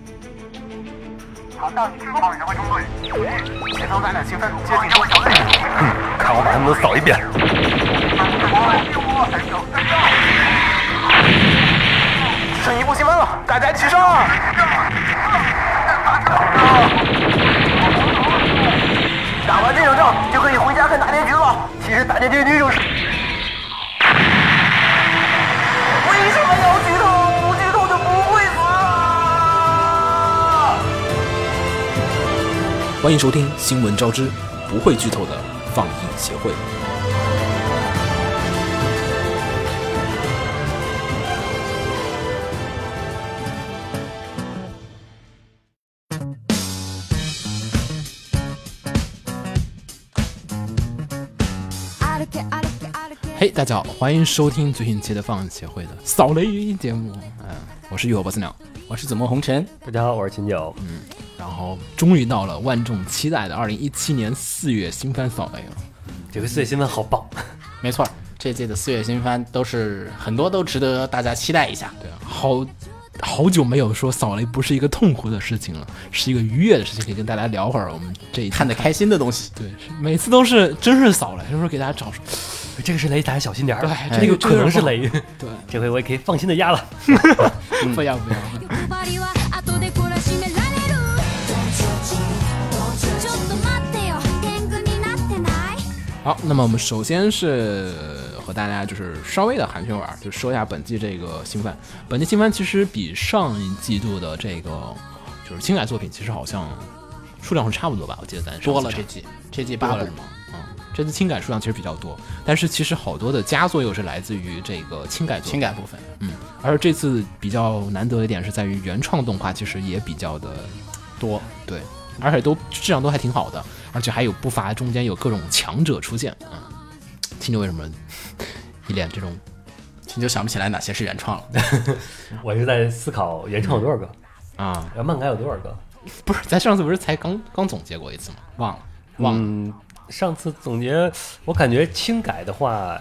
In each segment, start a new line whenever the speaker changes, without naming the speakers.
嗯前方咱俩兴奋，接近小队。
看我把他们都扫一遍。
嗯剩一步积分了，大家齐上！打完这场仗就可以回家看大结局了。其实大结局就是……为什么要剧透？不剧透就不会死啊！
欢迎收听《新闻招之》，不会剧透的放映协会。嘿、大家好，欢迎收听最新一期的放映协会的扫雷云节目。嗯、我是浴火不死鸟，我是紫梦红尘。
大家好，我是秦九。
然后终于到了万众期待的二零一七年四月新番扫雷了。
这个最新闻好棒，
没错儿，这届的四月新番都是很多都值得大家期待一下。
对啊，好好久没有说扫雷不是一个痛苦的事情了，是一个愉悦的事情，可以跟大家聊会儿。我们这一季
看得开心的东西，
对，是每次都是真是扫雷，就是给大家找出
这个是雷，大家小心点儿。
哎
这
这
个
个
可能是雷，
对，
这回我也可以放心的压了。
不要不要，
りは後で懲らしめられるちょっと待ってよ天狗になってない
好，那么我们首先是和大家就是稍微的寒暄会儿，就说一下本季这个新番。本季新番其实比上一季度的这个就是新改作品，其实好像数量是差不多吧？我记得咱上次
多了
查
这季，这季
八
八
部
部
嘛，嗯，这次轻改数量其实比较多，但是其实好多的佳作又是来自于这个轻改作
情
品，
感部分，
嗯，而这次比较难得的一点是在于原创动画其实也比较的多，对，而且都质量都还挺好的，而且还有不乏中间有各种强者出现，嗯，青牛为什么一脸这种？
秦就想不起来哪些是原创了。
我是在思考原创有多少个，
啊，
然后漫改有多少个。
不是，咱上次不是才刚刚总结过一次吗？忘了，忘了，
嗯，上次总结，我感觉轻改的话，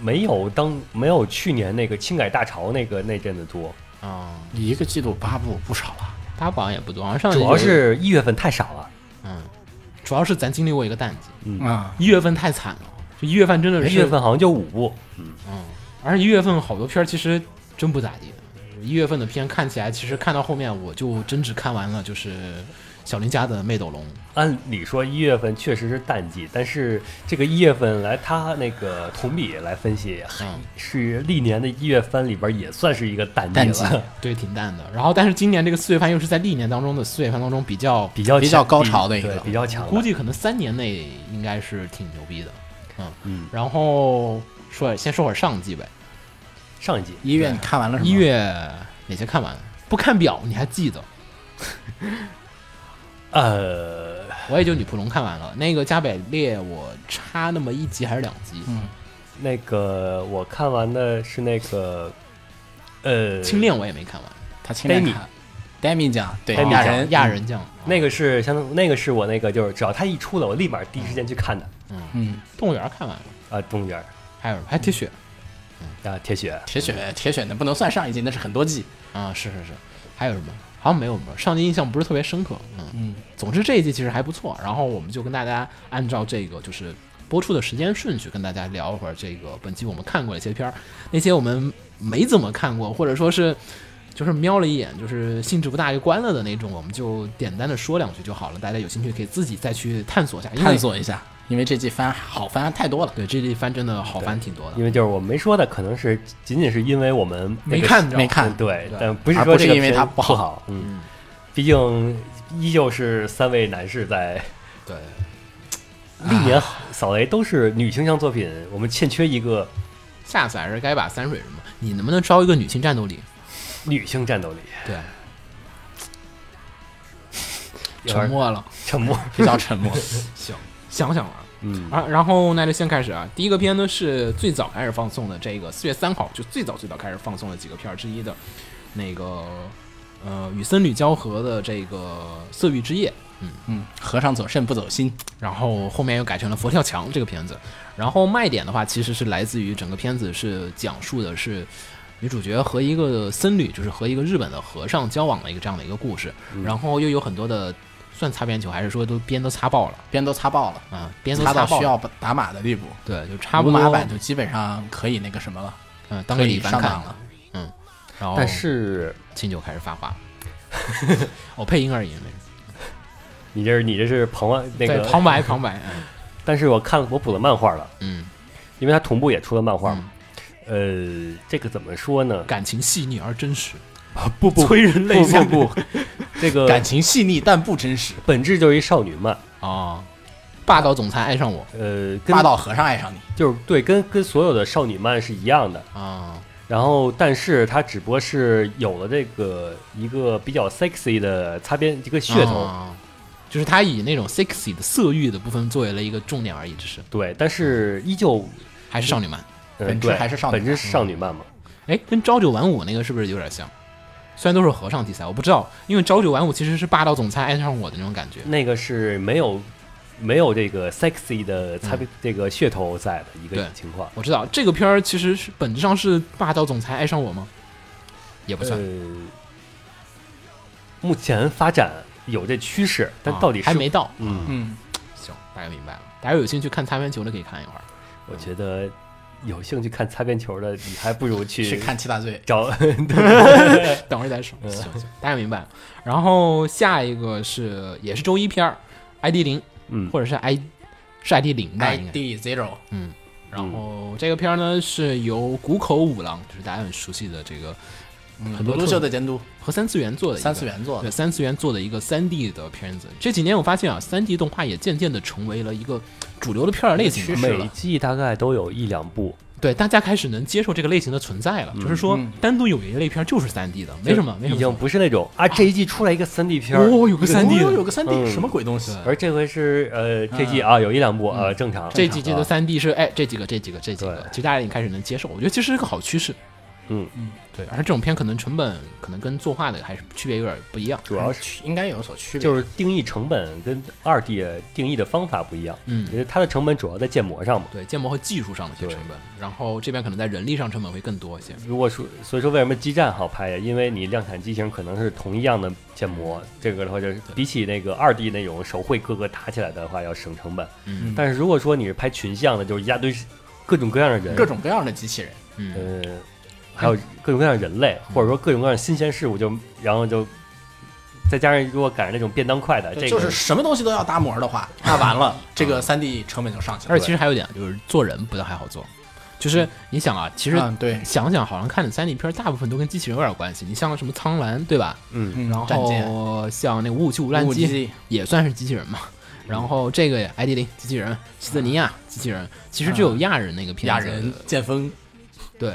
没有当没有去年那个轻改大潮那个那阵子多，
啊、
一个季度八部不少啊了，
八部好像也不多，好像上一
主
季
要是一月份太少了。
嗯，主要是咱经历过一个淡季，
啊，
一月份太惨了，就一月份真的是
哎一月份好像就五部，
嗯，而且一月份好多片儿其实真不咋地。嗯一月份的片看起来，其实看到后面我就真只看完了，就是小林家的《魅斗龙》。
按理说一月份确实是淡季，但是这个一月份来它那个同比来分析，
嗯，
是历年的一月份里边也算是一个淡
淡
季
季
了，
对，挺淡的。然后，但是今年这个四月番又是在历年当中的四月番当中比较，
比较
比较
强
高潮的一
对
个
比较强的。
估计可能三年内应该是挺牛逼的。嗯
嗯
然后说先说会儿上季呗，
上一季
一月你看完了是吗？
一月哪些看完？不看表你还记得？
呃，
我也就女仆龙看完了，那个加百列我差那么一集还是两集，
那个我看完的是那个呃
青恋我也没看完，
他青年卡，Demi 酱，对
Demi
哎亚
酱
人
亚，人酱
那个是相当那个是我那个就是只要它一出了，我立马第一时间去看的
嗯，
动物园看完了，
啊，动物园儿
还有还有铁血。
啊，铁血
铁血铁血那不能算上一季，那是很多季。
啊，是是是，还有什么？好像没有什么，上季印象不是特别深刻。嗯
嗯，
总之这一季其实还不错。然后我们就跟大家按照这个就是播出的时间顺序，跟大家聊一会儿这个本期我们看过的一些片儿，那些我们没怎么看过，或者说是就是瞄了一眼，就是兴致不大就关了的那种，我们就简单的说两句就好了。大家有兴趣可以自己再去 探索一下，因为
探。索一下，因为这季番好番太多了。
对，这季番真的好番挺多的
因。为就是我没说的，可能是仅仅是因为我们那
没
个
看着
没看
嗯，对
对，
但不是
而
说
不是
这个
因为
片
它
不
不好
嗯，毕竟依旧是三位男士在
对，
啊
历年扫雷都是女性向作品，我们欠缺一个
下次还是该把三水什么，你能不能招一个女性战斗力？
女性战斗力。
对，
有
沉
点
默了，
沉默，
比较沉默，
想想啊。
嗯，
啊，然后那就先开始啊。第一个片呢是最早开始放送的，这个四月三号就最早最早开始放送的几个片儿之一的，那个呃与僧侣交合的这个《色欲之夜》，
嗯，和尚走肾不走心，
然后后面又改成了《佛跳墙》这个片子。然后卖点的话，其实是来自于整个片子是讲述的是，女主角和一个僧侣，就是和一个日本的和尚交往的一个这样的一个故事，然后又有很多的算擦边球，还是说都边都擦爆了
边都擦爆了，
啊，边都
擦到
爆
需
了，
要打码的地步，
对，就差不
无
多
码版就基本上可以那个什么了，
嗯，当个
可以
李凡
上
看
档了，呃
嗯，然后
但是
琴酒开始发花，我配音而已，没事
你这是你这是旁外那
对
个，
旁白旁白，嗯
但是我看我补了漫画了，
嗯，
因为它同步也出了漫
嗯
画嘛。呃，这个怎么说呢？
感情细腻而真实，
不不催人泪下，
不
不， 这个
感情细腻但不真实，
本质就是一少女漫。
哦，霸道总裁爱上我
呃，跟
霸道和尚爱上你，
就是对，跟跟所有的少女漫是一样的。
啊，
然后，但是它只不过是有了这个一个比较 sexy 的擦边一个噱头，
哦
啊就是他以那种 sexy 的色欲的部分作为了一个重点而已，只是
对，但是依旧
还是少女漫。
呃
本质
对
还是少女嗯
本质
漫
是少女漫嘛。
哎，跟朝九晚五那个是不是有点像？虽然都是和尚题材，我不知道，因为朝九晚五其实是霸道总裁爱上我的那种感觉。
那个是没有没有这个 sexy
嗯
的擦边、这个噱头在的一个
对
情况。
我知道这个片儿其实是本质上是霸道总裁爱上我吗？也不
呃
算，，
目前发展有这趋势，但
啊
到底是、
还没到。
嗯，
哦嗯，
行，大概明白了。大家有兴趣看擦边球的可以看一会儿。
我觉得有兴趣看擦边球的，你还不如去
去看七大罪，
找
等会儿再说。行行，大概明白了。然后下一个是也是周一片儿，ID 零，
嗯
或者是 I 是 ID 零吧，应该嗯
ID。Zero
然后哦这个片儿呢是由谷口五郎，就是大家很熟悉的这个很多
鲁鲁
特
嗯秀的监督，
和三次元做的一个
三次元做
对
的，
三次元做的一个三 D 的片子。这几年我发现啊，三 D 动画也渐渐的成为了一个主流的片儿类型
趋
了。
势
每
了
季大概都有一两部，
对，大家开始能接受这个类型的存在了，就是说单独有一类片儿就是三 D 的，没什么，没什
已
么
经
错。
不是那种啊这一季出来一个三 D 片儿，
哦，有个三 D
哦
的，嗯
有个三 D 什么鬼东西？
而这回是呃这季啊有一两部
嗯
呃正常，
这几季的
啊
三 D 是哎，这几个、这几个、这几个
对，
其实大家已经开始能接受。我觉得其实是个好趋势。
嗯
嗯，对，而且这种片可能成本可能跟作画的还是区别有点不一样。
主要是
应该有所区别，
就是定义成本跟二 D 定义的方法不一样，
嗯
因为它的成本主要在建模上嘛。
对，建模和技术上的一些成本，然后这边可能在人力上成本会更多一些。
如果说，所以说为什么基站好拍呀？因为你量产机型可能是同一样的建模，这个的话就是比起那个二 D 那种手绘各个打起来的话要省成本。
嗯
但是如果说你是拍群像的，就是一大堆各种各样的人，
各种各样的机器人，
嗯，
呃，还有各种各样的人类，
嗯
或者说各种各样的新鲜事物就，然后就再加上如果赶上那种便当快的，这个
就是什么东西都要搭模的话，那完了，这个三 D 成本就上去了。
嗯而且其实还有一点啊就是做人不太还好做，就是你想啊，其实
嗯对，
想想好像看的三 D 片儿大部分都跟机器人有点关系。你像什么苍兰对吧？
嗯，
嗯
然
战舰
后像那五五七五战
无
机，嗯
机
也算是机器人嘛。然后这个 ID 零机器人，西德尼亚机器人，其实只有嗯亚人那个片
亚
子
人剑锋，
对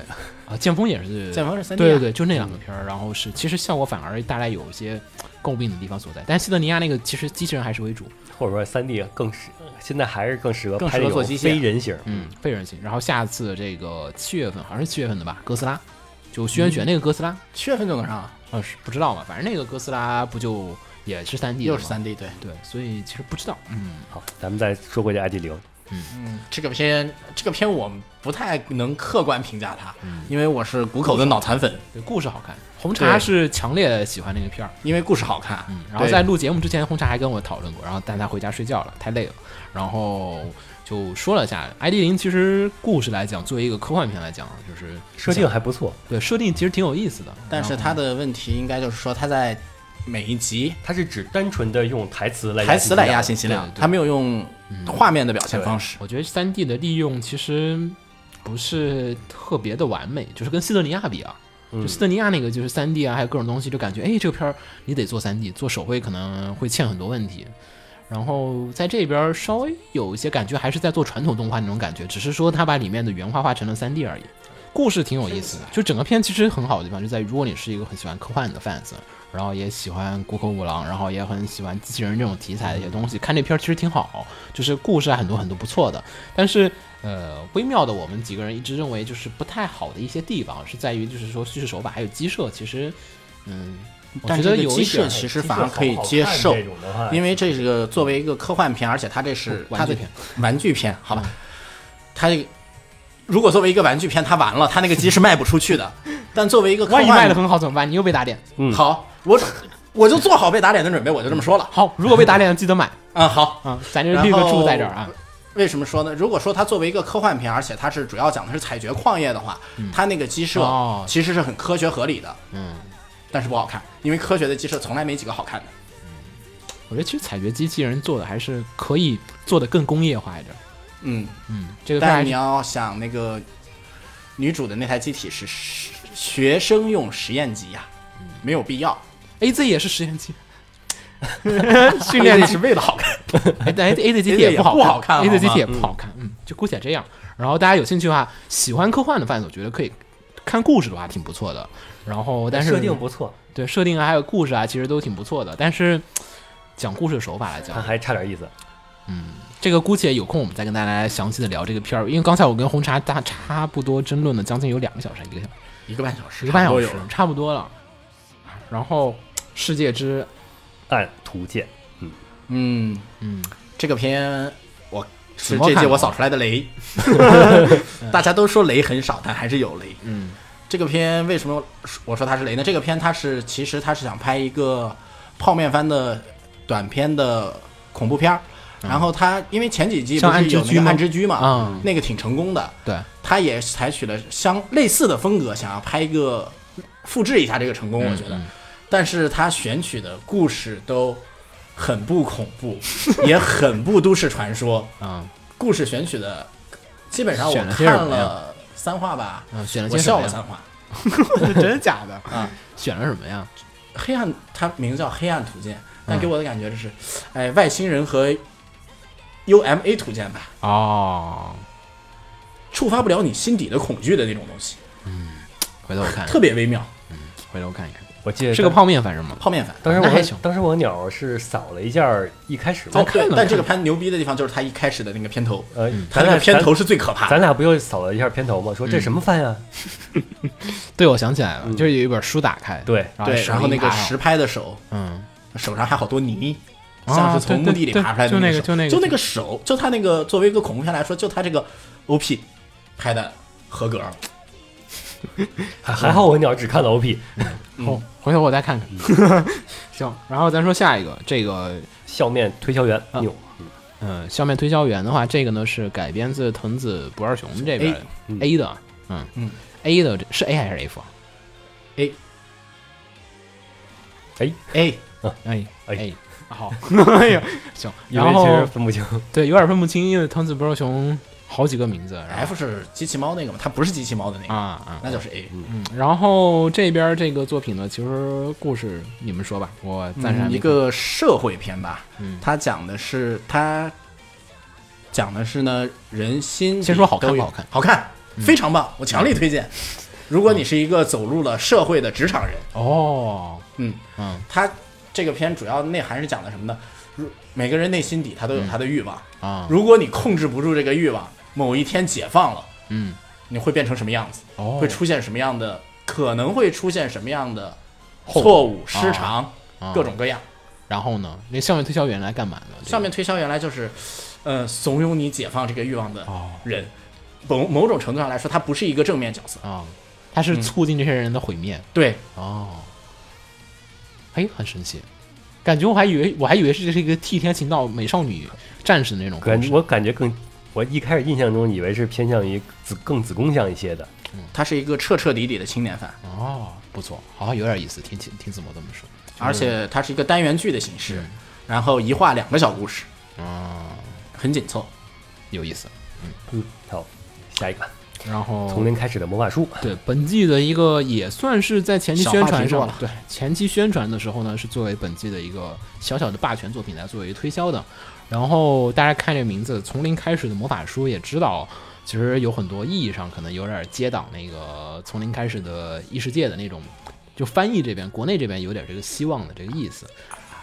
啊，剑锋也是
剑锋是三 D，啊嗯
对对对，就那两个片儿，然后是其实效果反而带来有一些诟病的地方所在，但西德尼亚那个其实机器人还是为主，
或者说三 D 啊更适，呃现在还是更适合
更
拍
适合
那
做
种
机械
非人形。
嗯，非人性。然后下次这个七月份好像是七月份的吧，哥斯拉，就徐
嗯
元玄那个哥斯拉，
七月份就能上，
啊是不知道嘛，反正那个哥斯拉不就也是三 D
又是三 D，对，
对，所以其实不知道，嗯，
好，咱们再说回这 ID 零，
嗯，这个片这个片我不太能客观评价它，
嗯
因为我是谷口的脑残粉，
对，故事好看，红茶
对
是强烈喜欢那个片儿。
因为故事好看，
嗯，然后
对
在录节目之前，红茶还跟我讨论过，然后但他回家睡觉了，太累了，然后就说了一下，ID 零其实故事来讲，作为一个科幻片来讲，就是
设定还不错，
对设定其实挺有意思的，
但是它的问题应该就是说它在每一集
它是指单纯的用台词来
台词来压
信
信息量
对，嗯对
它没有用画面的表现方式，
我觉得三 D 的利用其实不是特别的完美，就是跟西德尼亚比啊，就西德尼亚那个就是三 D 啊，还有各种东西，就感觉哎，这个片儿你得做三 D，做手绘可能会欠很多问题。然后在这边儿稍微有一些感觉，还是在做传统动画那种感觉，只是说他把里面的原画画成了三 D 而已。故事挺有意思的，就整个片其实很好的地方就在于，如果你是一个很喜欢科幻的 fans，然后也喜欢谷口五郎，然后也很喜欢机器人这种题材的一些东西，看这片儿其实挺好，就是故事还很多很多不错的。但是呃，微妙的我们几个人一直认为就是不太好的一些地方是在于，就是说叙事手法还有机设，其实嗯，我
但
觉得
这个
有
机
一
啊
点
设其实反而可以接受
这，种的话，
因为这是个作为一个科幻片，而且它这是
玩
它
具
的
片嗯
玩具片，好吧？它这个如果作为一个玩具片，它完了，它那个机是卖不出去的。但作为一个科
万一卖的
幻，
很好怎么办？你又被打脸。
嗯
好，我我就做好被打脸的准备，我就这么说了。
好，如果被打脸记 得买
啊，好，
啊，咱这立个柱在这儿啊。
为什么说呢？如果说它作为一个科幻片，而且它是主要讲的是采掘矿业的话，它那个鸡舍
哦
其实是很科学合理的，
嗯，
但是不好看，因为科学的鸡舍从来没几个好看的。
我觉得其实采掘机器人做的还是可以做的更工业化一点。
嗯，
嗯，这个片儿
但
还
你
是
要想那个女主的那台机体是实学生用实验机呀、没有必要。
A Z 也是实验机， 训练
A
机
Z 是为了好看。
哎，但 A A Z 机
A
体
Z 也
不好
不好看
，A
好
Z 机
吗
体也不好看，嗯，就姑且这样。然后大家有兴趣的话，喜欢科幻的范子，我觉得可以看故事的话挺不错的。然后，
哎
但是
设定不错，
对设定啊，还有故事啊，其实都挺不错的。但是讲故事的手法来讲
它，还差点意思。
这个姑且有空我们再跟大家详细的聊这个片儿，因为刚才我跟红茶大差不多争论了将近有两个小时，一个小时，
一个半小时，
一个半
差
小
不
时
多有了，
差不多了。然后《世界之
按图鉴，
嗯，
嗯，
这个片我是
怎么
这
看
届
的
我扫出来 的雷，大家都说雷很少，但还是有雷。
嗯，
这个片为什么我说它是雷呢？这个片它是其实它是想拍一个泡面番的短片的恐怖片儿，然后它因为前几季不
嗯像
是有
暗之
那
居
个
吗
暗之居嘛，
嗯
那个挺成功的，
对，
它也采取了相类似的风格，想要拍一个复制一下这个成功，
嗯
我觉得，但是它选取的故事都很不恐怖， 也很不都市传说，
嗯
故事选取的基本上我
选了些什
看
么呀
了三话吧，
嗯，选了些
我
什
笑
么呀？
了三话。
真的假的
啊？
选了什么呀？
黑暗，它名字叫《黑暗图鉴》，但
嗯
给我的感觉就是，哎，外星人和 UMA 图鉴吧，
哦，
触发不了你心底的恐惧的那种东西，
回头我看，
特别微妙。
回头我看一看，
我记得
是个
当
泡面，反正嘛，
泡面番，
当时
那还
我
行
当时我鸟是扫了一下儿，一开始
咱
但
嘛，
看了
哦但这个番牛逼的地方就是它一开始的那个片头，
呃，
它
咱
那
俩
个嗯片
咱
头是最可怕的。
咱俩不又扫了一下片头吗？说这什么番 呀？
对，我想起来了，
嗯
就是有一本书打开，
对
然后
对，
手
然后
一
那个
拿上
实拍的手，
嗯，
手上还好多泥，
啊
像是从墓地里爬出来的
对对
手
就那个就那个
就那个手，就他那个作为一个恐怖片来说，就他这个 OP 拍的合格。
还还好我鸟只看了 OP，
嗯
后哦回头我再看看。 行，然后咱说下一个，这个
笑面推销员
啊
牛，
嗯，笑面推销员的话，这个呢是改编自藤子不二雄这边
A，
嗯
A 的，嗯
嗯
A 的是 A 还是 F？
哎，
哎
哎
哎，好， 哎呀，行，
因为
然
其实
后
分不清。
对有点分不清，因为藤子不二雄好几个名字，然后
F 是机器猫那个嘛，它不是机器猫的那个，
啊啊，
那就是 A。
嗯，然后这边这个作品呢，其实故事你们说吧，我暂时还
嗯
没
一个社会片吧，
嗯
它讲的是它讲的是呢人心里
先说好看
都有
不好看嗯
好看，非常棒，我强力推荐。如果你是一个走入了社会的职场人，
看哦，
嗯，
嗯
它这个片主要内涵是讲的什么呢？如每个人内心底他都有他的欲望，
啊，
如果你控制不住这个欲望，某一天解放了，
嗯
你会变成什么样子？
哦，
会出现什么样的？可能会出现什么样的
后
错误、
啊
失常，
啊
各种各样。
然后呢，那上面推销员来干嘛呢？
上面推销原来就是，呃，怂恿你解放这个欲望的
哦
人，某某种程度上来说，他不是一个正面角色。
啊，他是促进这些人的毁灭
对，
哦，哎，很神奇，感觉我还以为我还以为是这是一个替天行道美少女战士的那种
感
故
觉
事
我感觉更，我一开始印象中以为是偏向于子更子宫向一些的，
他是一个彻彻底底的青年番，
哦，不错，好像有点意思，听听听子墨这么说，
而且它是一个单元剧的形式，
嗯
然后一画两个小故事，
啊，
很紧凑。
有意思。
嗯，好，下一个
然后
从零开始的魔法书，
对本季的一个也算是在前期宣
小话
传
题
上
做了
对前期宣传的时候呢，是作为本季的一个小小的霸权作品来作为推销的。然后大家看这名字，从零开始的魔法书也知道，其实有很多意义上可能有点接档那个从零开始的异世界的那种，就翻译这边国内这边有点这个希望的这个意思。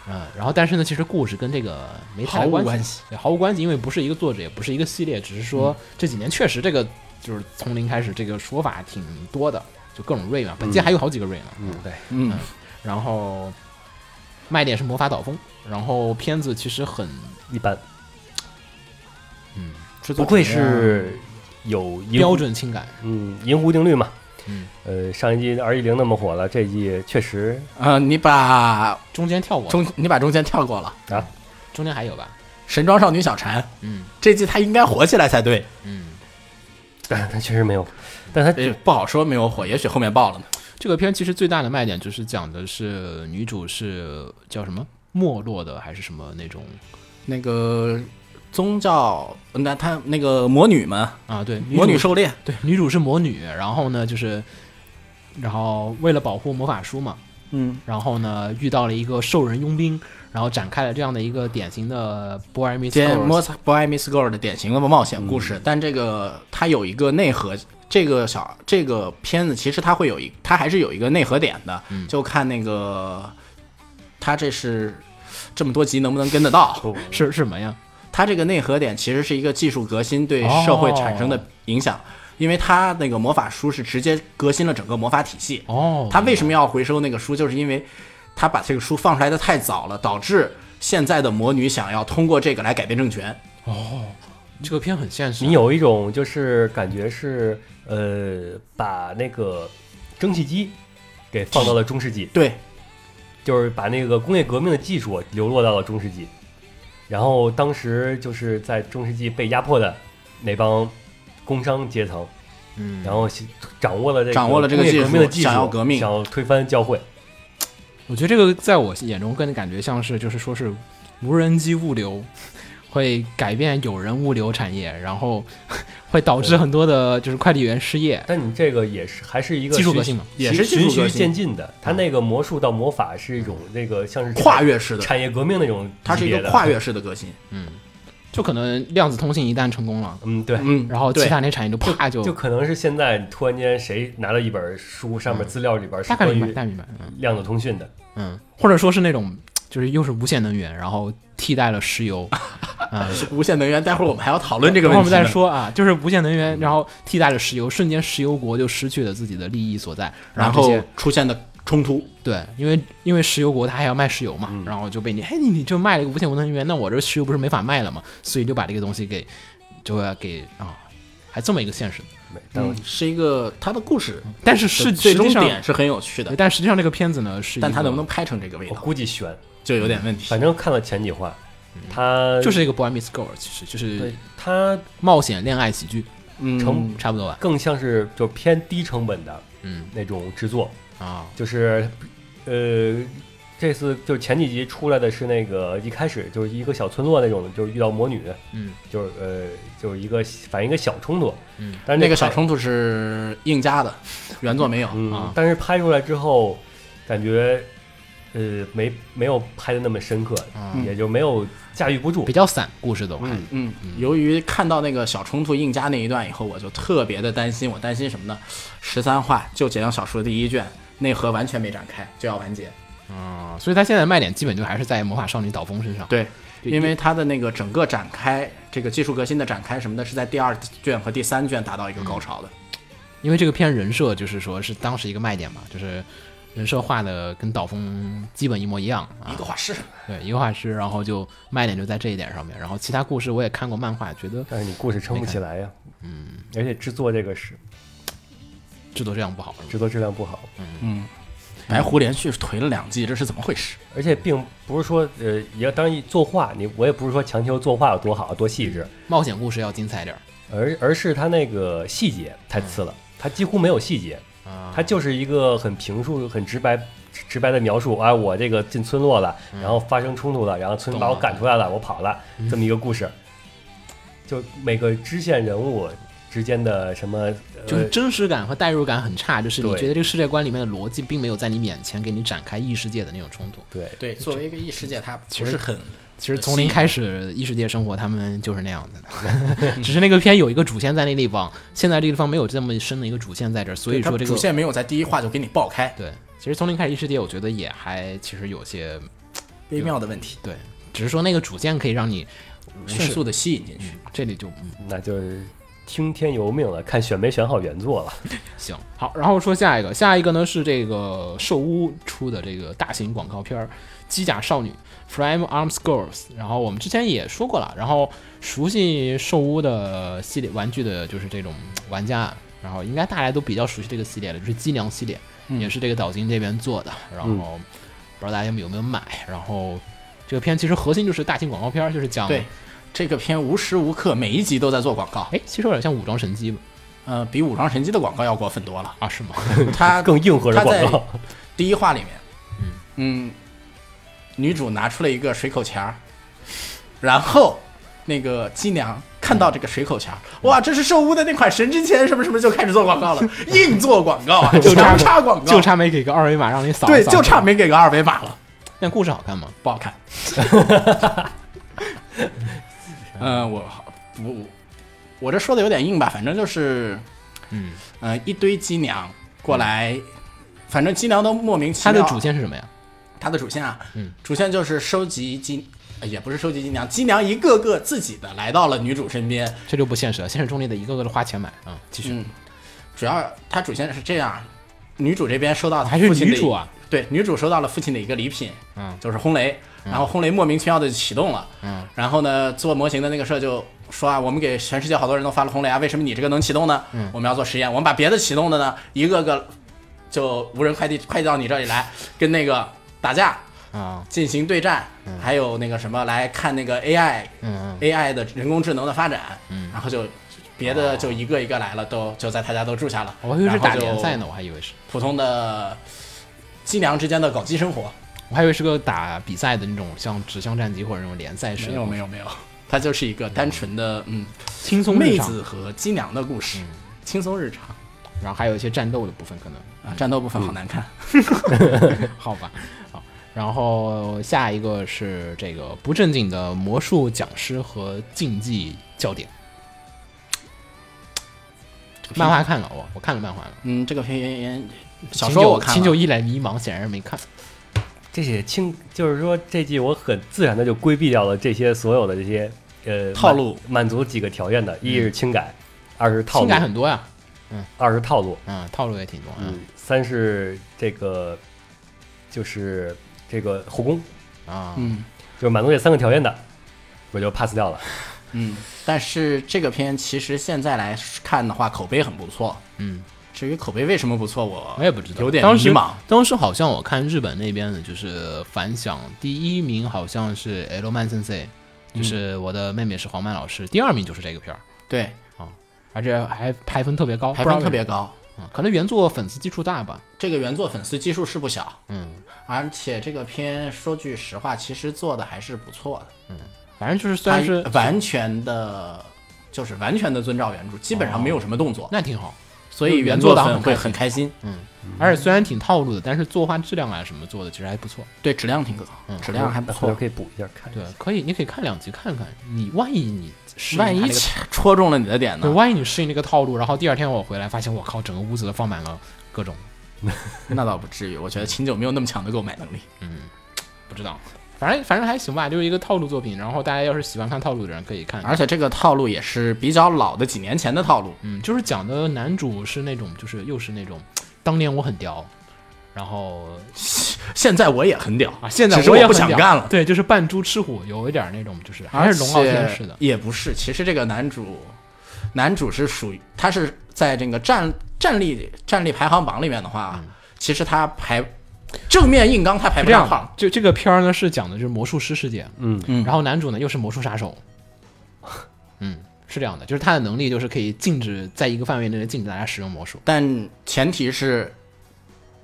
嗯，然后但是呢，其实故事跟这个没太
毫无
关
关系
对，毫无关系，因为不是一个作者，也不是一个系列，只是说这几年确实这个就是从零开始这个说法挺多的，就各种 r a 嘛，本季还有好几个 r a 呢。
嗯，对，
嗯，
然后卖点是魔法岛风，然后片子其实很
一般，
制作
嗯不愧是有银狐
标，准轻改，
嗯，银狐定律嘛，呃，上一季 R 一零那么火了，这一季确实
呃，你把
中间跳过，中
中你把中间跳过了，
啊，
中间还有吧？
神装少女小蝉
嗯
这季它应该火起来才 对，
嗯，
但它确实没有，但它
呃不好说没有火，也许后面爆了呢。
这个片其实最大的卖点就是讲的是女主是叫什么没落的还是什么那种
那个宗教，那他那个魔女嘛，
啊？对，女
魔女
主
狩猎，
对女主是魔女，然后呢就是，然后为了保护魔法书嘛，
嗯，
然后呢遇到了一个兽人佣兵，然后展开了这样的一个典型的 boy meets
接
girl
Most Boy Miss Girl 的典型的冒险故事，但这个它有一个内核，这个小这个片子其实它会有一，它还是有一个内核点的，就看那个它这是这么多集能不能跟得到。
不
是是什么呀？
它这个内核点其实是一个技术革新对社会产生的影响，因为它那个魔法书是直接革新了整个魔法体系。
哦，
他为什么要回收那个书？就是因为他把这个书放出来的太早了，导致现在的魔女想要通过这个来改变政权。
哦这个片很现实啊？
你有一种就是感觉是呃，把那个蒸汽机给放到了中世纪，
对，
就是把那个工业革命的技术流落到了中世纪，然后当时就是在中世纪被压迫的那帮工商阶层，
嗯，
然后掌握了这个
掌握了这个
工业
技术
革命的技术，
想要革命
想要推翻教会，
我觉得这个在我眼中更感觉像是就是说是无人机物流会改变有人物流产业，然后 会导致很多的就是快递员失业，
但你这个也是还是一个
技术
循
革新嘛。
也是技
循
术革
序
新
渐进的，它那个魔术到魔法是一种那个像是
跨越式的，
产业革命那种，
它是一个跨。越式的革新。
就可能量子通信一旦成功了，
嗯，对，
嗯，
然后其
对
他那产业就啪就
就可能是现在突然间谁拿了一本书，上面资料里边是
嗯大概
关
明白，
于
大概明白，嗯
量子通讯的，
嗯，或者说是那种就是又是无限能源，然后替代了石油，啊、
是无线能源，待会儿我们还要讨论这个
等会
问
儿
题。
我们再，说啊，就是无限能源，然后替代了石油，瞬间石油国就失去了自己的利益所在，
然
后这
后
些
出现的冲突，
对，因为因为石油国它还要卖石油嘛，
嗯
然后就被你，哎，你你就卖了一个无限无能源，那我这石油不是没法卖了嘛，所以就把这个东西给就要给啊、还这么一个现实。
但
嗯，是一个它的故事，
但是是
最终
实际上
点是很有趣的
对，，但实际上这个片子呢是一个，
但它能不能拍成这个味
我
道，
估计悬。
就有点问题。
反正看了前几话，他
嗯就是一个 boy meets girl，其实就是
对他
冒险恋爱喜剧，
嗯，
成
差不多吧。
更像是就偏低成本的
嗯
那种制作，
啊，
就是呃。这次就是前几集出来的是那个一开始就是一个小村落那种，就是遇到魔女，
嗯
就是呃就是一个反映一个小冲突，
嗯，
但是
那个
拍
小冲突是硬加的，原作没有。
嗯
啊，
但是拍出来之后，感觉呃没没有拍的那么深刻，
嗯
也就没有驾驭不住
比。较散故事都还
嗯，
嗯，由于看到那个小冲突硬加那一段以后，我就特别的担心。我担心什么呢？十三话就解量小说的第一卷，内核完全没展开，就要完结。
啊、所以它现在的卖点基本就还是在魔法少女岛风身上。
对，
对
因为它的那个整个展开，这个技术革新的展开什么的，是在第二卷和第三卷达到一个高潮的。
因为这个片人设就是说是当时一个卖点嘛，就是人设画的跟岛风基本一模一样啊
嗯一个，画师，
对，一个画师，然后就卖点就在这一点上面，然后其他故事我也看过漫画，觉得
但是你故事撑不起来呀，嗯，而且制作这个是
制作质量不好，
制作质量不好，
嗯白狐连续颓了两季，这是怎么回事？
而且并不是说呃，也当然作画，你我也不是说强求作画有多好多细致，
冒险故事要精彩点儿
而而是它那个细节太次了，它几乎没有细节，
啊，
它就是一个很平述、很直白。直白的描述啊，我这个进村落了，然后发生冲突了，然后村
懂
把我
了
赶出来了，我跑了，这么一个故事。就每个支线人物之间的什么，
就是
呃、
真实感和代入感很差，就是你
对
觉得这个世界观里面的逻辑并没有在你眼前给你展开异世界的那种冲突。
对，
对，作为一个异世界，它
其
不
实
是很
其实从零开始异世界生活，他们就是那样子的， 只是那个片有一个主线在那地方，现在这个地方没有这么深的一个主线在这儿，所以
它
说这个
主线没有在第一话就给你爆开，
对，其实从零开始异世界，我觉得也还其实有些
微妙的问题，
对，只是说那个主线可以让你无
迅
视，
速的吸引进去。
这里就嗯
那就是听天由命了，看选没选好原作了。
行好。然后说下一个，下一个呢是这个兽屋出的这个大型广告片儿《机甲少女》（Frame Arms Girls）。然后我们之前也说过了，然后熟悉兽屋的系列玩具的，就是这种玩家啊然后应该大家都比较熟悉这个系列了，就是机娘系列，
嗯
也是这个岛津这边做的。然后不知道大家有没有买？然后这个片其实核心就是大型广告片儿，就是讲
嗯对，这个片无时无刻每一集都在做广告，
哎，其实有点像武装神机吧？
呃，比《武装神机》的广告要过分多 了。
啊，是吗？
它
更硬核的
它在
广告。
第一话里面，嗯女主拿出了一个水口钱儿，然后那个机娘看到这个水口钱儿，
嗯
哇，这是寿屋的那款神之钱，什么什么就开始做广 告了，硬做广告啊，
就差
长插广告，
就差没给个二维码让你扫。
对，
扫
就差。没给个二维码了，
那故事好看吗？
不 好看。嗯，我不，我这说的有点硬吧，反正就是，
嗯，
呃，一堆机娘过来，反正机娘都莫名其
它
妙。
的主线是什么呀？
它的主线啊，
嗯
主线就是收集金，呃也不是收集金娘，金娘一个个自己的来到了女主身边，
这就不现实了，现实中立的一个个的花钱买啊，继续。
嗯，主要它主线是这样，女主这边收到
还是
父亲的
女主啊，
对，女主收到了父亲的一个礼品，
嗯
就是轰雷，然后轰雷莫名其妙的启动了，
嗯，
然后呢，做模型的那个社就说啊，我们给全世界好多人都发了轰雷啊，为什么你这个能启动呢？嗯，我们要做实验，我们把别的启动的呢，一个个就无人快递快递到你这里来，跟那个打架，
啊，
进行对战，还有那个什么来看那个 AI
嗯
AI 的人工智能的发展，然后就别的就一个一个来了，都就在他家都住下了。
哦我还以为哦是打
然后就
联赛呢，我还以为是，
普通的伎俩之间的搞基生活，
我还以为是个打比赛的那种，像纸箱战机或者那种联赛式
没
的，
有没有没有，它就是一个单纯的嗯
哦轻松日
妹
常嗯
子和伎俩的故事，轻松日常
然后还有一些战斗的部分可能。
啊，战斗部分好难看。
嗯 好吧，好。然后下一个是这个不正经的魔术讲师和竞技教典。漫画看了，我我看了漫画了。
嗯，这个片小
秦
说
九
我看
秦
了
九，一脸迷茫，显然没看。
这些轻，就是说这季我很自然的就规避掉了这些所有的这些呃
套路
满，满足几个条件的，一是轻改，二是套
情
路，
感很多呀，
二是套路，
嗯，套路也挺多。嗯
嗯，三是这个就是这个后宫，
啊，
嗯
就是满足这三个条件的，我就 pass 掉了。
嗯，但是这个片其实现在来看的话，口碑很不错。
嗯，
至于口碑为什么不错，我
我也不知道，
有点
当时
迷茫。
当时好像我看日本那边的，就是反响第一名好像是 L 曼先生，就是我的妹妹是黄曼老
嗯
师，第二名就是这个片儿。啊
对，
而且还排分特别高，
排
不知道
分
为
特别高，
什么，可能原作粉丝基数大吧。
这个原作粉丝基数是不小，
嗯，
而且这个片说句实话，其实做的还是不错的，
反正就是算是
它完全的，就是完全的遵照原著，基本上没有什么动作，
哦那挺好，
所以原作粉会很开心，
嗯而且虽然挺套路的，但是作画质量啊什么做的其实还不错。
对，质量挺高，
嗯
质量还不
我
错。
可以补一下看。
对，可以，你可以看两集看看，你万一你适应
万
它
一
这个
戳中了你的点
对，
呢？
万一你适应这个套路，然后第二天我回来发现我靠，整个屋子都放满了各种
那倒不至于，我觉得秦九没有那么强的购买能力。
不知道，反正反正还行吧，就是一个套路作品。然后大家要是喜欢看套路的人可以看，
而且这个套路也是比较老的几年前的套路，
嗯，就是讲的男主是那种就是又是那种当年我很屌，然后
现在我也很屌
啊，现在
只是
也
不
很
想
屌
干了。
对，就是扮猪吃虎，有一点那种就是还
而
是龙傲天
且
似的。
也不是。其实这个男主，男主是属于他是在这个战战力战力排行榜里面的话，其实他排正面硬刚他排
嗯是
不
这
上
样
号
吧，，就这个片儿呢是讲的就是魔术师世界，
嗯
嗯
然后男主呢又是魔术杀手，嗯，是这样的，就是他的能力就是可以禁止在一个范围内禁止大家使用魔术，
但前提是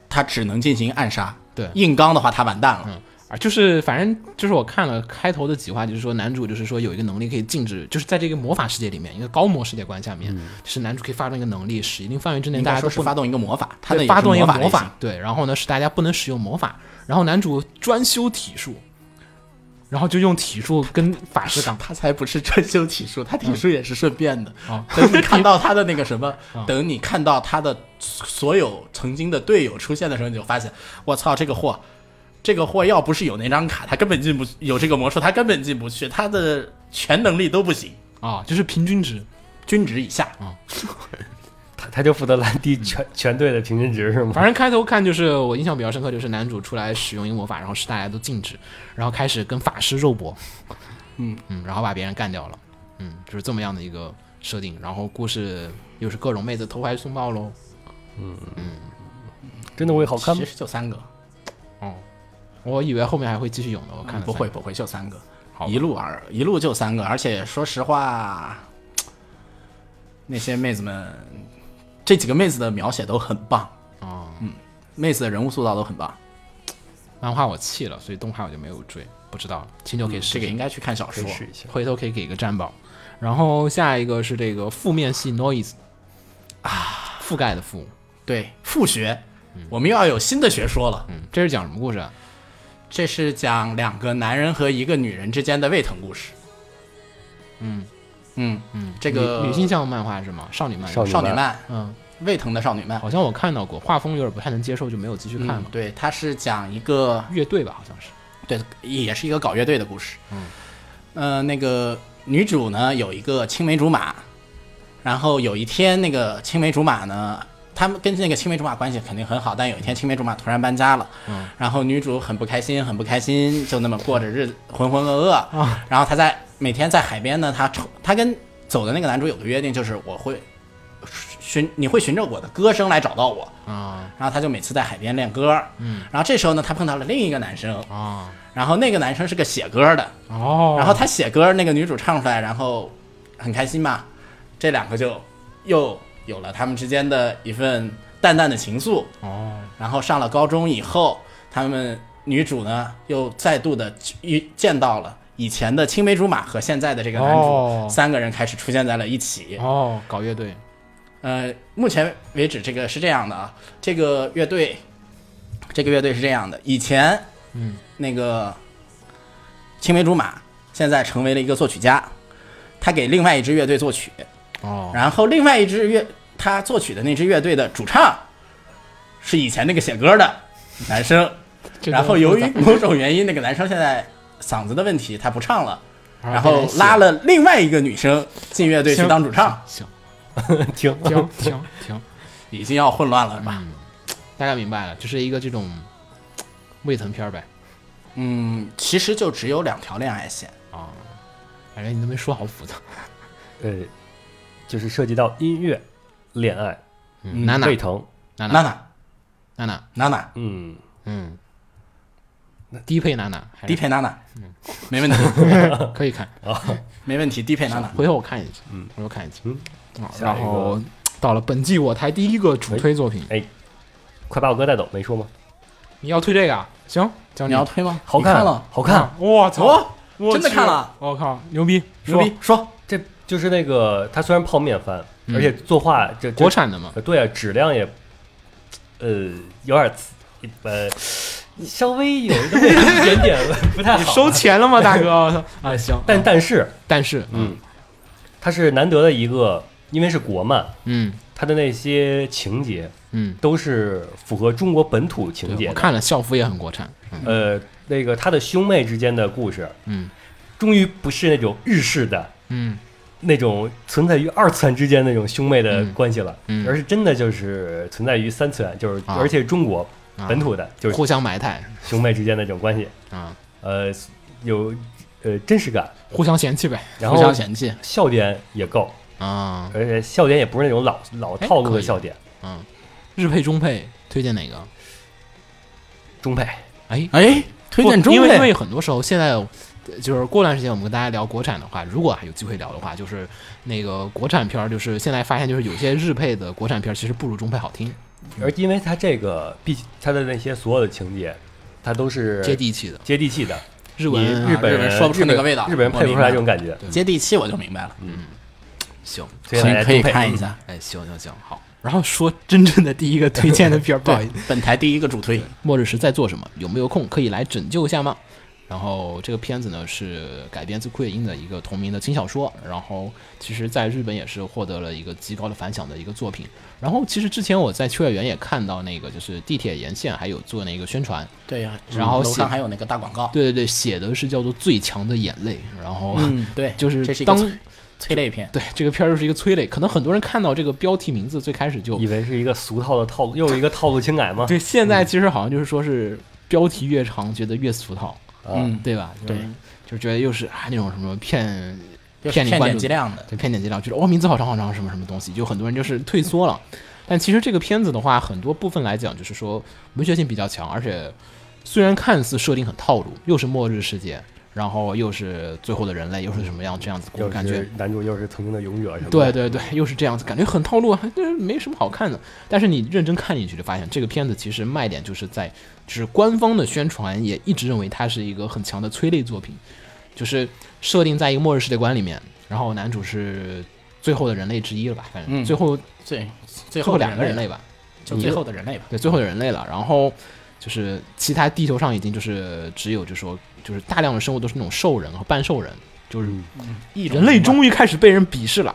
他只能进行暗杀。
对
硬刚的话他完蛋了。
嗯，啊，就是反正就是我看了开头的几话，就是说男主就是说有一个能力可以禁止，就是在这个魔法世界里面，一个高魔世界观下面，就是男主可以发动一个能力，使一定范围之内
嗯应
大
该
家
说
都
是
不
发动一个魔法，他的
对发动一个魔
魔
法，，对，然后呢是大家不能使用魔法，然后男主专修体术，然后就用体术跟法师杠。
他才不是专修体术，他
嗯
体术也是顺便的。
哦
啊
等你看到他的那个 什么，等你看到他的所有曾经的队友出现的时候，你就发现，我操，这个货，这个货要不是有那张卡，他根本进不有这个魔术，他根本进不去，他的全能力都不行，
啊，就是平均值，
均值以下。
他他就负责拉低全全队的平均值是吗？
反正开头看就是我印象比较深刻，就是男主出来使用一个魔法，然后是大家都禁止，然后开始跟法师肉搏，
嗯
嗯，然后把别人干掉了，嗯，就是这么样的一个设定，然后故事又是各种妹子投怀送抱喽。
真的会好看吗
其？实就三个，
哦，我以为后面还会继续有呢，我看了
不
嗯三
会
个
不会就三个，
好吧
一路而一路就三个，而且说实话，那些妹子们，这几个妹子的描写都很棒，嗯
哦，
妹子的人物塑造都很棒，
漫画我弃了，所以动画我就没有追，不知
嗯
道，秦九可以试
这个
试，
应该去看小
可
说
以。试一下。
回头可以给个占榜。然后下一个是这个负面系 noise 啊，覆盖的覆，
对，复学，我们又要有新的学说了。
嗯嗯，这是讲什么故事啊？
这是讲两个男人和一个女人之间的胃疼故事。嗯嗯嗯，这个
女女性向漫画是吗？少女漫
少
少
女
女漫，
嗯，
胃疼的少女漫。
好像我看到过，画风有点不太能接受，就没有继续看了，。
嗯对，它是讲一个
乐队吧，好像是，
对，也是一个搞乐队的故事。嗯，呃，那个女主呢有一个青梅竹马，然后有一天那个青梅竹马呢，他们跟那个青梅竹马关系肯定很好，但有一天青梅竹马突然搬家了，嗯，然后女主很不开心，很不开心，就那么过着日子，浑浑噩噩啊。 然后她在每天在海边呢，她抽她跟走的那个男主有个约定，就是我会寻你会循着我的歌声来找到我。
啊
然后她就每次在海边练歌，嗯，然后这时候呢，她碰到了另一个男生，
啊
然后那个男生是个写歌的，
哦，
然后他写歌，那个女主唱出来，然后很开心嘛，这两个就又有了他们之间的一份淡淡的情愫。
哦
然后上了高中以后，他们女主呢又再度的遇见到了以前的青梅竹马和现在的这个男主，
哦
三个人开始出现在了一起。
哦，搞乐队，
呃，目前为止，这个是这样的啊，这个乐队，这个乐队是这样的，以前，
嗯，
那个青梅竹马现在成为了一个作曲家，他给另外一支乐队作曲，
哦
然后另外一支乐他作曲的那支乐队的主唱是以前那个写歌的男生，
这个
然后由于某种原因，那个男生现在嗓子的问题，他不唱了，然后拉了另外一个女生进乐队去当主唱，
啊行
听，
行行行，
已经要混乱了吧？
大概明白了，就是一个这种未疼片儿呗
嗯，其实就只有两条恋爱线。
啊，感觉你都没说好复杂，
呃，就是涉及到音乐、恋爱、
嗯娜娜
沸腾，
娜娜
娜娜，
娜娜，
娜娜，
嗯，
嗯，低配娜娜，还是
低配娜娜，没问题，
可以看，
没问题，低配娜娜。
回头我看一集，嗯，回头看一集，
嗯
啊，
下
然
一个
后到了本季我台第一个主推作
哎
品，
快把我哥带走，没说吗？
你要推这个啊？行，教
你要推吗？
好
你嗯看啊了，
好看，，
我操
哦，
我
真的
去
看了，
我靠，牛逼，
牛逼！说，
这就是那个，它虽然泡面番，而且作画这
国
这
产的嘛，
呃对啊，质量也，呃，有点次呃，稍微有那么一点点不太好，啊
收钱了吗，大哥？ 我操啊，行，
但但是，
但是，
嗯，它是难得的一个，因为是国漫，
嗯
它的那些情节
嗯，
都是符合中国本土情
对
节
我
的。
看了校服也很国产，嗯
呃，那个他的兄妹之间的故事，
嗯
终于不是那种日式的
嗯
那种存在于二次元之间那种兄妹的关系了，
嗯嗯
而是真的就是存在于三次元，就是、
啊
而且中国
啊
本土的，就是
互相埋汰
兄妹之间的这种关系，
啊，
呃，有呃真实感，
互相嫌弃呗
然
互
后
相嫌弃，
笑点也够，
啊，
而且笑点也不是那种老老
哎
套路
可
的
以
笑点，
嗯，日配中配推荐哪个？
中配
哎，
哎，推荐
不
中
因为因
配，
为很多时候现在呃就是过段时间我们跟大家聊国产的话，如果还有机会聊的话，就是那个国产片儿，就是现在发现就是有些日配的国产片儿其实不如中配好听，
而因为它这个毕它的那些所有的情节，它都是
接地气的
接地气的，
日文
你日
啊
本
日本说不出那个
日本
味道
日本人配不出来这种感觉。
接地气我就明白了，
行。
所
所以可以
中配
看一下。
哎，行行行，好。然后说真正的第一个推荐的 片儿，不好意思，
本台第一个主推，
末日时在做什么？有没有空可以来拯救一下吗？然后这个片子呢是改编自库野英的一个同名的轻小说，然后其实在日本也是获得了一个极高的反响的一个作品。然后其实之前我在秋叶原也看到那个就是地铁沿线还有做那个宣传，
对呀，
然后
嗯楼
写
上还有那个大广告，
对对对，写的是叫做《最强的眼泪》，然后、
嗯，对，
就是
这是一个
当
催催泪片，
对这个片儿就是一个催泪，可能很多人看到这个标题名字最开始就
以为是一个俗套的套路，又一个套路轻改吗？
对，现在其实好像就是说是标题越长觉得越俗套。
啊，
嗯，
对吧？就是
对，
就觉得又是啊那种什么骗
就是
骗你
骗
关
点
注
击量的。
对，骗点击量，就是哦，名字好长好长，什么什么东西，就很多人就是退缩了。
嗯
但其实这个片子的话，很多部分来讲，就是说文学性比较强，而且虽然看似设定很套路，又是末日世界，然后又是最后的人类，又是什么样这样子，
又
感觉
是男主又是曾经的勇者什么的，
对对对，又是这样子，感觉很套路，啊，就是没什么好看的。但是你认真看进去，就发现这个片子其实卖点就是在，就是官方的宣传也一直认为它是一个很强的催泪作品，就是设定在一个末日世界观里面，然后男主是最后的人类之一了吧，反正
嗯
最后、
最最
最
后
后
的
两个人类
吧，
吧，
就
你
最后的人类吧。
对，最后的人类了。然后就是其他地球上已经就是只有就说就是大量的生物都是那种兽人和半兽人，就是
一种
人类
人吧
终于开始被人鄙视了。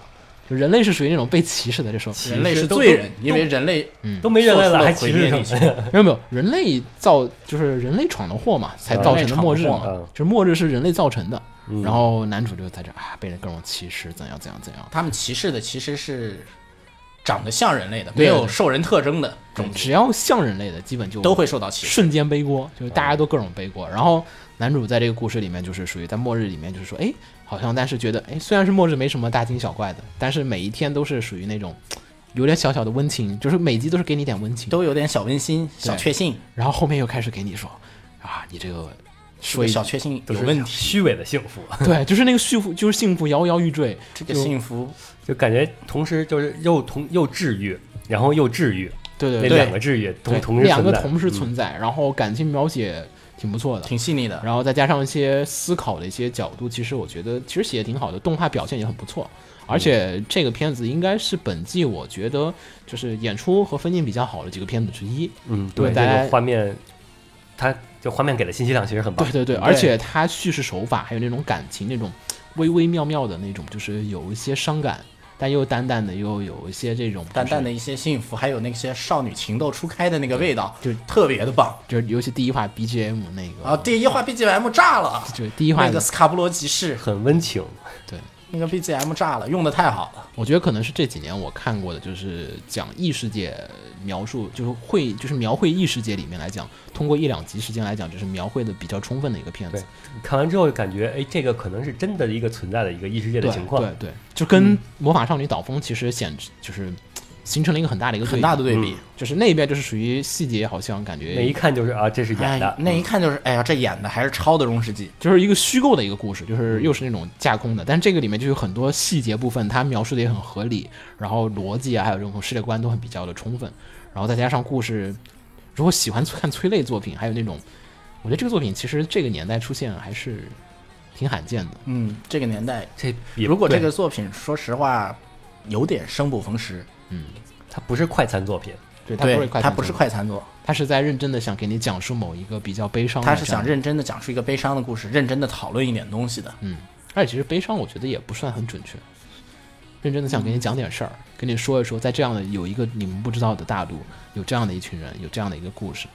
就人类是属于那种被歧视的，这时候
人类是
都
罪
都
人，因为人类
都没人类了，还
做
歧
出了毁灭
视什
力
么？
行为
没有没有，人类造就是人类闯的祸嘛，才
啊
造成的末日
人类
嘛
闯，
的祸嗯
就是末日是人类造成的。
嗯
然后男主就在这啊，被人各种歧视，怎样怎样怎样。
他们歧视的其实是长得像人类的，
对
没
对
有兽人特征的种族
只要像人类的，基本就
都会受到歧视。嗯
瞬间背锅，就是大家都各种背锅。然后男主在这个故事里面，就是属于在末日里面，就是说，哎，好像但是觉得，哎，虽然是末日没什么大惊小怪的，但是每一天都是属于那种嗯有点小小的温情，就是每集都是给你点温情。
都有点小温馨、小
对
确幸，
然后后面又开始给你说，啊，你这个说一
小确幸
都
有
是
问题。
虚伪的幸福，
对，就是那个幸福，就是幸福摇摇欲坠。
这个
就
幸福
就感觉同时就是又同又治愈，然后又治愈，
对对
那
对
两个治愈同
对
同时
两个
存在嗯
同时存在，然后感情描写挺不错的，
挺细腻的，
然后再加上一些思考的一些角度，其实我觉得其实写的挺好的，动画表现也很不错。而且这个片子应该是本季我觉得就是演出和分镜比较好的几个片子之一。
嗯，
对
对，这
大
个
家
画面，它就画面给的信息量其实很棒
对，对对，而且它叙事手法还有那种感情，那种微微妙妙的那种，就是有一些伤感，但又淡淡的，又有一些这种
淡淡的，一些幸福，还有那些少女情窦初开的那个味道，就特别的棒
就是尤其第一话 BGM 那个
啊！第一话 BGM 炸了，
就是第一话
那个斯卡布罗集市
很温情，
对，
那个 BGM 炸了，用的太好了。
我觉得可能是这几年我看过的，就是讲异世界描述，就是会就是描绘异世界里面来讲，通过一两集时间来讲，就是描绘的比较充分的一个片子。
看完之后感觉，哎，这个可能是真的一个存在的一个异世界的
对
情况，
对对，就跟《魔法少女岛风》其实显就是形成了一个很大的一个
很大
对嗯
的对比，
比，就是那边就是属于细节好像感
那
觉
一看就是啊，这是
哎
演的，，
那一看就是，哎呀，这演的还是抄的《中世纪
就是一个虚构的一个故事，
嗯
就是又是那种架空的，但这个里面就有很多细节部分，它描述的也很合理，然后逻辑啊还有这种世界观都很比较的充分，然后再加上故事如果喜欢看催泪作品，还有那种，我觉得这个作品其实这个年代出现还是挺罕见的。》。
嗯，这个年代，
这也
如果
对
这个作品，说实话，有点生不逢时。
它不是快餐作品，
对，它不
对
是，快，
它不是，快餐作，
它是在认真的想给你讲述某一个比较悲哦伤的这
它
样
是
的。
想认真的讲述一个悲伤的故事，认真的讨论一点东西的。
嗯而且其实悲伤，我觉得也不算很准确。认真的想给你讲点事儿，跟你说一说，在这样的有一个你们不知道的大陆，有这样的一群人，有这样的一个故事，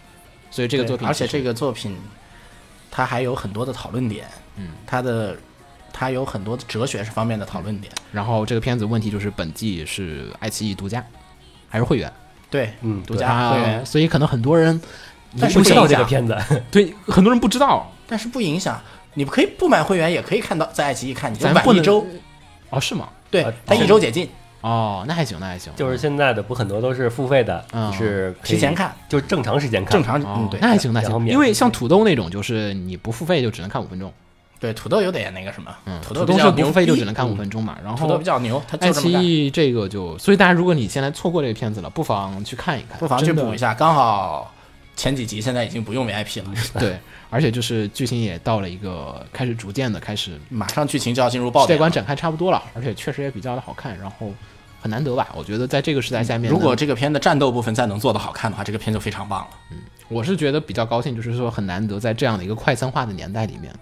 所以这个
对
作品，
而且这，个作品，它还有很多的讨论点，嗯，它的它有很多的哲学方面的讨论点，
然后这个片子问题就是本季是爱奇艺独家，还是会员啊
对，
嗯
独
对
家会员，
所以可能很多人你
但是
不
不
知
知
道
道
这
这
个
个片，
片子，
对，很多人不知道
但是不影响，你可以不买会员也可以看到，在爱奇艺看，你就
咱
晚
不
一
能
周，
哦，是吗？
对
啊，
它一周解禁，
哦，那还行，那还行，
就是现在的不很多都是付费的，
嗯
你是可以
提前看，
就正常时间看，
正常，
哦
嗯，对
那，还行，那还
然后
行，
免
因为像土豆那种，就是你不付费就只能看五分钟，
对，土豆有点那个什么，
嗯，
土
土
豆比
豆
较
是
牛
不付费就
逼嗯
只能看五分钟嘛，然后
土豆比较牛，它
爱
就这
奇
么干。
艺这个就，所以大家如果你现在错过这个片子了，不妨去看一看，
不妨去
真的
补一。下，刚好前几集现在已经不用 VIP 了，
对，而且就是剧情也到了一个开始逐渐的开始
马上剧情就要进入爆
世界
点
观
了。
展开差不多了，而且确实也比较的好看，然后很难得吧？我觉得在这个时代下面，
嗯如果
能
这个片的战斗部分再能做得好看的话，这个片就非常棒了。
我是觉得比较高兴，就是说很难得在这样的一个快餐化的年代里面，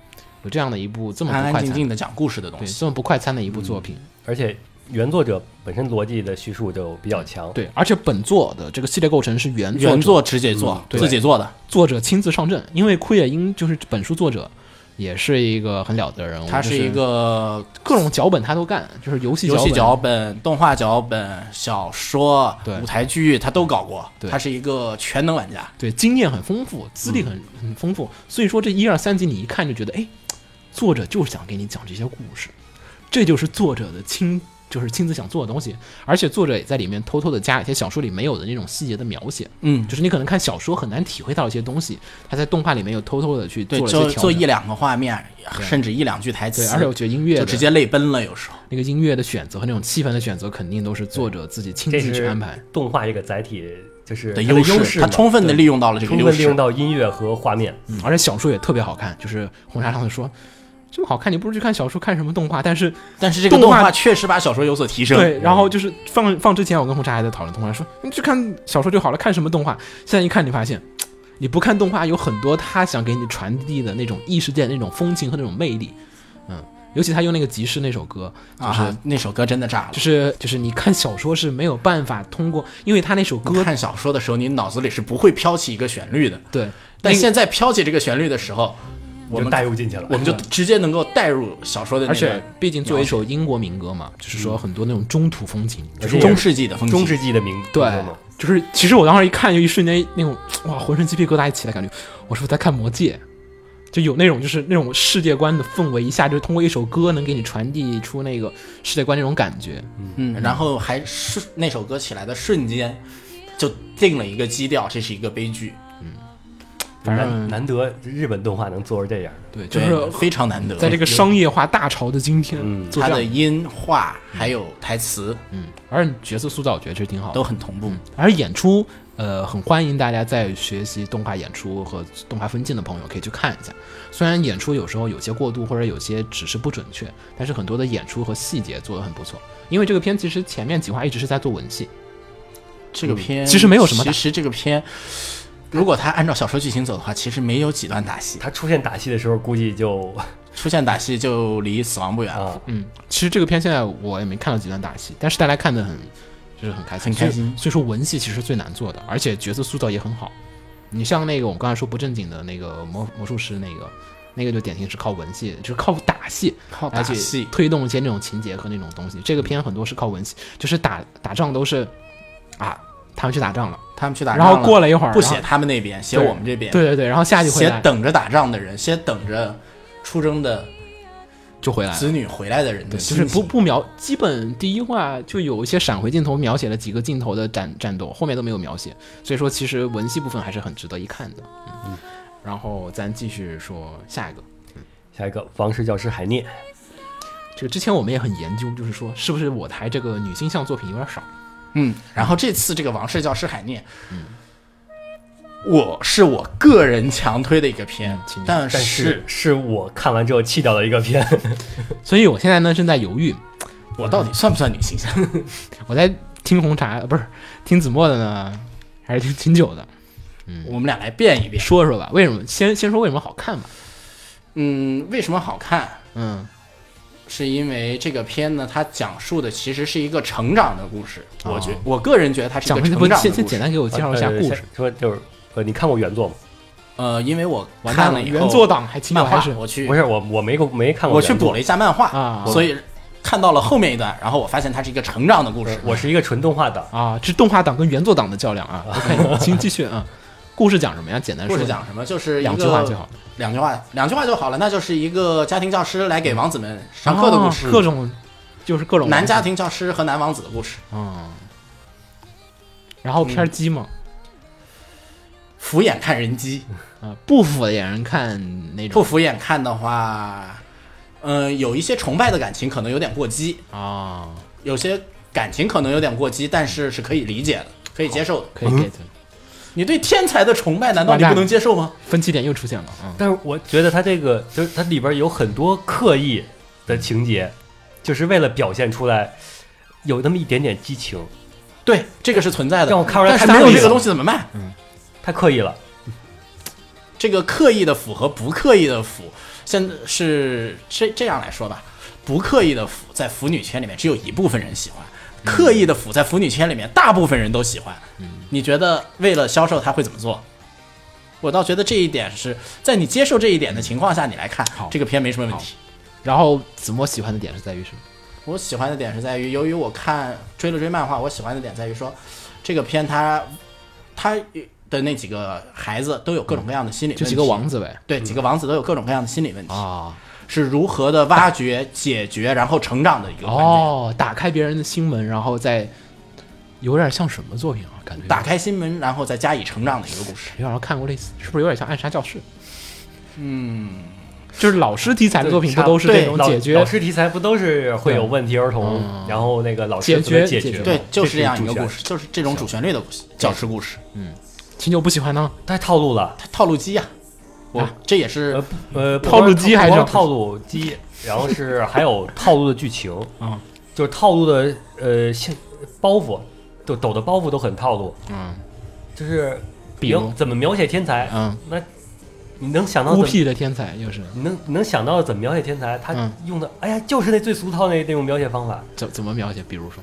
有这样的一部这么
安
不
安
嗯快
静
餐，
静的嗯讲故事的东
对，
西。
这么不快餐的一部作品，
而且原作者本身逻辑的叙述就比较强，
对，而且本作的这个系列构成是原作
原
者
作直接做，
嗯对
自己做的，
作者亲自上阵，因为库野英就是本书作者，也是一个很了得的人物，
它
就是
一个
各种脚本他都干，就是游戏
游戏脚
脚
本、动画脚本、小说
对、
舞台剧，他都搞过。
对
他是一个全能玩家，
对，经验很丰富，资
嗯
历很、很丰富，所以说这一二三集你一看就觉得，哎，作者就是想给你讲这些故事，这就是作者的亲，就是亲自想做的东西。而且作者也在里面偷偷的加了一些小说里没有的那种细节的描写，
嗯，
就是你可能看小说很难体会到一些东西，他在动画里面又偷偷的去做
对，
了一些
就
调
做
整
一两个画面，甚至一两句台词，
对，而且我觉得音乐
就
的
直接泪奔了，有时候。
那个音乐的选择和那种气氛的选择，肯定都是作者自己
嗯
亲
这
自去
是
安排。
动画这个载体就是
的
它的
势，
优势
他
嘛，
充分的利用到了这个
充
优
分利
势
用。到音乐和画面。
嗯，而且小说也特别好看，就是红茶上次说。这么好看，你不如去看小说，看什么动画？但是
但是这个
动
动
画
画确实把小说有所提升。
对，然后就是放放之前，我跟红茶还在讨论动画，说你去看小说就好了，看什么动画？现在一看，你发现你不看动画，有很多他想给你传递的那种异世界的那种风情和那种魅力。嗯，尤其他用那个集市那首歌，就是、
啊，那首歌真的炸了。
就是就是你看小说是没有办法通过，因为他那首歌
看小说的时候，你脑子里是不会飘起一个旋律的。
对，
但
那个
现在飘起这个旋律的时候，我
就
们
带入进去了，嗯
我们就直接能够带入小说的
嗯而
那
且
个
毕竟作为一首英国民歌嘛，就是说很多那种中土风情，
而且也
中世纪的风景。
中世纪的名
对
名字嘛，
就是其实我当时一看，就一瞬间那种哇，浑身鸡皮疙瘩起来，感觉我是不是在看《魔戒》？就有那种就是那种世界观的氛围，一下就通过一首歌能给你传递出那个世界观那种感觉。
嗯，然后还是那首歌起来的瞬间，就定了一个基调，这是一个悲剧，
反
难
正
难得日本动画能做成这样
对，就
对，
是
非常难得。
在这个商业化大潮的今天，做
它
这
的
样，
音画还有台词
嗯，而且角色塑造我觉得这挺好的
都，很同步。
而演出，呃，很欢迎大家在学习动画演出和动画分镜的朋友可以去看一下。虽然演出有时候有些过度或者有些只是不准确，但是很多的演出和细节做得很不错。因为这个片其实前面几话一直是在做文戏，
这个片、
嗯其实没有什么打
其实这个片，如果它按照小说剧情走的话，其实没有几段打戏，
他出现打戏的时候，估计就
出现打戏就离死亡不远了。
啊，
嗯，其实这个片现在我也没看到几段打戏，但是大家看得很，就是很开心，
很开心
所以所以说文戏其实是最难做的，而且角色塑造也很好。你像那个我们刚才说不正经的那个魔魔术师那个，那个就典型是靠文戏，就是靠打戏，
靠
而
哦打
且
戏，
推动一些那种情节和那种东西。这个片很多是靠文戏，就是打打仗都是啊，他们去打仗了，
他们去打仗
然后过了一会儿
不
然后
写他们那边，写
对
我们这边，
对对对，然后下一回
写
来
等着打仗的人，写等着出征的
就回来了。
子女回来的人的
对，就
心
是
情，
不不描，基本第一话就有一些闪回镜头描写了几个镜头的战战斗，后面都没有描写，所以说其实文戏部分还是很值得一看的。嗯，然后咱继续说下一个，
下一个王室教师海涅，
这个之前我们也很研究，就是说是不是我台这个女性向作品有点少？
嗯。然后这次这个王室教师海涅，
嗯
我是我个人强推的一个片
嗯请，
但
但是是我看完之后弃掉的一个 片，
所以我现在呢正在犹豫，
我到底算不算女性向？
我在听红茶呃不是听子墨的呢，还是听挺久的？嗯
我们俩来变一遍。
说说吧，为什么先先说为什么好看吧？
嗯，为什么好看？
嗯，
是因为这个片呢，它讲述的其实是一个成长的故事。
哦
我觉我个人觉得它是一
讲
个
一下
成
不
长的
先
故
先简
事。
单给我介绍一 下故事。，
说就是呃，你看过原作吗？
呃，因为我
完蛋
看
了，
以
原
后
作党还情有
漫
还
画
是，
我去
不是我我没没看过，
我去补了。一下漫画
啊
所以看到了后面一段，然后我发现它是一个成长的故事。
我是一个纯动画党，
啊，这动画党跟原作党的较量 啊。OK，请继续啊。故事讲什么呀？简单说
故
一下
事讲什么？就是一
两句
个
话最好，
两句话，两句话就好了。那就是一个家庭教师来给王子们上课的故事，
啊各种就是各种
男家庭教师和男王子的故事。
啊。然后片儿鸡嘛，
俯眼看人机，
啊，不服的人看那
嗯不
种
俯眼看的话，嗯、有一些崇拜的感情可能有点过激，
啊，
有些感情可能有点过激，但是是可以理解的，可以接受的。
可以 get。
嗯你对天才的崇拜，难道你不能接受吗？
分歧点又出现了啊，
但是我觉得它这个就是它里边有很多刻意的情节，就是为了表现出来有那么一点点激情，
对，这个是存在的。
让我看出来
但是
太
没
刻
有
意
这个
了
东西怎么卖？
太刻意了。
这个刻意的腐和不刻意的腐，现在是这这样来说吧，不刻意的腐在腐女圈里面只有一部分人喜欢，刻意的腐在腐女圈里面大部分人都喜欢。你觉得为了销售他会怎么做？我倒觉得这一点是在你接受这一点的情况下，你来看
好
这个片没什么问题。
然后子墨喜欢的点是在于什么？
我喜欢的点是在于，由于我看追了追漫画，我喜欢的点在于说，这个片它它的那几个孩子都有各种各样的心理问
就
题，
几个王子呗
对几个王子都有各种各样的心理问题。
啊，
是如何的挖掘、解决，然后成长的一个环节。
哦，打开别人的心门，然后再有点像什么作品啊？感觉
打开心门，然后再加以成长的一个故事。
有点看过类似，是不是有点像《暗杀教室》？嗯，就是老师题材的作品，不都是
对
这种
老
解决
老师题材不都是会有问题儿童，然后那个老师
解
怎么
决
解
解决
吗
对，嗯就是这样一
主
个
旋
故事，就是这种主旋律的故事，教师故事，
秦九不喜欢呢？
太套路了。
它套路机呀、我这也是
呃不呃，不
套路
光
机
不
还是
光套路 机，然后是还有套路的剧情，
嗯，
就是套路的呃现包袱，抖抖的包袱都很套路，
嗯
就是
比如
描怎么描写天才，
嗯，
那你能想到
孤
怎么？
僻的天才又是
你能能想到怎么描写天才？他
嗯
用的，哎呀，就是那最俗套那那种描写方法，
怎怎么描写？比如说，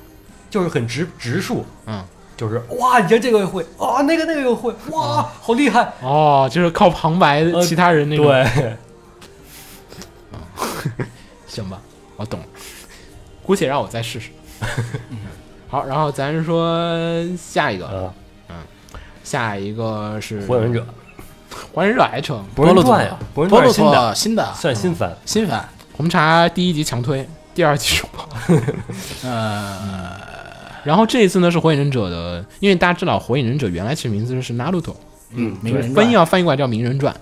就是很直直述，
嗯，
就是哇，你看这个又会，啊，那个那个又会，哇，
嗯
好厉害，
哦，就是靠旁白
呃
其他人那种，
对，
行吧，我懂了，姑且让我再试试。 好，然后咱说下一个，嗯
呃，
下一个是
火影忍者，
火影忍者还成
博人
罗
传
陀
呀，博人
波
传
洛
是新的，
啊
托新的
算新番，
新番，
红茶第一集强推，第二集首播。
呃，
然后这一次呢是火影忍者的，因为大家知道火影忍者原来其实名字是 Naruto，
嗯
名人
翻
传
译要翻译过来叫鸣人传，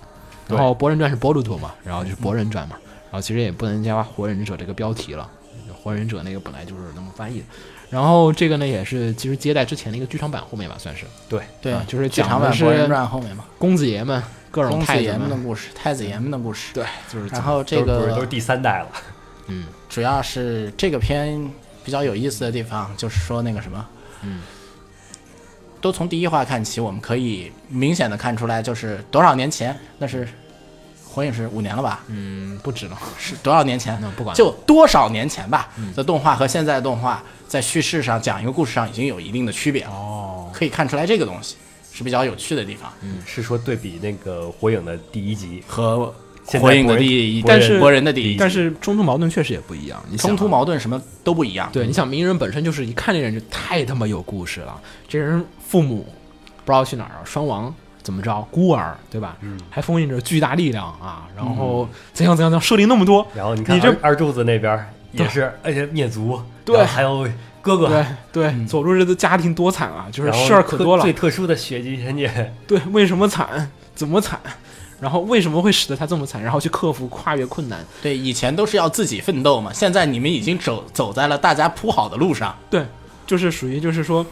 对
然后博人传是 Boruto 嘛，然后就是博人传嘛，
嗯
然后其实也不能加火影忍者这个标题了，火影忍者那个本来就是那么翻译的。然后这个呢也是其实接在之前的一个剧场版后面吧，算是
对，
对
啊，就是
剧场
讲的
版
是
《博人传》后面嘛，
公子爷们各种
公子
太子
爷们的
们，
故事，太子爷们的故事。
对，就是
然后这
都是都是
个
第三代了，
嗯
主要是这个片比较有意思的地方，就是说那个什么，
嗯，
都从第一话看起，我们可以明显的看出来，就是多少年前，那是《火影》是五年了吧？
嗯不止了，
是多少年前
那？不管了
就多少年前吧的动画和现在的动画，在叙事上讲一个故事上已经有一定的区别了，
哦嗯
可以看出来这个东西是比较有趣的地方。
是说对比那个火影的第一集，
和
现在
火影的
博人
第一，
博人
但是博人的第一，
但是冲突矛盾确实也不一样，你想
冲
啊
突矛盾什么都不一样。
对，你想鸣人本身就是一看这人就太他妈有故事了，这人父母不知道去哪儿了，双亡怎么着，孤儿对吧？嗯，还封印着巨大力量啊，然后怎样怎样怎样，设定那么多，
然后你看
你这
二二柱子那边儿也是，而且灭族，
对
然后还有哥哥，
对对，佐助这个家庭多惨啊，就是
然后
事儿可
特
多了
最，特殊的血祭神界，
对，为什么惨，怎么惨，然后为什么会使得他这么惨，然后去克服跨越困难，
对，以前都是要自己奋斗嘛，现在你们已经走走在了大家铺好的路上。
对，就是属于就是说，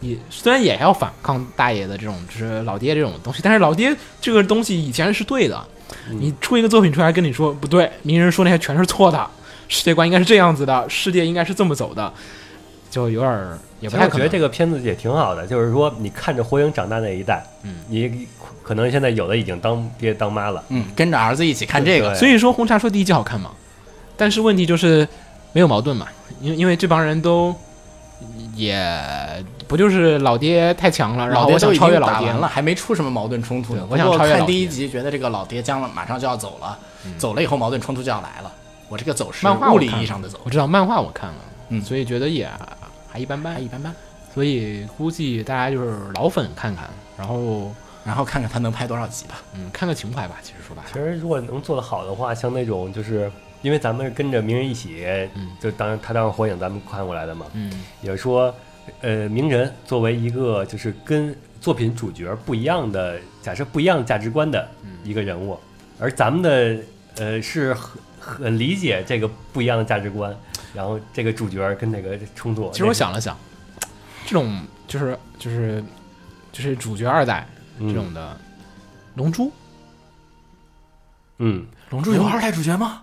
你虽然也要反抗大爷的这种就是老爹这种东西，但是老爹这个东西以前是对的，你出一个作品出来跟你说不对，名人说那些全是错的，世界观应该是这样子的，世界应该是这么走的，就有点儿也
其
不
实
太
我
可
觉
能。
得这个片子也挺好的，就是说你看着火影长大那一代，嗯，你可能现在有的已经当爹当妈了，
嗯，跟着儿子一起看这个，
对
所以说红茶说第一季好看嘛，但是问题就是没有矛盾嘛，因为因为这帮人都。也不就是老爹太强了，然后
爹
我
都
想
已
超越
经
老
打
爹
完了，还没出什么矛盾冲突呢
对。我想
不过
超越老
看第一
爹嗯
集，觉得这个老爹将马上就要走了，走了以后矛盾冲突就要来了。我这个走是
漫画我
物理
看
意义
了
上的走
我，知道漫画我看了，
嗯
所以觉得也还一般般，
还一般般。
所以估计大家就是老粉看看，然后
然后看看他能拍多少集吧。
嗯看个情怀吧。其实说白
其
了，
实如果能做得好的话，像那种就是因为咱们跟着鸣人一起，就当他当火影咱们看过来的嘛，
嗯，
也说，呃，鸣人作为一个就是跟作品主角不一样的，假设不一样的价值观的
嗯
一个人物，而咱们的呃是很很理解这个不一样的价值观，然后这个主角跟这个冲突。
其实我，想了想，这种就是就是就是主角二代
嗯
这种的，龙珠，
嗯，
龙珠
有啊
有
二代主角吗？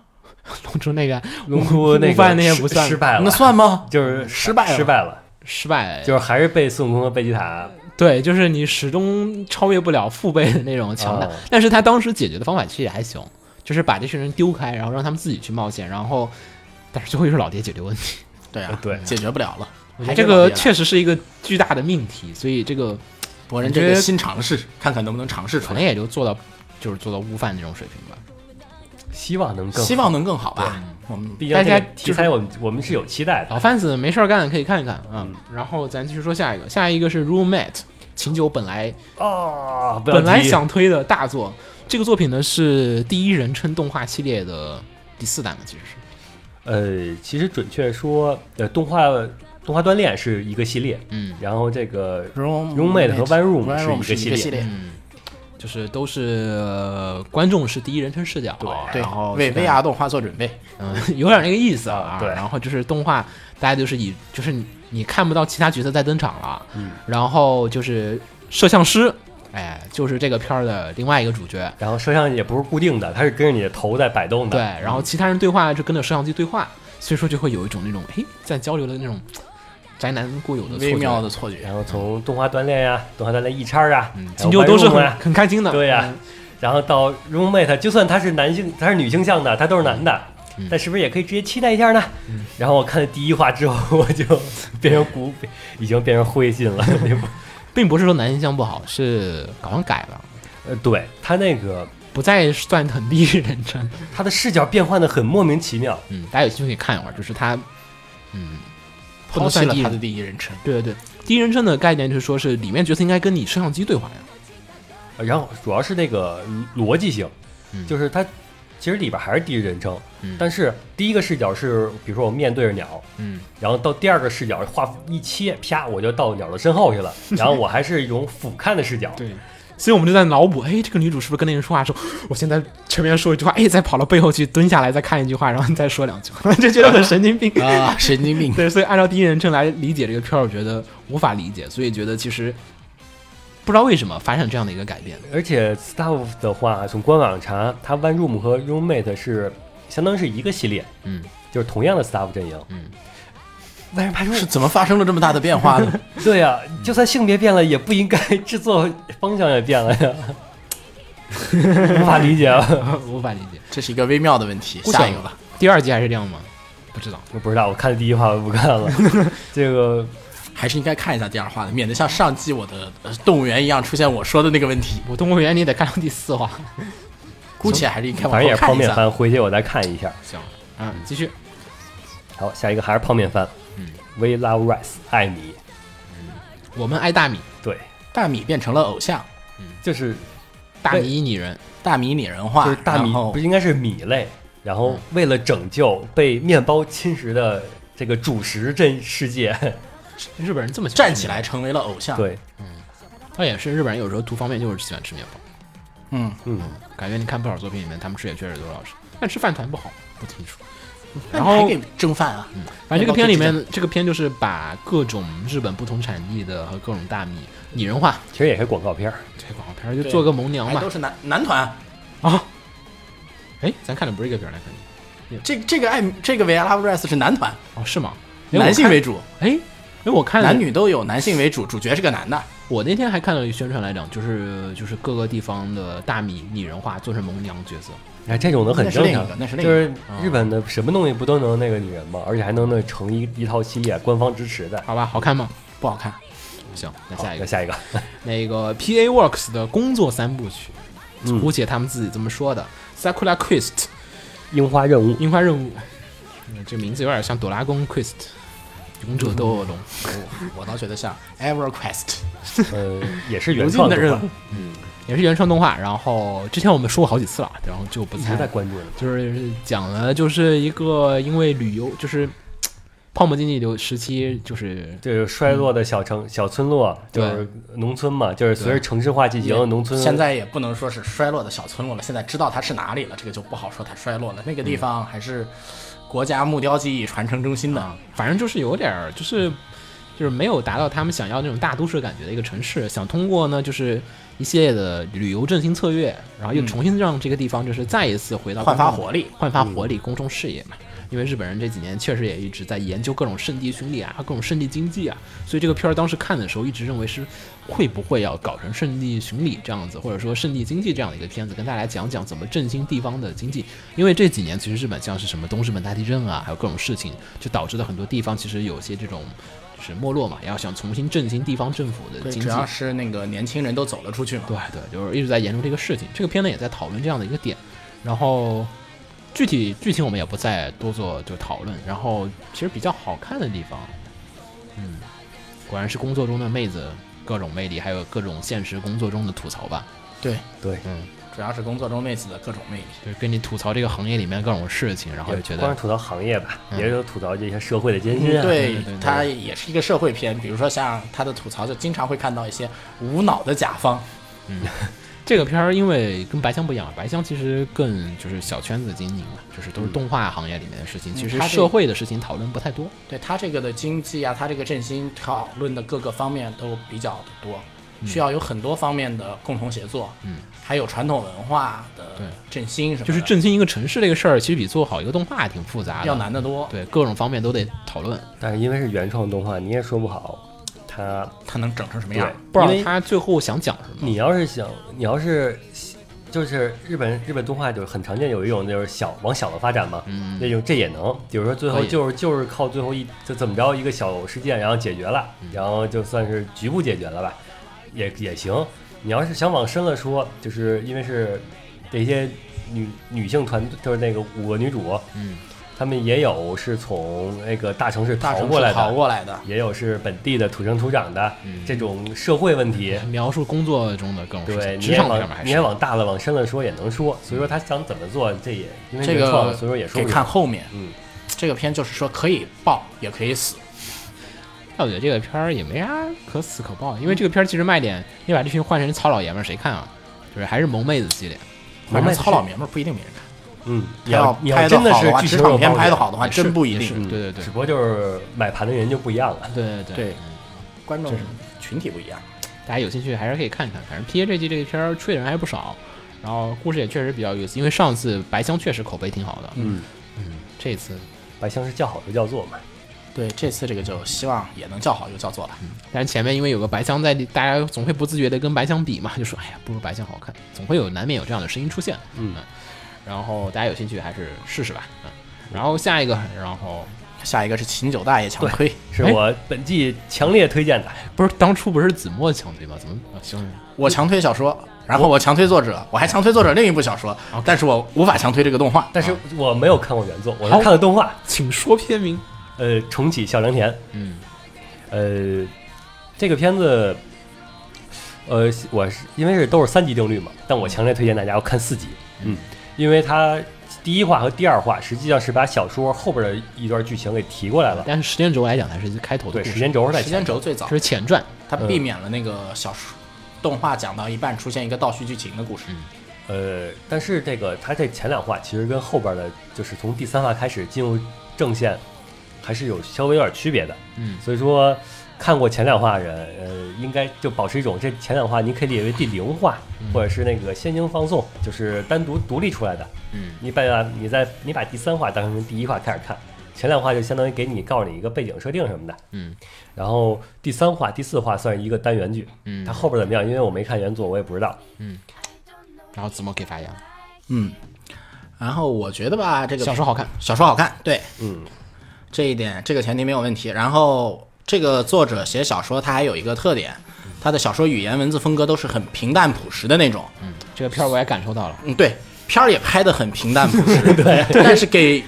龙珠那个
龙珠 那
悟饭那
个
些
失
不算嗯
失败了，
那算吗？
就是
失败了
失败了，
失败，
就是还是被孙悟空和贝吉塔
对，就是你始终超越不了父辈的那种强大。
哦
但是他当时解决的方法其实也还行，就是把这群人丢开，然后让他们自己去冒险，然后但是最后又是老爹解决问题。
对
呃
啊，
对
解决不了了。还
这
是老
个
爹啊了
确实是一个巨大的命题，所以这个
博人
感
这
觉哎
个新尝试，看看能不能尝试
可
出
能
来。
也就做到就是做到悟饭这种水平吧。
希望能更好
希。望能更好吧。我们
毕竟
大
这个
家
题
就是
材，我们我们是有期待的。
老贩子没事儿干可以看一看啊、然后咱继续说下一个，下一个是 Roommate，秦九本来
啊，不要
哦本来
提
想推的大作，这个作品呢是第一人称动画系列的第四代嘛，其实是
呃，其实准确说，呃，动画动画锻炼是一个系列，
嗯
然后这个
Room
Roommate 和 One Room 是一
Room
个
是一
系
个
列
系列，
嗯，就是都是、呃观众是第一人称视角，
对
然后，
为
是
VR 动画做准备。
嗯， 有点那个意思啊。
对
然后就是动画，大家就是以就是你你看不到其他角色在登场了，嗯，然后就是摄像师，哎，就是这个片儿的另外一个主角，
然后摄像也不是固定的，它是跟着你的头在摆动的。
对，然后其他人对话就跟着摄像机对话，所以说就会有一种那种嘿在交流的那种宅男固有的错觉
微妙的，呃错觉。
然后从动画锻炼呀、动画锻炼一叉啊，
嗯，
还
听
有
就都是
One Room
很
啊，
很开心的，嗯
对呀、然后到 Roommate，就算他是男性，他是女性向的，他都是男的。但是不是也可以直接期待一下呢？然后我看了第一话之后，我就变成古，已经变成灰烬 了。那部
并不是说男性向不好，是好像改了，
呃，对他那个
不再算很第一人称，
他的视角变换的很莫名其妙，
嗯，大家有兴趣可以看一会儿，就是他，嗯，不
抛
能
弃
算
了
第一
他
人
的第一人称，
对对对，第一人称的概念就是说是里面角色应该跟你摄像机对话呀。
然后主要是那个逻辑性，
嗯
就是它其实里边还是第一人称，
嗯
但是第一个视角是比如说我面对着鸟，
嗯，
然后到第二个视角画一切，啪我就到鸟的身后去了，然后我还是一种俯瞰的视 角，
对。所以我们就在脑补，哎，这个女主是不是跟那人说话的时候，我现在前面说一句话，哎，再跑到背后去蹲下来再看一句话，然后再说两句话， 就觉得很神经病。
啊，神经病。
对，所以按照第一人称来理解这个片儿，我觉得无法理解，所以觉得其实不知道为什么发生这样的一个改变。
而且 staff 的话，从官网查，它 one room 和 roommate 是相当是一个系列，
嗯，
就是同样的 staff 阵营，
嗯，
外人派出
是怎么发生了这么大的变化 呢？
对呀、就算性别变了，也不应该制作方向也变了呀， 无法理解啊！
无法理解。
这是一个微妙的问题。
不
下
想
一个吧，
第二季还是这样吗？不知道。
我不知道，我看第一话我不 看了，这个
还是应该看一下第二话的，免得像上季我的呃动物园一样出现我说的那个问题。
我动物园你得看到第四话。
姑且还是应该往
反正也
后
是泡
看一
面
下。
番，回去我再看一下。
行，嗯，继续。
好，下一个还是泡面番，
嗯
，We Love Rice，爱你，
我们爱大米，
对，
大米变成了偶像，
就是
大米拟人。
大米拟人化，
就是大米
然后嗯
不是应该是米类，然后为了拯救被面包侵蚀的这个主食阵世界，
啊
日本人这么喜欢
站起来成为了偶像。，
对，
吃面包，倒也是日本人有时候图方便就是喜欢吃面包。
嗯，
嗯，
感觉你看不少作品里面，他们吃也确实都是老师，但吃饭团不好，不清楚。
那
然
你还
后
给蒸饭啊？
反正这个片里面，这个片就是把各种日本不同产地的和各种大米拟人化，
其实也是广告片儿，
这广告片儿就做个萌娘
还
嘛
都。是男男团。
啊，哎，咱看的不是一个片儿，来看你
这这个爱这个维阿拉布瑞斯是男团，
哦，是吗？哎
男性为主，
我看哎哎，我看了
男女都有，男性为主，主角是个男的。
我那天还看到一宣传来讲，就是就是各个地方的大米拟人化，做成萌娘角色。
哎，这种的很
那是
正
另
常
一个，那是另
就
一个啊
是日本的什么东西不都能那个女人吗？而且还能那成一一套系列，官方支持的。
好吧，好看吗？
不好看。
行，那
好
下一
那
个，
下一个，
那个 P A Works 的工作三部曲，
嗯
姑且他们自己这么说的。Sakura Quest
樱花任务，
樱花任务，嗯这名字有点像朵拉宫 Quest，勇者斗恶龙。
我倒觉得像 EverQuest
呃，也 是
无
原
尽
创
的任
动画
务，
也是原创动画，然后之前我们说过好几次了，然后就不
一
再
直在关注呢。
就是讲了就是一个因为旅游就是泡沫经济流时期，就是
这是衰落的小城、小村落，就
对
是农村嘛，就是随着城市化进行，农村
现在也不能说是衰落的小村落了，现在知道它是哪里了，这个就不好说它衰落了。那个地方还是国家木雕技艺传承中心的，
反正就是有点儿，就是就是没有达到他们想要那种大都市感觉的一个城市，想通过呢就是一系列的旅游振兴策略，然后又重新让这个地方就是再一次回到
焕发
公众
活力。嗯
焕发活力、公众视野嘛。因为日本人这几年确实也一直在研究各种圣地巡礼啊、各种圣地经济啊，所以这个片儿当时看的时候一直认为是会不会要搞成圣地巡礼这样子，或者说圣地经济这样的一个片子，跟大家讲讲怎么振兴地方的经济。因为这几年其实日本像是什么东日本大地震啊，还有各种事情，就导致了很多地方其实有些这种就是没落嘛，要想重新振兴地方政府的
对，
经
主
济。
要是那个年轻人都走了出去嘛。
对对，就是一直在研究这个事情。这个片呢也在讨论这样的一个点，然后具体剧情我们也不再多做就讨论。然后其实比较好看的地方，嗯，果然是工作中的妹子各种魅力，还有各种现实工作中的吐槽吧。
对，
对，
嗯，
主要是工作中妹子的各种魅力。
就是跟你吐槽这个行业里面各种事情，然后就
也
觉
光
得
是吐槽行业吧，
嗯
也有吐槽这些社会的艰辛啊。
嗯对
对对对
他也是一个社会片，比如说像他的吐槽，就经常会看到一些无脑的甲方，
这个片儿因为跟白箱不一样，白箱其实更就是小圈子经营嘛，就是都是动画行业里面的事情，其实
嗯它这
社会的事情讨论不太多。
对他这个的经济啊，他这个振兴讨论的各个方面都比较的多，需要有很多方面的共同协作，
嗯，
还有传统文化
对
的振兴什么的，
就是振兴一个城市这个事儿，其实比做好一个动画挺复杂的，
要难得多，
对各种方面都得讨论。
但是因为是原创动画，你也说不好，它
他能整成什么
对
样？，
不知
因为
道他最后想讲什么。
你要是想，你要是就是日本日本动画就是很常见有一种就是小往小的发展嘛，
嗯
那种这也能，比如说最后
可以
就是就是靠最后一就怎么着一个小事件，然后解决了，然后就算是局部解决了吧，也也行。你要是想往深了说，就是因为是这些女女性团，就是那个五个女主，
嗯，
她们也有是从那个大城市
大
逃
城
过
市
来
逃
的，
过来的，
也有是本地的土生土长的、
嗯
这种社会问题。
描述工作中的各种事
对，
情，
你
职
也
场
往
上面还
你也
是
往大了往深了说也能说，所以说她想怎么做，这也因为
这
原创
个
嘛，所以说也说
给
不
看
了。
后面，
嗯，
这个片就是说可以爆也可以死，
但我觉得这个片儿也没啥可死可爆的，因为这个片儿其实卖点，你把这群换成糙老爷们儿，谁看啊？就是还是萌妹子系列，
反
明白
正糙老爷们儿不一定没人看。
嗯，你
他要
你
拍
要
的
真的
好
是
的话，
剧
职
情
场片
有爆
拍的
点
好的话，
也是
真不一
也是
定。
嗯
对对对
只不过就是买盘的人就不一样了。
对对
对，观众群体不一样。
大家有兴趣还是可以看看。反正 P A 这季这个片儿吹的人还不少，然后故事也确实比较有意思，因为上次白箱确实口碑挺好的，
嗯，
这次
白香是叫好就叫座嘛，
对，这次这个就希望也能叫好又叫座吧。
但是前面因为有个白箱在，大家总会不自觉的跟白箱比嘛，就说哎呀，不如白箱好看，总会有难免有这样的声音出现。
嗯，
然后大家有兴趣还是试试吧。嗯，然后下一个，然后
下一个是秦九大爷强推，
是
哎
我本季强烈推荐的。
不是当初不是子墨强推吗？怎么啊行？
我强推小说，然后我强推作者，我还强推作者另一部小说，
哦
但是我无法强推这个动画。
但是我没有看过原作，我是
好
看了动画。
请说片名。
呃，重启小良田，
嗯，
呃，这个片子，呃，我是因为是都是三级定律嘛，但我强烈推荐大家要看四级，嗯，因为它第一话和第二话实际上是把小说后边的一段剧情给提过来了，
但是时间轴来讲，它是开头的
对，
故事
时间轴是在
时
前
间
面
轴最早
这，是呃前传，
它避免了那个小说动画讲到一半出现一个倒叙剧情的故
嗯
事。
呃，但是这个它这前两话其实跟后边的，就是从第三话开始进入正线，还是有稍微有点区别的。
嗯
所以说看过前两话的人，呃，应该就保持一种这前两话你可以理解为第零话，或者是那个先行放送，就是单独独立出来的。
嗯，
你把你在你把第三话当成第一话开始看，前两话就相当于给你告诉你一个背景设定什么的。
嗯，
然后第三话、第四话算是一个单元剧。
嗯
它后边怎么样？因为我没看原作，我也不知道。
然后子墨可以发言了。
嗯，然后我觉得吧，这个
小说好看，
小说好看，对，
嗯，
这一点这个前提没有问题。然后这个作者写小说，他还有一个特点，
嗯
他的小说语言文字风格都是很平淡朴实的那种。
嗯，这个片儿我也感受到了。
嗯，对，片儿也拍得很平淡朴 实，对，但是给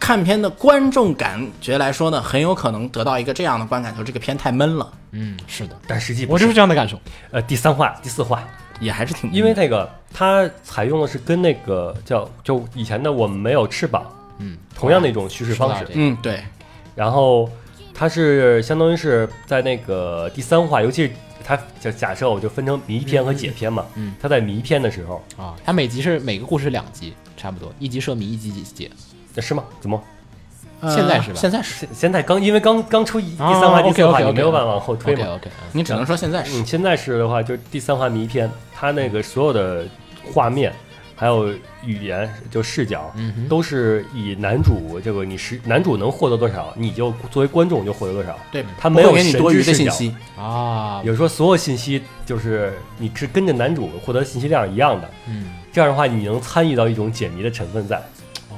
看片的观众感觉来说呢，很有可能得到一个这样的观感，就是这个片太闷了，
嗯，是的，
但实际不
我就是这样嗯的感受。
呃，第三话、第四话，
也还是挺
因为那个它采用的是跟那个叫就以前的我们没有翅膀
嗯，
同样的一种叙事
说
方
到
式
这，
嗯对，
然后它是相当于是在那个第三话，尤其是它假假设我就分成迷篇和解篇嘛，
嗯，
它在迷篇的时候，
啊，它每集是每个故事两集，差不多一集涉迷，一集解。
是吗？怎么
呃
现在是吧
现在是，
现现在刚因为刚刚出一第三
啊
话、第四话，
，OK，OK，OK
你没有办法往后推
OK
嘛？
OK，嗯
你只能说现在是
你现在是的话，就是第三话迷篇，它那个所有的画面还有语言就视角，
嗯哼，
都是以男主这个你是男主能获得多少，你就作为观众就获得多少。
对，
他
不
没有
会给你
神
多
之
余的
视
信
角
息，
啊
也，就是说，所有信息就是你是跟着男主获得信息量一样的，
嗯，
这样的话你能参与到一种解谜的成分在。
哦，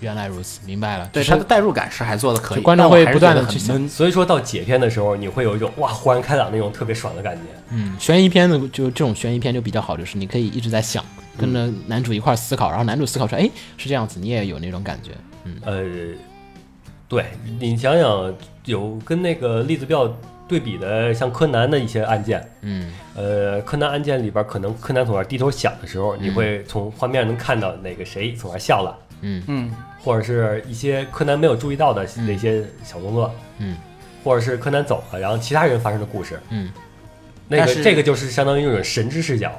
原来如此，明白了。
对
只
他的
是
代入感是还做的可以，
就观众
但我
会
还是
不断
觉
地
得很
去想
闷。
所以说到解篇的时候，你会有一种哇豁然开朗那种特别爽的感觉。
嗯，悬疑片的就这种悬疑片就比较好，就是你可以一直在想，跟着
嗯
男主一块儿思考，然后男主思考出来，哎，是这样子，你也有那种感觉。嗯
呃，对你想想，有跟那个栗子比较对比的像柯南的一些案件，
嗯
呃，柯南案件里边，可能柯南从哪儿低头想的时候，你会从画面能看到哪个谁从哪儿笑了，
嗯
嗯，
或者是一些柯南没有注意到的那些小动作，
嗯
或者是柯南走了，然后其他人发生的故事。
嗯，
那
但
个
是
这个就是相当于一种神之视角，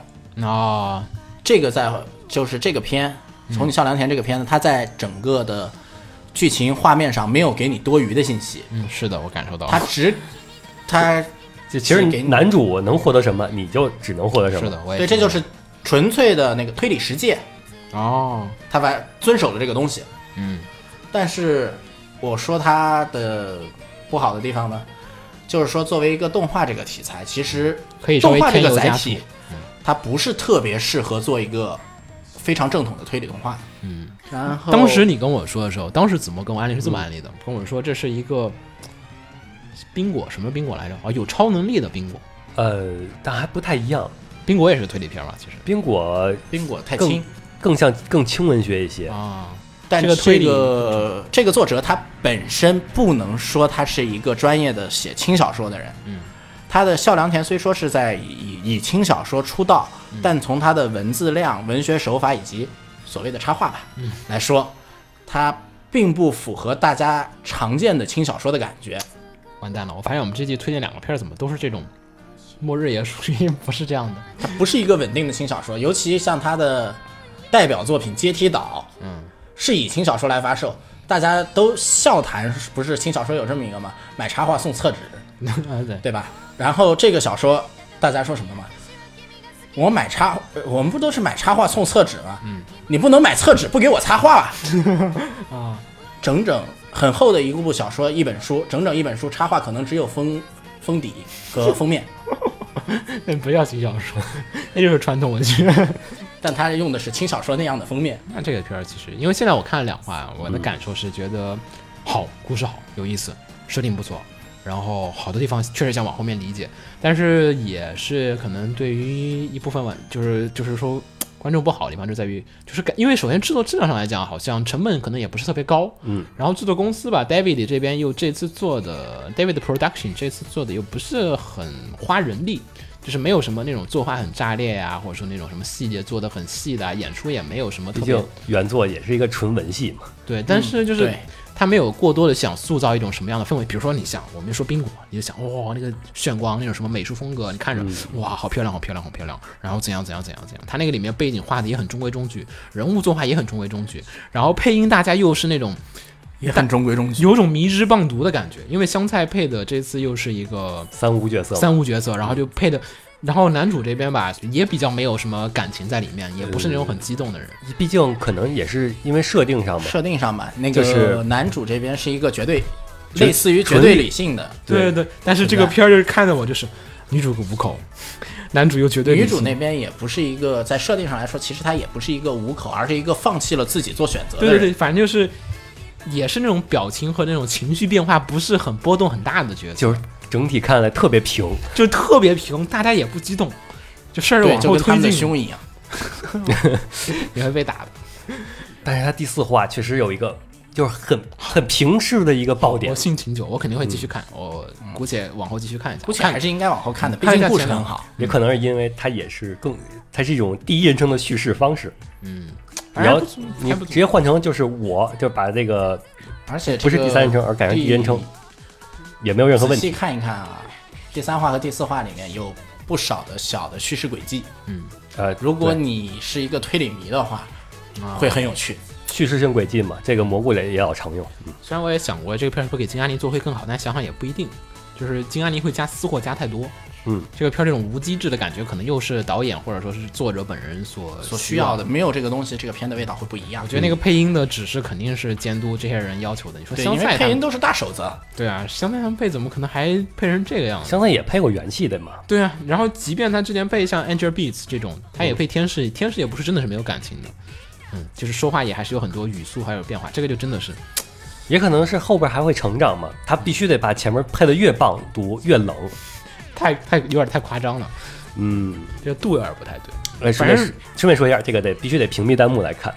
哦，
这个在就是这个片
嗯
《从你笑良田》这个片子，它在整个的剧情画面上没有给你多余的信息，
嗯，是的，我感受到
它
了，
只它
就其实
是给你
男主能获得什么，你就只能获得什
是
么。
的，我也
对，这就是纯粹的那个推理实践，
哦，
它把遵守了这个东西。
嗯
但是我说它的不好的地方呢，就是说作为一个动画这个题材，其实
可以稍微
动画这
添
个
油
载
加
体
醋，嗯
它不是特别适合做一个非常正统的推理动画。
嗯。
然后
当时你跟我说的时候，当时子墨跟我安利是
嗯
这么安利的，跟我说这是一个冰果，什么冰果来着？哦，有超能力的冰果，
呃，但还不太一样。
冰果也是推理片吧？其实
冰果
冰果太
更
轻，
更像更轻文学一些，
啊，
但
这个推理
这个这个作者他本身不能说他是一个专业的写轻小说的人，
嗯，
他的孝良田虽说是在以以轻小说出道，
嗯
但从他的文字量、文学手法以及所谓的插画吧、
嗯
来说，他并不符合大家常见的轻小说的感觉。
完蛋了！我发现我们这季推荐两个片儿，怎么都是这种末日也属于不是这样的。
它不是一个稳定的轻小说，尤其像他的代表作品《阶梯岛》，
嗯，
是以轻小说来发售，大家都笑谈不是轻小说有这么一个吗？买插画送厕纸，
对，
对吧？然后这个小说大家说什么嘛？我买插，呃我们不都是买插画送厕纸吗？嗯，你不能买厕纸不给我插画吧？
啊，
整整很厚的一部小说，一本书，整整一本书，插画可能只有封封底和封面，
那不叫轻小说，那就是传统文学。
但它用的是轻小说那样的封面。
那这个片儿其实，因为现在我看了两话，我的感受是觉得好，故事好，有意思，设定不错，然后好多地方确实想往后面理解，但是也是可能对于一部分玩，就是就是说。观众不好的地方就在于，就是感，因为首先制作质量上来讲，好像成本可能也不是特别高，
嗯，
然后制作公司吧，David 这边又这次做的 David Production 这次做的又不是很花人力，就是没有什么那种作画很炸裂呀、或者说那种什么细节做的很细的、啊，演出也没有什么特
毕
别
竟嗯原作也是一个纯文戏嘛。
对，但是就是
对
他没有过多的想塑造一种什么样的氛围，比如说你想，我们说冰果，你就想哇、那个炫光那种什么美术风格，你看着、
嗯
哇好漂亮好漂亮好漂亮，然后怎样怎样怎样怎样，他那个里面背景画的也很中规中矩，人物作画也很中规中矩，然后配音大家又是那种
也很中规中矩。
有种迷之棒读的感觉，因为香菜配的这次又是一个
三无角色嘛，嗯
三无角色，然后就配的。然后男主这边吧，也比较没有什么感情在里面，也不是那种很激动的人。
毕竟可能也是因为设定上嘛，
设定上吧，那
就是
个男主这边是一个绝对，
纯
类似于绝
纯
对
理
理性的，
对
对，但是这个片儿就是看的我就是，女主无口，男主又绝对
女
理性
主那边也不是一个在设定上来说，其实她也不是一个无口，而是一个放弃了自己做选择的
对对
人。
对，反正就是也是那种表情和那种情绪变化不是很波动很大的角色，
就是整体看来特别平。
就特别平，大家也不激动，就事儿
对
往
就
后
跟他
推
们的
进
胸一样。
也会被打的。
但是他第四话确实有一个就是很很平视的一个爆点
我，性情久，我肯定会继续看，我姑且往后继续看一下，
估计
看
嗯还是应该往后看的，毕
看一下
竟故事
前两
很好。
也可能是因为它也是更，它是一种第一人称的叙事方式。
嗯，
然后
还不错
你
还不
直
错
接换成就是我，就把这个
而且这
不是
个
第三人称，而改成第一人称，也没有任何问
仔细
题。
看一看啊，第三话和第四话里面有不少的小的叙事轨迹。
呃，
如果
对
你是一个推理迷的话，
啊
会很有趣。
叙事性轨迹嘛，这个蘑菇也也老常用。嗯
虽然我也想过这个片儿会给金安妮做会更好，但想想也不一定，就是金安妮会加私货加太多。
嗯，
这个片儿这种无机制的感觉，可能又是导演或者说是作者本人所
所需
需
要
的。
的没有这个东西，这个片的味道会不一
啊
样。
我觉得那个配音的指示肯定是监督这些人要求的。你说
对，
香
因为
菜他
配音
们，
都是大手子，
对啊，香菜他们配怎么可能还配成这个样子？
香菜也配过元气的嘛，
对啊，然后即便他之前配像 Angel Beats 这种，他也配天使，天使也不是真的是没有感情的，嗯，就是说话也还是有很多语速还有变化，这个就真的是
也可能是后边还会成长嘛，他必须得把前面配的越棒读越冷。
太太有点太夸张了，
嗯，
这个度有点不太对。
呃，
反
顺便
正
顺便说一下，这个得必须得屏蔽弹幕来看。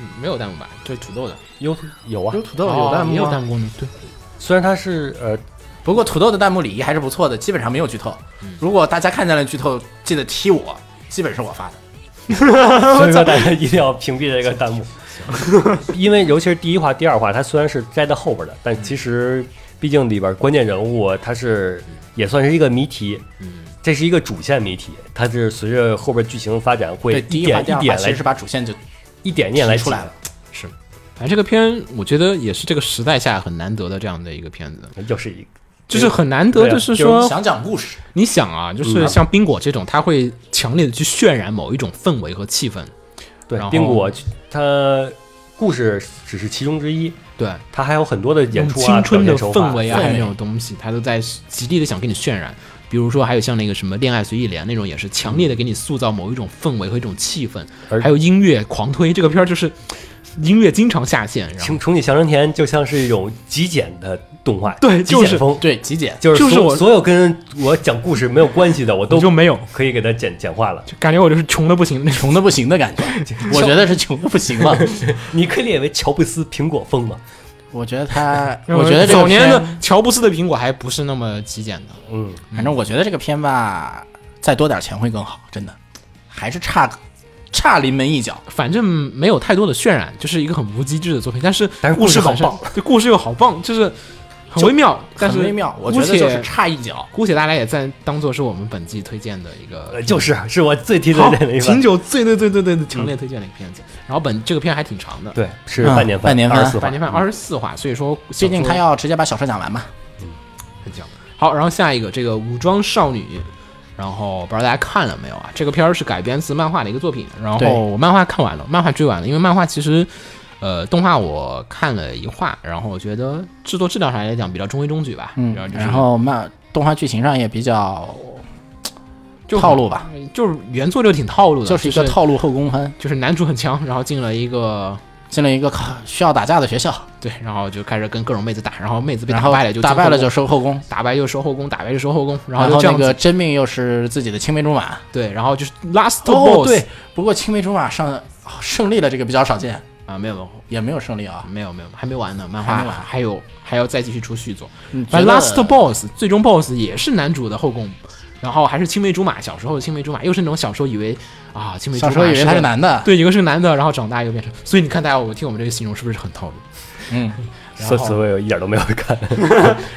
嗯，没有弹幕版，就是土豆的，哦
有有啊，
土
哦也有弹幕功能，对，
虽然它是呃
不过土豆的弹幕礼仪还是不错的，基本上没有剧透。如果大家看见了剧透，记得踢我，基本是我发的。
所以说大家一定要屏蔽这个 弹幕，因为尤其是第一话、第二话，它虽然是摘到后边的，但其实毕竟里边关键人物它是也算是一个谜题，
嗯
这是一个主线谜题，它是随着后边剧情发展会
对，
一
第一话、
点
第
一
二话
点
其
来
实是把主线就
一点一点来
提出来
解
了。
反正这个片，我觉得也是这个时代下很难得的这样的一个片子，
又是一个
就是很难得，
对啊
就是
就是
说
想讲故事，
你想啊，就是像冰果这种，它会强烈的去渲染某一种氛围和气氛。
对
然后
冰果，它故事只是其中之一，
对，
它还有很多的演出啊、
青春的
表现手法
氛围啊，
对
还有那种东西，它都在极力的想给你渲染。比如说，还有像那个什么《恋爱随意联》那种，也是强烈的给你塑造某一种氛围和一种气氛。
而
还有音乐狂推，这个片儿就是音乐经常下线，然后
重重启《祥生田》就像是一种极简的动画，
对
极
就是
简风，
对极简，
就是
就是
所
我
所有跟我讲故事没有关系的，我都
我就没有，
可以给它简简化了。
就感觉我就是穷的不行那种。
穷的不行的感 觉。我觉得是穷的不行了。
你可以列为乔布斯苹果风嘛？
我觉得 他，我觉得这个
早年
片
的乔布斯的苹果还不是那么极简的。
嗯，
反正我觉得这个片吧，再多点钱会更好，真的，还是差差临门一脚。
反正没有太多的渲染，就是一个很无机制的作品，但是
但是
故
故事
好
好
棒，对故事又好棒，就是很微妙，但是
很微妙，我觉
姑
得
且
就是差一脚。
姑且大家也暂当做是我们本季推荐的一个
呃，就是是我最提
好
的那一
秦
版。
九最最最最最强烈推荐的一个片子。然后本这个片还挺长的，
对，是
嗯
半年
半年
二
番
十四
半年半二十四话，所以说
最近他要直接把小说讲完嘛？
很强。好，然后下一个这个武装少女。然后不知道大家看了没有啊？这个片儿是改编自漫画的一个作品，然
对
后我漫画看完了，漫画追完了，因为漫画其实，呃，动画我看了一话，然后我觉得制作质量上来讲比较中规中矩吧，
嗯
然啊后，就是
然后漫动画剧情上也比较
就
套路吧，
就是原作就挺套路的，
就是一个，套路后宫番，
就是男主很强，然后进了一个
进了一个靠需要打架的学校，
对，然后就开始跟各种妹子打，然后妹子被
然
打
后
败了就
打败了就
进后
收后宫
宫，打败就收后宫，打败就收后宫，然
然
后就
后
这
那
样
个
子
真命又是自己的青梅竹马。
对，然后就是 last
哦，
boss
对，不过青梅竹马上哦胜利了，这个比较少见，
啊，没有
也没有胜利啊。
没有没有，还没完呢，漫
还
画
没完嗯
还有还要再继续出续作，
觉
反
得
正 last boss 最终 boss 也是男主的后宫。然后还是青梅竹马，小时候的青梅竹马，又是那种小时候以为啊，青梅竹
小
马
时候以为他是
个
男的，
对，一个是男的，然后长大又变成，所以你看大家，我听我们这个形容是不是很套路？
嗯，
所此我有一点都没有 看。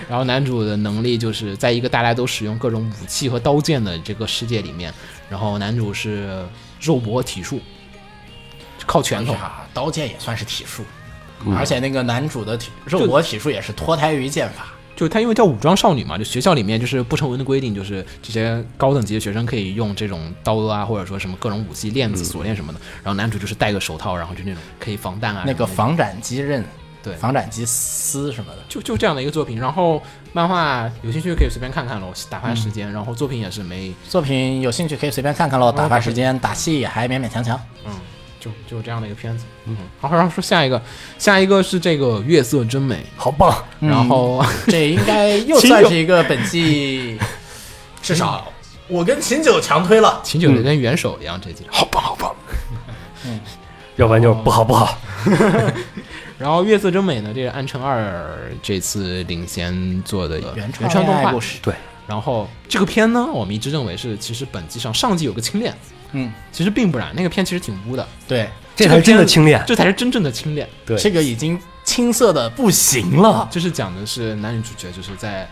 然后男主的能力就是在一个大家都使用各种武器和刀剑的这个世界里面，然后男主是肉搏体术，靠拳头。
啊，刀剑也算是体术，
嗯
而且那个男主的体肉搏体术也是脱胎于剑法。
就是他因为叫武装少女嘛，就学校里面就是不成文的规定，就是这些高等级的学生可以用这种刀啊，或者说什么各种武器、链子、锁链什么的。然后男主就是戴个手套，然后就那种可以防弹啊，
那个
然后
防斩击刃，
对
防斩击丝什么的。
就就这样的一个作品。然后漫画有兴趣可以随便看看咯，打发时间。然后作品也是没
作品有兴趣可以随便看看
哦
喽，打发时间，打戏也还勉勉强强。
嗯，就就这样的一个片子。嗯，好，然后说下一个，下一个是这个《月色真美》，
好棒！
然 后
这应该又算是一个本季，至少我跟秦九强推了。嗯
秦九的跟元首一样，这几场好棒好棒。
要不然就是不好不好。
然后《月色真美》呢，这个安城二这次领衔做的
原
创
创
动
恋爱
画
故。事，
对，
然后这个片呢，我们一直认为是其实本季上上季有个清恋，
嗯，
其实并不然，那个片其实挺污 的，
对，
这才
个
是真的
片
清恋。
这才是真正的清恋。
对，
这个已经青涩的不行了。
就是讲的是男女主角就是在，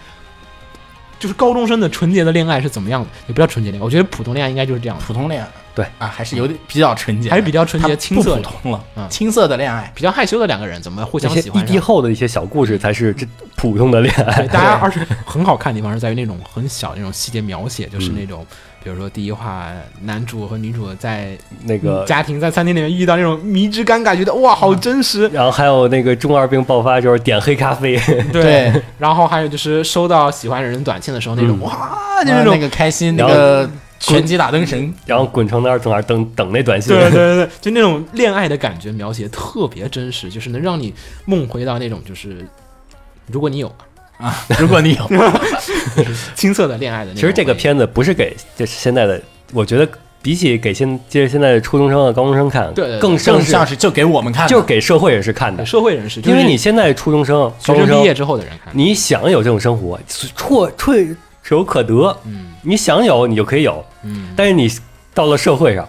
就是高中生的纯洁的恋爱是怎么样的，也不叫纯洁恋爱，我觉得普通恋爱应该就是这样的，
普通恋爱，
对
啊，还是有点比较纯洁的，
还是比较纯洁
它
青涩
不
的
普通了，
嗯
青涩的恋爱。
比较害羞的两个人怎么互
那
相
些
喜
一
欢
滴
上？
后的一些小故事才是这普通的恋爱。
对，大家而且 很好看的地方是在于那种很小的那种细节描写，就是那种，比如说第一话，男主和女主在
那个，
嗯家庭在餐厅里面遇到那种迷之尴尬，觉得哇好真实，
然后还有那个中二病爆发，就是点黑咖啡。
对，
嗯然后还有就是收到喜欢的人短信的时候那种
嗯
哇，就那
就是啊那
种
个开心，那
然后
个拳击打 灯神，
然后滚床单儿从那儿等等那短信。
对对对对，就那种恋爱的感觉描写特别真实，就是能让你梦回到那种就是，如果你有
如果你有，
青涩的恋爱的那种
其实这个
回忆
片子不是给就是现在的，我觉得比起给现接着现在的初中生啊、高中生看，
对对对
更
更
像是
像是就给我们看的，
就是给社会人士看的
给，社会人士，就
因为
是
你现在初中生、
学
高
生
中
毕业
生，
之后的人看，
你想有这种生活，唾唾手可得，
嗯
你想有你就可以有，
嗯，
但是你到了社会上，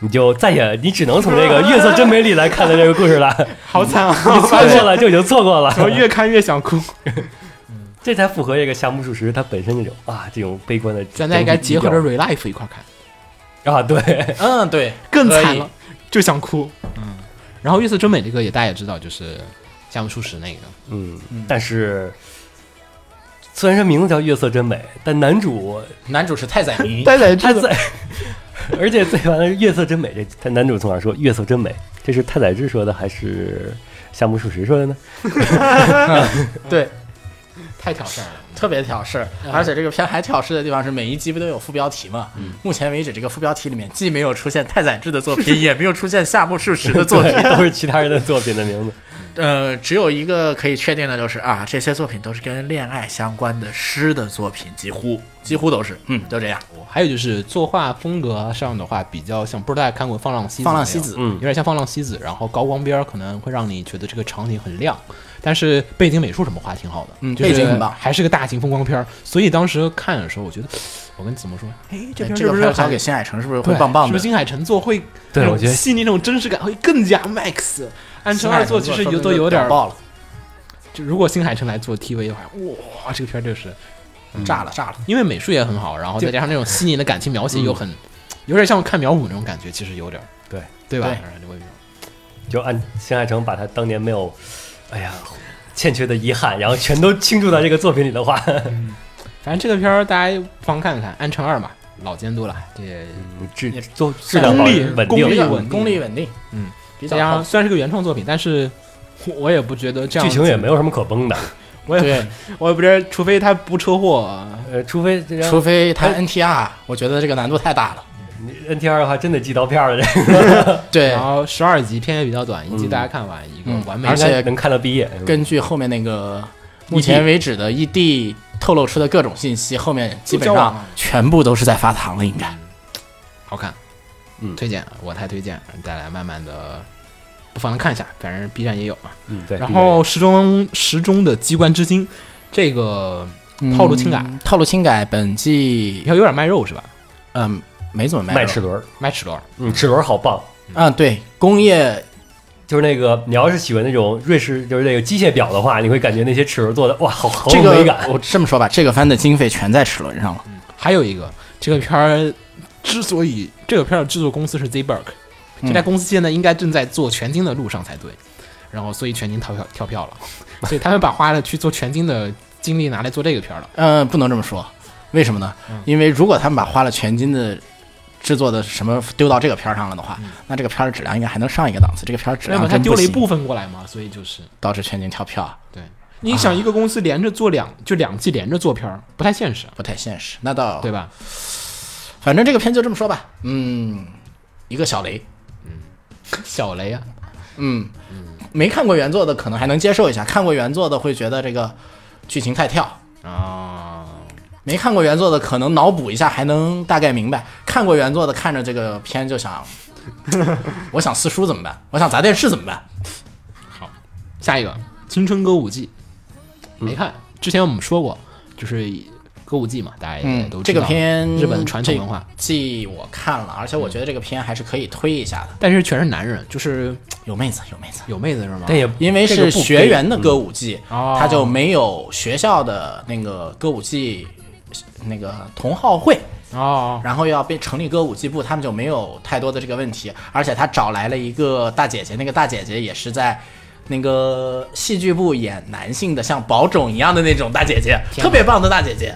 你就再也你只能从这个《月色真美丽》来看的这个故事 了，
好惨啊！
你错过了就已经错 过了，
我 越看越想哭。
这才符合这个夏目漱石他本身这种啊这种悲观的。
咱俩应该结合着 Relife 一块儿看，
啊，对。
嗯，对，
更
可
惨
以
了，就想哭。嗯，然后《月色真美》这个也大家也知道，就是夏目漱石那个，
嗯，但是虽然说名字叫《月色真美》，但男主
男主是太宰明，
呆仔
太
这
宰， 而且最完了，《月色真美》这他男主从哪儿说“月色真美”？这是太宰治说的还是夏目漱石说的呢？
对，
太挑事儿了。
特别挑事儿，而且这个片还挑事的地方是每一集不都有副标题嘛？目前为止，这个副标题里面既没有出现太宰治的作品，也没有出现夏目漱石的作品。
对， 都是其他人的作品的名字。
呃，只有一个可以确定的就是啊，这些作品都是跟恋爱相关的诗的作品，几乎几乎都是，嗯，就这样。
还有就是作画风格上的话，比较像，不知道大家看过《放浪西子》没有？
放浪西子
嗯
有点像放浪西子，然后高光边儿可能会让你觉得这个场景很亮，但是背景美术什么画挺好的，
嗯
就是
背景很棒
还是个大型风光片儿。所以当时看的时候，我觉得，我跟怎么说，哎，这片儿
这
是
个
不是
拍交给
很
新海诚是不是会
对
棒棒
是不
的
是？金海诚做会
对
那种
我觉得
细腻那种真实感会更加 max。安
新
城
海
二
诚
做其实
说不
有
定
都
就
有点
屌
儿，
爆了，
就如果新海诚来做 TV 的话，哇，这个片儿就是
炸了炸了。
因为美术也很好，然后
就
再加上那种细腻的感情描写又很，有点像看苗圃那种感觉，其实有点儿，
对
对吧？
对
然后就会有种
就按新海诚把他当年没有，哎呀，欠缺的遗憾，然后全都倾注到这个作品里的话，
反正这个片儿大家不妨看看，《安城二》嘛，老监督了，这
嗯质做质 量
功力
稳
功
定
力
比较
稳
稳
定
功力稳定，
嗯，
比
再
较
加
好
上。虽然是个原创作品，但是我我也不觉得这样
剧情也没
有，
有什么可崩的，
我也
对，
我也不觉得，除非他不车祸，
呃，除非这
除
样
非他 NTR，我觉得这个难度太大了。
你 NTR 的话，真得寄刀片儿 了，这
对
然，后十二集片也比较短，一集
嗯
大家看完一个
嗯
完美
而
的。
且
个能看到毕业。
根据后面那个目
ED
前为止的 ED 透露出的各种信息，后面基本
都交往
上
了
全部都是在发糖了，应该。
好看，
嗯
推荐，我太推荐，大家慢慢的不妨看一下，反正 B 站也有嘛。
嗯，对。
然后时钟时钟的机关之心，这个套路轻改，
嗯，套路轻改本季
要有点卖肉是吧？
嗯没怎么
毕业卖
肉
齿轮儿，
卖齿轮，
嗯，齿轮儿好棒，
嗯对工业
就是那个，你要是喜欢那种瑞士，就是那个机械表的话，你会感觉那些齿轮做的哇，好好
这
有
个
美感。
我这么说吧，这个番的经费全在齿轮上了。
还有一个这个片儿之所以这个片儿的制作公司是 Zberg，
嗯
这家公司现在应该正在做全金的路上才对，然后所以全金跳票跳票了，所以他们把花了去做全金的精力拿来做这个片儿了。
嗯，不能这么说，为什么呢？
嗯
因为如果他们把花了全金的。制作的什么丢到这个片儿上了的话，
嗯
那这个片儿的质量应该还能上一个档次。这个片儿质
那
量
么他
真
哎丢
不
了一
行，
部分过来嘛，所以就是
导致全景跳票啊
对，你想一个公司连着做两、就两季连着做片儿，不太现实，
不太现实。那倒
对吧？
反正这个片就这么说吧，嗯，一个小雷，
小雷啊，
嗯没看过原作的可能还能接受一下，看过原作的会觉得这个剧情太跳，哦
啊，
没看过原作的可能脑补一下还能大概明白，看过原作的看着这个片就想， 我想撕书怎么办？我想砸电视怎么办？
下一个《青春歌舞伎》，
嗯
没看，之前我们说过，就是歌舞伎嘛，大家也
嗯
都，知道
这个片
日本传统文化，
这季我看了，而且我觉得这个片还是可以推一下的，
但是全是男人，就是
有妹子有妹子。
有妹子是吗？
但也
因为
这个
是
不给
学员的歌舞伎，
哦
他就没有学校的那个歌舞伎那个同好会，
哦，
然后要被成立歌舞伎部，他们就没有太多的这个问题。而且他找来了一个大姐姐，那个大姐姐也是在那个戏剧部演男性的，像宝冢一样的那种大姐姐，
天哪
特别棒的大姐姐。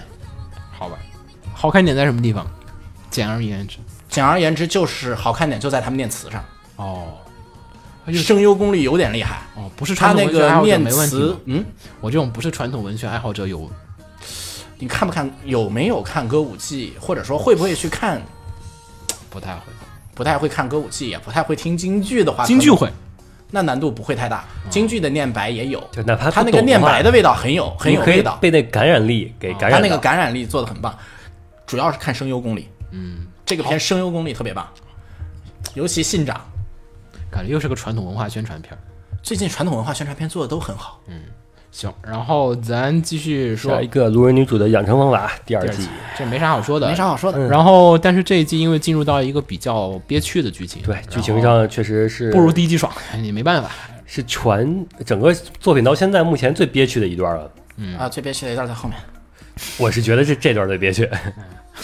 好吧，好看点在什么地方？简而言之，
简而言之，就是好看点就在他
啊
们念词上，
哦
声优功力有点厉害。
哦，不是
他
传统文
那
学爱
个
好者
念
没问题
词
吗，
嗯，
我这种不是传统文学爱好者有
你看不看？有没有看歌舞伎？或者说会不会去看
不太会，
不太会看歌舞伎，也不太会听京剧的话，
京剧
可能
会，
那难度不会太大。京剧的念白也有，
就哪怕
他
不
那个
懂
念
话
白的味道很有很
你
有
可
味
以
道，
被那感染力给感
他
染到。
那个感染力做的很棒，主要是看声优功力。
嗯，
这个片声优功力特别棒，尤其信长
感觉又是个传统文化宣传片儿。
最近传统文化宣传片做的都很好。
行，然后咱继续说
下一个路人女主的养成方法第二
第二
季
季，，这没啥好说的，
没啥好说的
然后，但是这一季因为进入到一个比较憋屈的剧情，
对
然后
剧情上确实是
不如第一季爽，也没办法。
是全整个作品到现在目前最憋屈的一段了。
啊，最憋屈的一段在后面，
我是觉得这这段最憋屈，
哎
哎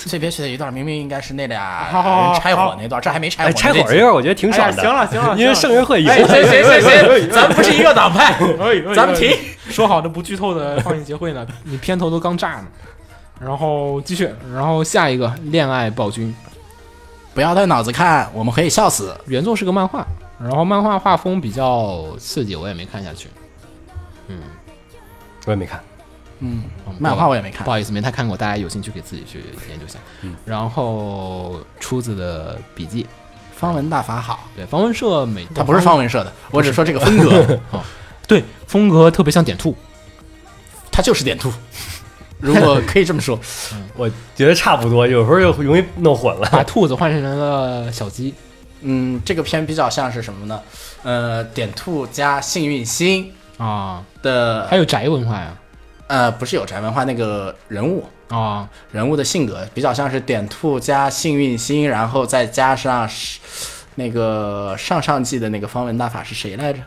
最憋屈的一段明明应该是那俩
好好好
人拆伙那段，这还没拆
哎，
伙。
拆伙这段我觉得挺
哎呀
爽的。
行了行了哎
因为
行
圣人会赢。
谁谁谁谁，咱不是一个党派。咱们停。
说好的不剧透的放映协会呢？ 你片头都刚炸呢。然后继续，然后下一个《恋爱暴君》，
不要带脑子看，我们可以笑死。
原作是个漫画，然后漫画画风比较刺激，我也没看下去。
我也没看，
嗯，
嗯
漫画我也没看
不。好意思，没太看过，大家有兴趣可以自己去研究一下。
嗯
然后出自的笔记，
方文大法好，
对方文社每
它不是方文社的，我只说这个风格，
对风格特别像点兔，
它就是点兔。如果可以这么说，
我觉得差不多，有时候又容易弄混了。
把兔子换成了小鸡，
嗯，这个片比较像是什么呢？呃，点兔加幸运星
啊，
的
还有宅文化呀，
呃，不是有宅文化那个人物
啊，
人物的性格，比较像是点兔加幸运星，然后再加上是那个上上季的那个方文大法是谁来着？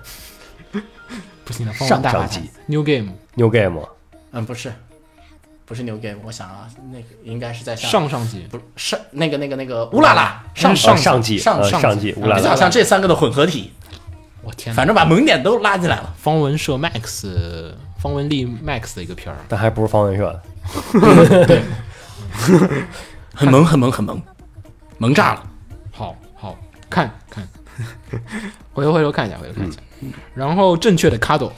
不行了，方文大法
上上集
New Game
New Game
嗯，不是，不是牛 game，我想啊，那个应该是在上
上上集，
不是上那个那个那个乌拉拉上
上啊
呃上季
上
呃
上
上季
季
乌拉
比较
拉
像这三个的混合体，
我天哪，
反正把萌点都拉进来了。
方文社 Max 方文丽 Max 的一个片儿，
但还不是方文社的。
很萌，很萌，很萌，萌炸了！
好好看 看，回头回头看一下，回头看一下，
嗯
然后正确的 Cado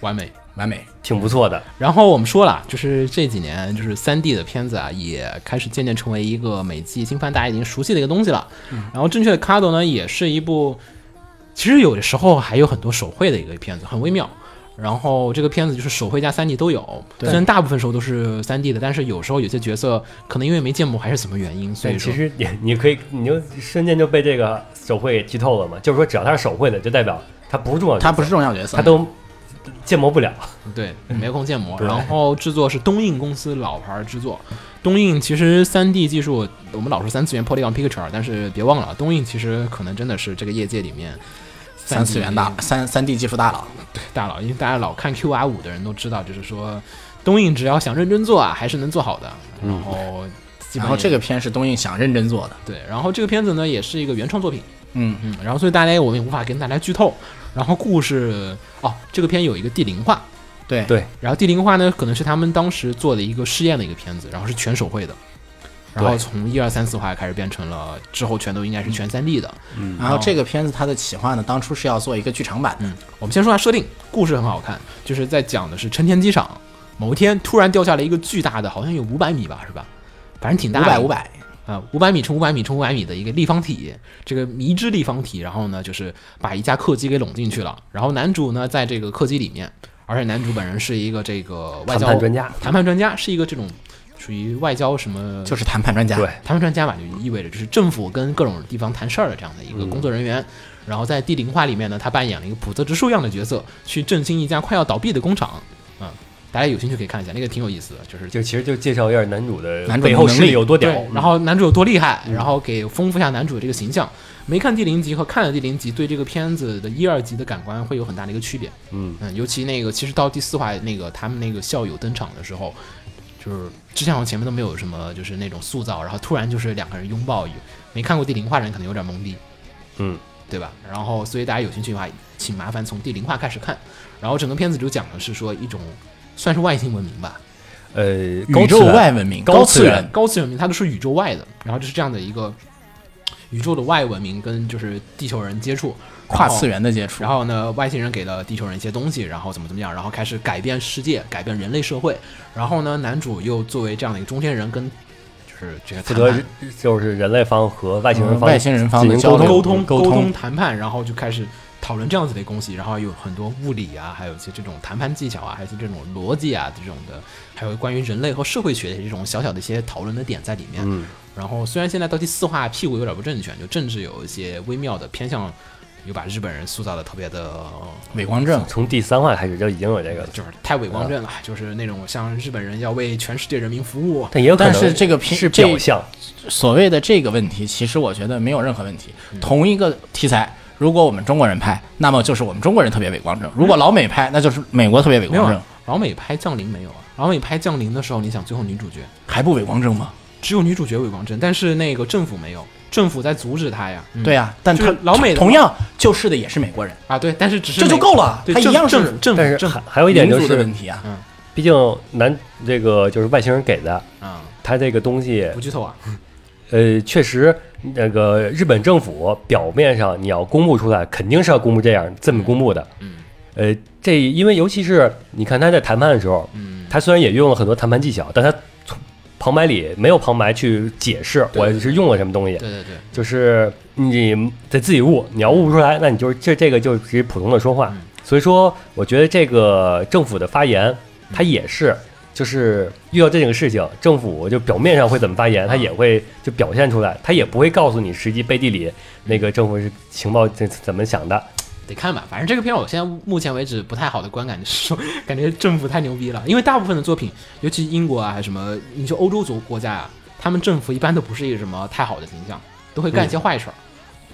完美。
完美，
挺不错的，
然后我们说了，就是这几年就是三 D 的片子啊，也开始渐渐成为一个每季新番大家已经熟悉的一个东西了。
嗯
然后《正确的卡斗》呢，也是一部，其实有的时候还有很多手绘的一个片子，很微妙。然后这个片子就是手绘加三 D 都有，虽然大部分时候都是三 D 的，但是有时候有些角色可能因为没建模还是什么原因，所以
但
说
其实你你可以，你就瞬间就被这个手绘剧透了嘛。就是说，只要他是手绘的，就代表他不是重要的，
他不是重要角色，
他都建模不了。
对，没空建模。
对
然后制作是东映公司老牌制作，东映其实三 D 技术，我们老说三次元 Polygon Picture，但是别忘了，东映其实可能真的是这个业界里面
三次元大三三 D 哎技术大佬，
大佬，因为大家老看 QR 五的人都知道，就是说东映只要想认真做啊，还是能做好的。然后基本也，
嗯然后这个片是东映想认真做的，
对，然后这个片子呢也是一个原创作品，
嗯，
嗯，然后所以大家我们也无法跟大家剧透。然后故事哦，这个片有一个第零话，
对
对
然后《地灵化》呢，可能是他们当时做的一个试验的一个片子，然后是全手绘的，然后
对
从一二三四画开始变成了之后全都应该是全三 D 的。
然后这个片子它的企划呢，当初是要做一个剧场版的，
我们先说下设定，故事很好看，就是在讲的是成田机场某一天突然掉下来一个巨大的，好像有五百米吧，是吧？反正挺大
五
的，
百五百，
啊，五百米乘五百米乘五百米的一个立方体，这个迷之立方体，然后呢，就是把一架客机给拢进去了。然后男主呢，在这个客机里面，而且男主本人是一个这个外交
谈判专家
谈判专家是一个这种属于外交什么，
就是谈判专家，
对
谈判专家吧，就意味着就是政府跟各种地方谈事儿的这样的一
嗯
个工作人员。然后在《地灵化》里面呢，他扮演了一个普泽直树样的角色，去振兴一家快要倒闭的工厂。嗯，大家有兴趣可以看一下，那个挺有意思的，就是
就其实就介绍一下男主的
男主的
背后
能力
势力有多屌
对，，然后男主有多厉害，然后给丰富一下男主的这个形象。没看第零集和看了第零集，对这个片子的一二集的感官会有很大的一个区别。
嗯
嗯，尤其那个，其实到第四话那个他们那个校友登场的时候，就是之前我前面都没有什么就是那种塑造，然后突然就是两个人拥抱，没看过第零话的人可能有点懵逼，
嗯，
对吧？然后所以大家有兴趣的话，请麻烦从第零话开始看。然后整个片子就讲的是说一种算是外星文明吧，
呃，
嗯宇宙
高次元
外文明，
高
次
次
元
元，
高次元明它都是宇宙外的，然后就是这样的一个宇宙的外文明跟就是地球人接触，
跨次元的接触
然，后呢，外星人给了地球人一些东西，然后怎么怎么样，然后开始改变世界，改变人类社会。然后呢，男主又作为这样的一个中间人，跟就是这个
负
谈
责
判
就是人类方和外星人
嗯
方、
外星人方的
进行沟
交流
通
沟通
沟
通谈判，然后就开始讨论这样子的东西，然后有很多物理啊，还有一些这种谈判技巧啊，还有一些这种逻辑啊这种的，还有关于人类和社会学的这种小小的一些讨论的点在里面。
嗯
然后虽然现在到第四话屁股有点不正确，就政治有一些微妙的偏向，又把日本人塑造的特别的
伪光正，
从第三话开始就已经有这个了，
就是太伪光正了，就是那种像日本人要为全世界人民服务，
但也有可能
但是这个偏
是
这
表象，
所谓的这个问题，其实我觉得没有任何问题。同一个题材，如果我们中国人拍，那么就是我们中国人特别伪光正；如果老美拍，那就是美国特别伪
没有
光正
啊。，老美拍降临没有啊？老美拍降临的时候，你想最后女主角
还不伪光正吗？
只有女主角伪光正，但是那个政府没有，政府在阻止她呀。嗯
对啊，但
就是
他
老美的
同样救世的也是美国人，
啊，对，但是只是
这就
美
够了
对
他一
政
样是
政府政
但
府
是
政府
还还有一点就
民族的
是
问，题啊。
毕竟男这个就是外星人给的，
啊，
他这个东西
不剧透啊，
呃，确实，那个日本政府表面上你要公布出来，肯定是要公布这样这么公布的。嗯，呃，这因为尤其是你看他在谈判的时候，
嗯，
他虽然也用了很多谈判技巧，但他从旁白里没有旁白去解释
对
我
对
是用了什么东西，
对对对，
就是你得自己悟，你要悟不出来，那你就是这这个就是只是普通的说
嗯
话。所以说，我觉得这个政府的发言，他也是。就是遇到这种事情，政府就表面上会怎么发言，他
啊
也会就表现出来，他也不会告诉你实际背地里那个政府是情报怎怎么想的。
得看吧。反正这个片儿我现在目前为止不太好的观感就是说，感觉政府太牛逼了，因为大部分的作品，尤其英国啊，还是什么，你就欧洲国国家啊，他们政府一般都不是一个什么太好的形象，都会干一些坏
嗯
事儿。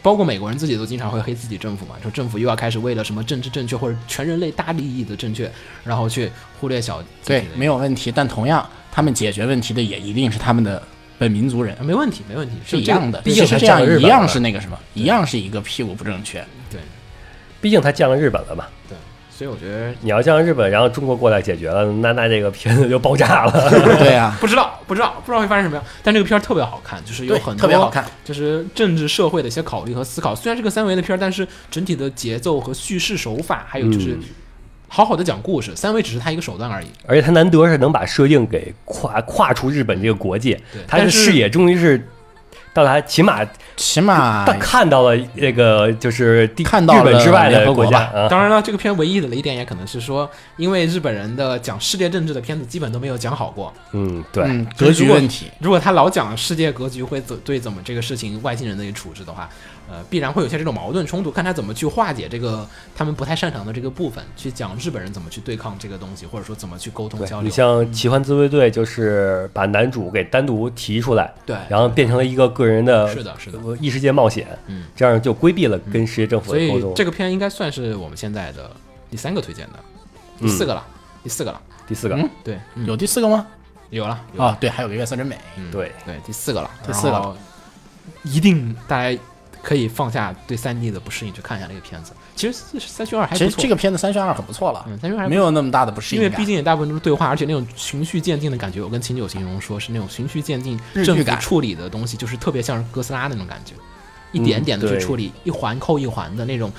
包括美国人自己都经常会黑自己政府嘛，说政府又要开始为了什么政治正确或者全人类大利益的正确，然后去忽略小
对，没
有
有问题。但同样，他们解决问题的也一定是他们的本民族人，
没问题没问题，
是
就
一
这个
样的。
毕竟
其实
还
这
占
样
了日本
一样
了
是那个什么，一样是一个屁股不正确。
对
毕竟他降了日本了嘛，
对，所以我觉得
你要降了日本，然后中国过来解决了，那那这个片子就爆炸了。
对啊，
不知道，不知道，不知道会发生什么样。但这个片儿特别好看，就是有
对
很多
特别好看，
就是政治社会的一些考虑和思考。虽然是个三维的片儿，但是整体的节奏和叙事手法，还有就是
嗯
好好的讲故事，三维只是它一个手段而已。
而且他难得是能把设定给跨跨出日本这个国界
对，
他
但
的
是
视野终于是到达，起
哎
码
起码
他看到了那个就是地
看到了
日本之外
联
的
合国
国家
吧
啊。
当然了，这个片唯一的雷点也可能是说，因为日本人的讲世界政治的片子基本都没有讲好过。
嗯，对，
嗯格局问题。
如果他老讲世界格局会怎对怎么这个事情外星人的一个处置的话，呃，必然会有些这种矛盾冲突，看他怎么去化解这个他们不太擅长的这个部分，去讲日本人怎么去对抗这个东西，或者说怎么去沟通
对
交
你
流。
像《奇幻自卫队》，就是把男主给单独提出来，
对
然后变成了一个个人的，
是的是的
呃异世界冒险，
嗯，
这样就规避了跟世界政府
所
嗯
的沟
以
通。
这个片应该算是我们现在的第三个推荐的，第
嗯
四个了，第四个了，
第四个，
嗯
对，嗯
有第四个吗？
有了，有了，嗯
啊，对，还有个月色真美。
对，
对，第四个了，
第四个了，
一定大家可以放下对三 D 的不适应，去看一下这个片子。其实三三选二还
其
不
实
错，
这个片子三选二很不错了，
嗯，三选二还不错
没有那么大的不适
因为
应
毕
感。
竟也大部分都是对话，而且那种循序渐进的感觉，我跟秦九形容说是那种循序渐进，
日剧
政府
感
处理的东西就是特别像是哥斯拉那种感觉，一点点的去
对
处理，一环扣一环的那种，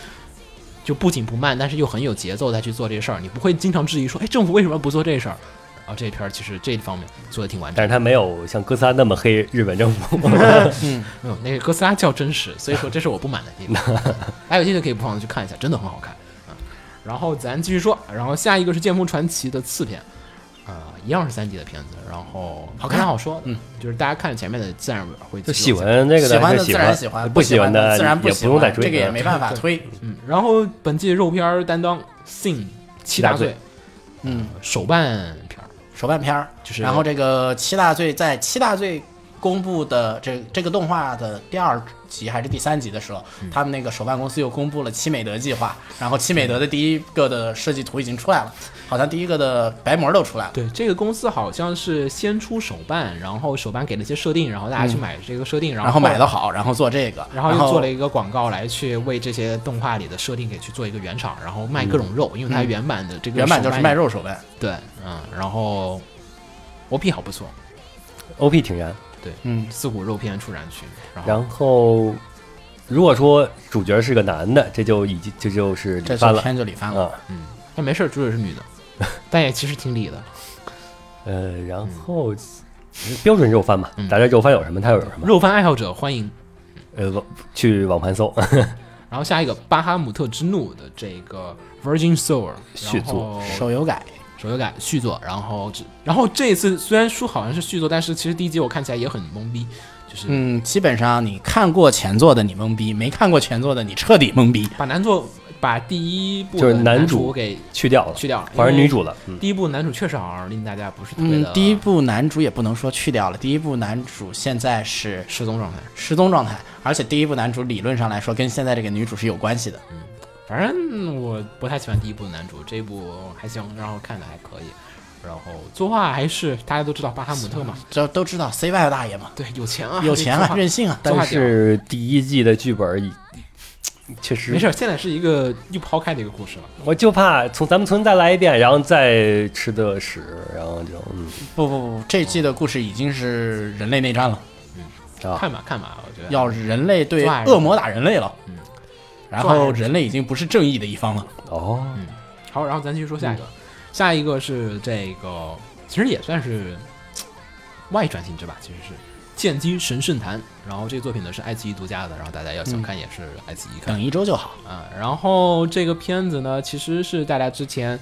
就不紧不慢，但是又很有节奏再去做这事儿，你不会经常质疑说，哎，政府为什么不做这事儿？啊，这片儿其实这方面做的挺完整
但是他没有像哥斯拉那么黑日本 政府。
的，没有嗯那个哥斯拉较真实，所以说这是我不满的地方。 大家有兴趣可以不妨去看一下，真的很好看。啊。然后咱继续说，然后下一个是《剑锋传奇》的次片，呃，一样是三 D 的片子，然后好看好说，嗯，就是大家看前面的自然会
就
就
喜。欢这个
喜欢
的
的
就
自
喜
然喜欢，
不
喜
喜
欢
的
自然
也
喜
用再
欢，
追。
这个也没 办法推。
嗯，然后本季肉片儿担当 Sing 七大罪，呃
嗯，
手办片儿，
手办片儿，
就是
然后这个七大罪在七大罪公布的这这个动画的第二集还是第三集的时候，他们那个手办公司又公布了七美德计划，然后七美德的第一个的设计图已经出来了，好像第一个的白膜都出来了。
对，这个公司好像是先出手办，然后手办给了一些设定，然后大家去买这个设定，嗯然
然
后
后买的好，然后做这个，
然后又做了一个广告来去为这些动画里的设定给去做一个圆场，然后卖各种肉，因为它原版的这个
原版就是
手
卖，肉手办，
对，嗯，然后 OP 好不错，
OP 挺燃。
嗯，
四股肉片出燃区，然后
然后，如果说主角是个男的，这就已经这就是
这
翻
这
了
片就里翻了。
啊。
但哎没事儿，主角是 女的，但也其实挺理的，
呃，然后标准肉番嘛，
嗯
咱这肉番有什么，它又有什么？
肉番爱好者欢迎。
呃，网去网盘搜，
然后下一个巴哈姆特之怒的这个 Virgin Soul
续作
然后
手游改，
手游改续作，然后只然后这一次虽然说好像是续作，但是其实第一集我看起来也很懵逼，就是
嗯，基本上你看过前作的你懵逼，没看过前作的你彻底懵逼。
把男作把第一部
就是
的
男
男
主
给
去掉了，
去掉了
反正
因为
女主了，嗯，
第一部男主确实好像令大家不是特别
嗯
的，
第一部男主也不能说去掉了，第一部男主现在是
失踪状态。
失踪状态，而且第一部男主理论上来说跟现在这个女主是有关系的。
嗯反正我不太喜欢第一部的男主，这一部还行，然后看着还可以，然后作画还是大家都知道巴哈姆特嘛，
这都知道 CY 大爷嘛，
对，有钱啊，
有钱
这
啊，
作画
任性啊。
作
但
画屌
是第一季的剧本已确实
没事，儿，现在是一个又抛开的一个故事了。
我就怕从咱们村再来一遍，然后再吃的屎，然后就嗯
不不不，这季的故事已经是人类内战了，
啊，
看吧看吧，我觉得
要人类对
抓人嗯
恶魔打人类了。然
抓
后
人
人类已经不是正义的一方了，
哦，
嗯好，然后咱继续说下一个，下一个是这个，其实也算是嘖外传性质吧，其实是《剑姬神圣坛》，然后这个作品呢是爱奇艺独家的，然后大家要想看也是爱奇艺看
等一周就好。
啊、然后这个片子呢，其实是大家之前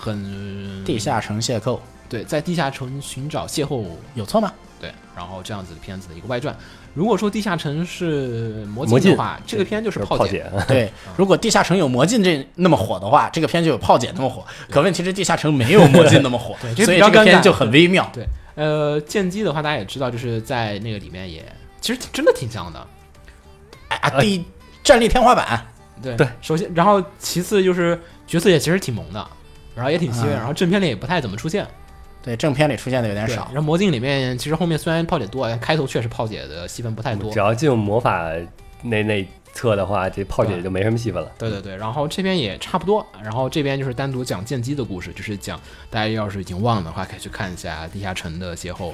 很
地下城邂逅
对在地下城寻找邂逅
有 错吗？
对，然后这样子的片子的一个外传。如果说地下城是魔
魔
镜
镜
的话，这个片就是
是
炮
炮
姐。
姐，啊
对，如果地下城有魔镜这那么火的话，这个片就有炮姐那么火。可问题是地下城没有魔镜那 么火，
这
所以
比较
这个
尴
片
尬
就很微妙。
对，呃，剑姬的话，大家也知道，就是在那个里面也其实真的挺像的。
哎啊，第战力天花板，
对
对，
首先，然后其次就是角色也其实挺萌的，然后也挺稀微，
啊
然后正片里也不太怎么出现。
对正片里出现的有点
对，
少
然。后魔镜里面其实后面虽然炮姐多，但开头确实炮姐的戏份不太多
只。要进入魔法那那侧的话，这炮姐就没什么戏份了。
对对对，然后这边也差不多，然后这边就是单独讲剑姬的故事，就是讲大家要是已经忘了的话，可以去看一下地下城的邂逅，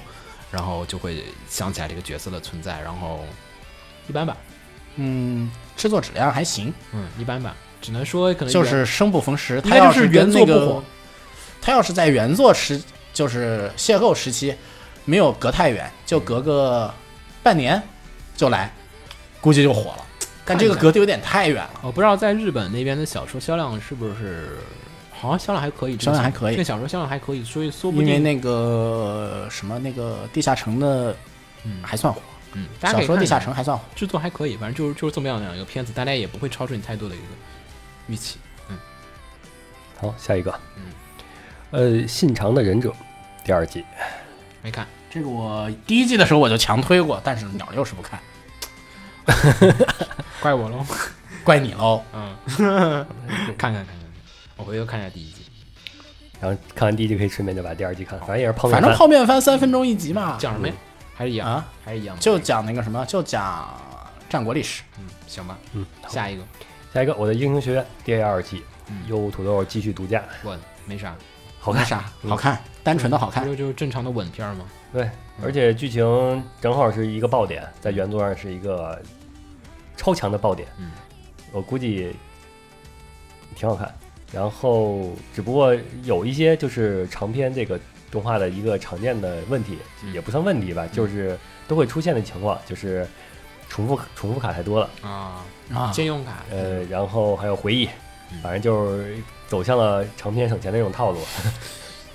然后就会想起来这个角色的存在，然后一般吧，
嗯，制作质量还行，
嗯，一般吧，只能说可能
就
原
是生不逢时。
应
他
该
要
就是
跟
原
那
作不
个
火，，
他要是在原作时，就是邂逅时期，没有隔太远，就隔个半年就来，估计就火了。但这个
看一下
隔得有点太远了。
我哦不知道在日本那边的小说销量是不是，好像销量还可以，
销量还可以
这个小说销量还可以，所以说不
因为
定
那个什么那个地下城的
嗯
还算火，
嗯，大家
小
可以
说
看一
地下
下
城还算火。
制作还可以，反正就是就是这么样的一个片子，大家也不会超出你太多的一个预期。
好，下一个，
嗯
呃，信长的忍者第二季，
没看，
这个我第一季的时候我就强推过，但是鸟六是不看，
怪我喽。
怪你喽。
嗯，看看看看，我回头看一下第一季。
然后看完第一季可以顺便就把第二季看，反正也是泡面
反正
番
泡面番三分钟一集嘛，
讲什么呀？还是一样
嗯啊，
还是一样。哎
就讲那个什么，就讲战国历史。
嗯，行吧。
嗯，好
下一个，嗯
下一个，我的英雄学院第二季，优土豆继续独家，
稳没啥，
好
为
看。
啥？
嗯
好看，单纯的好看
不。就就正常的稳片儿吗？
对，而且剧情正好是一个爆点，在原作上是一个超强的爆点，
嗯
我估计挺好看。然后，只不过有一些就是长篇这个动画的一个常见的问题，
嗯
也不算问题吧，就是都会出现的情况，就是重复重复卡太多了，
啊，
啊
借用卡。
呃，然后还有回忆
嗯，
反正就是走向了长篇省钱的那种套路。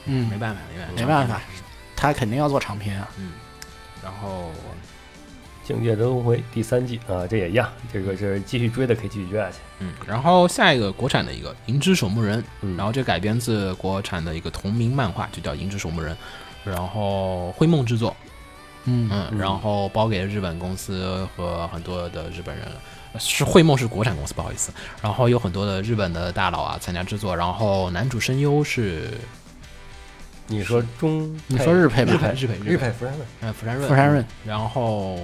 嗯，
没办法，没办法，
没办法。，他肯定要做长篇啊。
然后
《境界轮回》第三季啊，这也一样，这个是继续追的可以继续追下去。
嗯，然后下一个国产的一个《银之守墓人》，
嗯
然后这改编自国产的一个同名漫画，就叫《银之守墓人》，然后灰梦制作，
嗯，
嗯，然后包给日本公司和很多的日本人了。是绘梦是国产公司，不好意思。然后有很多的日本的大佬啊参加制作，然后男主声优是
你说中配，
嗯你说日配吧
日配日配
日配福山润，
呃釜山润
富山润，
然后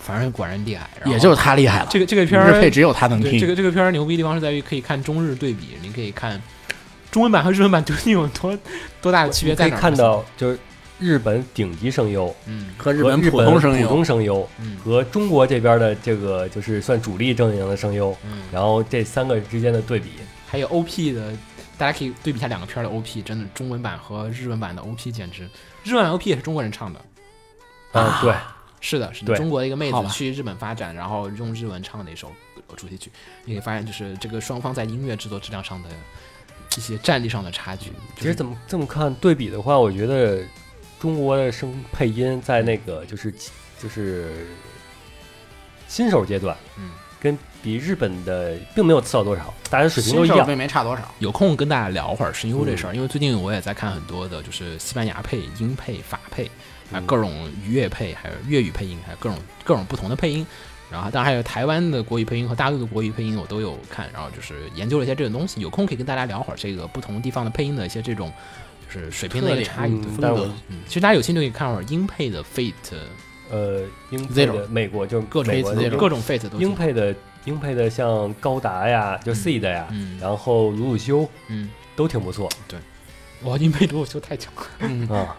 反正果然厉害。然后
也就是他厉害了。
这个这个片儿
日配只有他能
对这
听。
个这个片儿牛逼的地方是在于可以看中日对比，你可以看中文版和日文版 究竟有多多大的区别
可
在
以
哪儿？
看，到就是日本顶级声优
嗯
和日
和
本
日
普
本
通声
普
优
通声优
嗯
和中国这边的这个就是算主力阵营的声优，
嗯，
然后这三个之间的对比，
还有 OP 的，大家可以对比一下两个片儿的 OP，真的中文版和日文版的 OP 简直，日文版 OP 也是中国人唱的，
啊，对，
是的，是的，
对
中国的一个妹子
好吧
去日本发展，然后用日文唱的一首主题曲，你可以发现就是这个双方在音乐制作质量上的一些战力上的差距。
其实怎么这么看对比的话，我觉得中国的声配音在那个就是就是新手阶段，
嗯，
跟比日本的并没有次到多少，大家水平
新
都一
手
样。
并没差多少。
有空跟大家聊会儿声优这事儿，因为最近我也在看很多的，就是西班牙配、英配、法配，啊，各种粤配，还有粤语配音，还有各种各种不同的配音。然后，当然还有台湾的国语配音和大陆的国语配音，我都有看。然后就是研究了一下这个东西，有空可以跟大家聊会儿这个不同地方的配音的一些这种就是水平的一个差异。
嗯
对
但
格
我
嗯，其实大家有兴趣可以看会儿英配的 Fate，
呃，英配
Zero
的美国就是
各
美
种
国
这种
各种 Fate 都
英
行。
配的英配的像高达呀，就 C 的呀，
嗯
然后鲁鲁修
嗯，
都挺不错
哇，英配如果修太强了。
啊。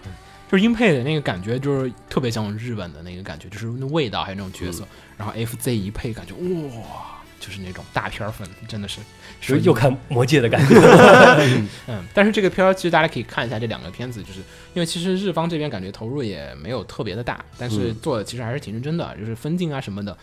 就是英配的那个感觉，就是特别像日本的那个感觉，就是那味道还有那种角
嗯
色。然后 FZ 一配，感觉哇，就是那种大片儿粉，真的是
就
说
是又看魔界的感觉，
嗯。但是这个片儿其实大家可以看一下这两个片子，就是因为其实日方这边感觉投入也没有特别的大，但是
嗯
做的其实还是挺认真的，就是分镜啊什么的，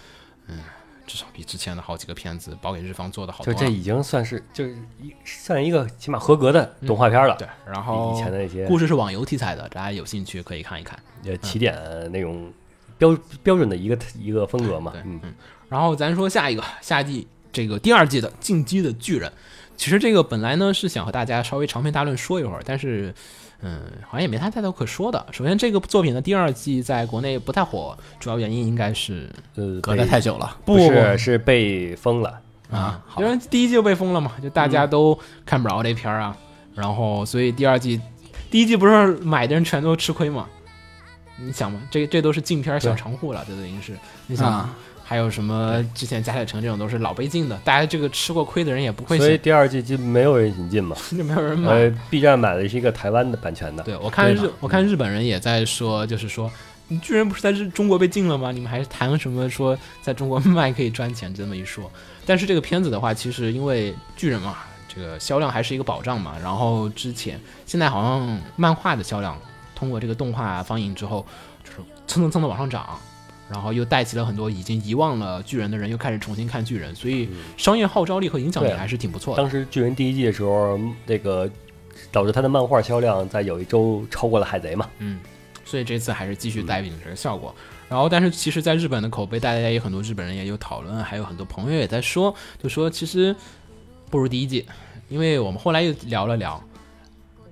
嗯，至少比之前的好几个片子保给日方做的好
就
多、
这
了。
已经算是就是一算一个起码合格的动画片了。
对，然后
比以前的那些
故事是网游题材的，大家有兴趣可以看一看。
呃起点那种标标准的一个一个风格嘛
对，，
嗯，
嗯。然后咱说下一个，夏季这个第二季的《进击的巨人》，其实这个本来呢是想和大家稍微长篇大论说一会儿，但是。嗯，好像也没啥太多可说的。首先，这个作品的第二季在国内不太火，主要原因应该是
呃，
隔得
被
太久了，
不是是被封了，
嗯
啊好
因为第一季就被封了嘛，就大家都看不着这片儿啊。然后，所以第二季，第一季不是买的人全都吃亏嘛？你想嘛，这这都是禁片儿小
对
常户了，这都已经是你想、
啊，
还有什么之前贾铁城这种都是老被禁的，大家这个吃过亏的人也不会
所以
写，
第二季就没有人引进嘛。
就没有人买。
呃，B 站买的是一个台湾的版权的，
对我看
对
日
吧
我看日本人也在说，就是说你居然不是在日中国被禁了吗？你们还谈什么说在中国 卖可以赚钱这么一说？但是这个片子的话，其实因为巨人嘛，这个销量还是一个保障嘛。然后之前现在好像漫画的销量通过这个动画放映之后，就是蹭蹭蹭的往上涨。然后又带起了很多已经遗忘了巨人的人，又开始重新看巨人，所以商业号召力和影响力
对啊
还是挺不错的。
当时巨人第一季的时候，那个导致他的漫画销量在有一周超过了海贼嘛。
所以这次还是继续
嗯
带领这个效果。然后，但是其实，在日本的口碑，大家也有很多日本人也有讨论，还有很多朋友也在说，就说其实不如第一季，因为我们后来又聊了聊，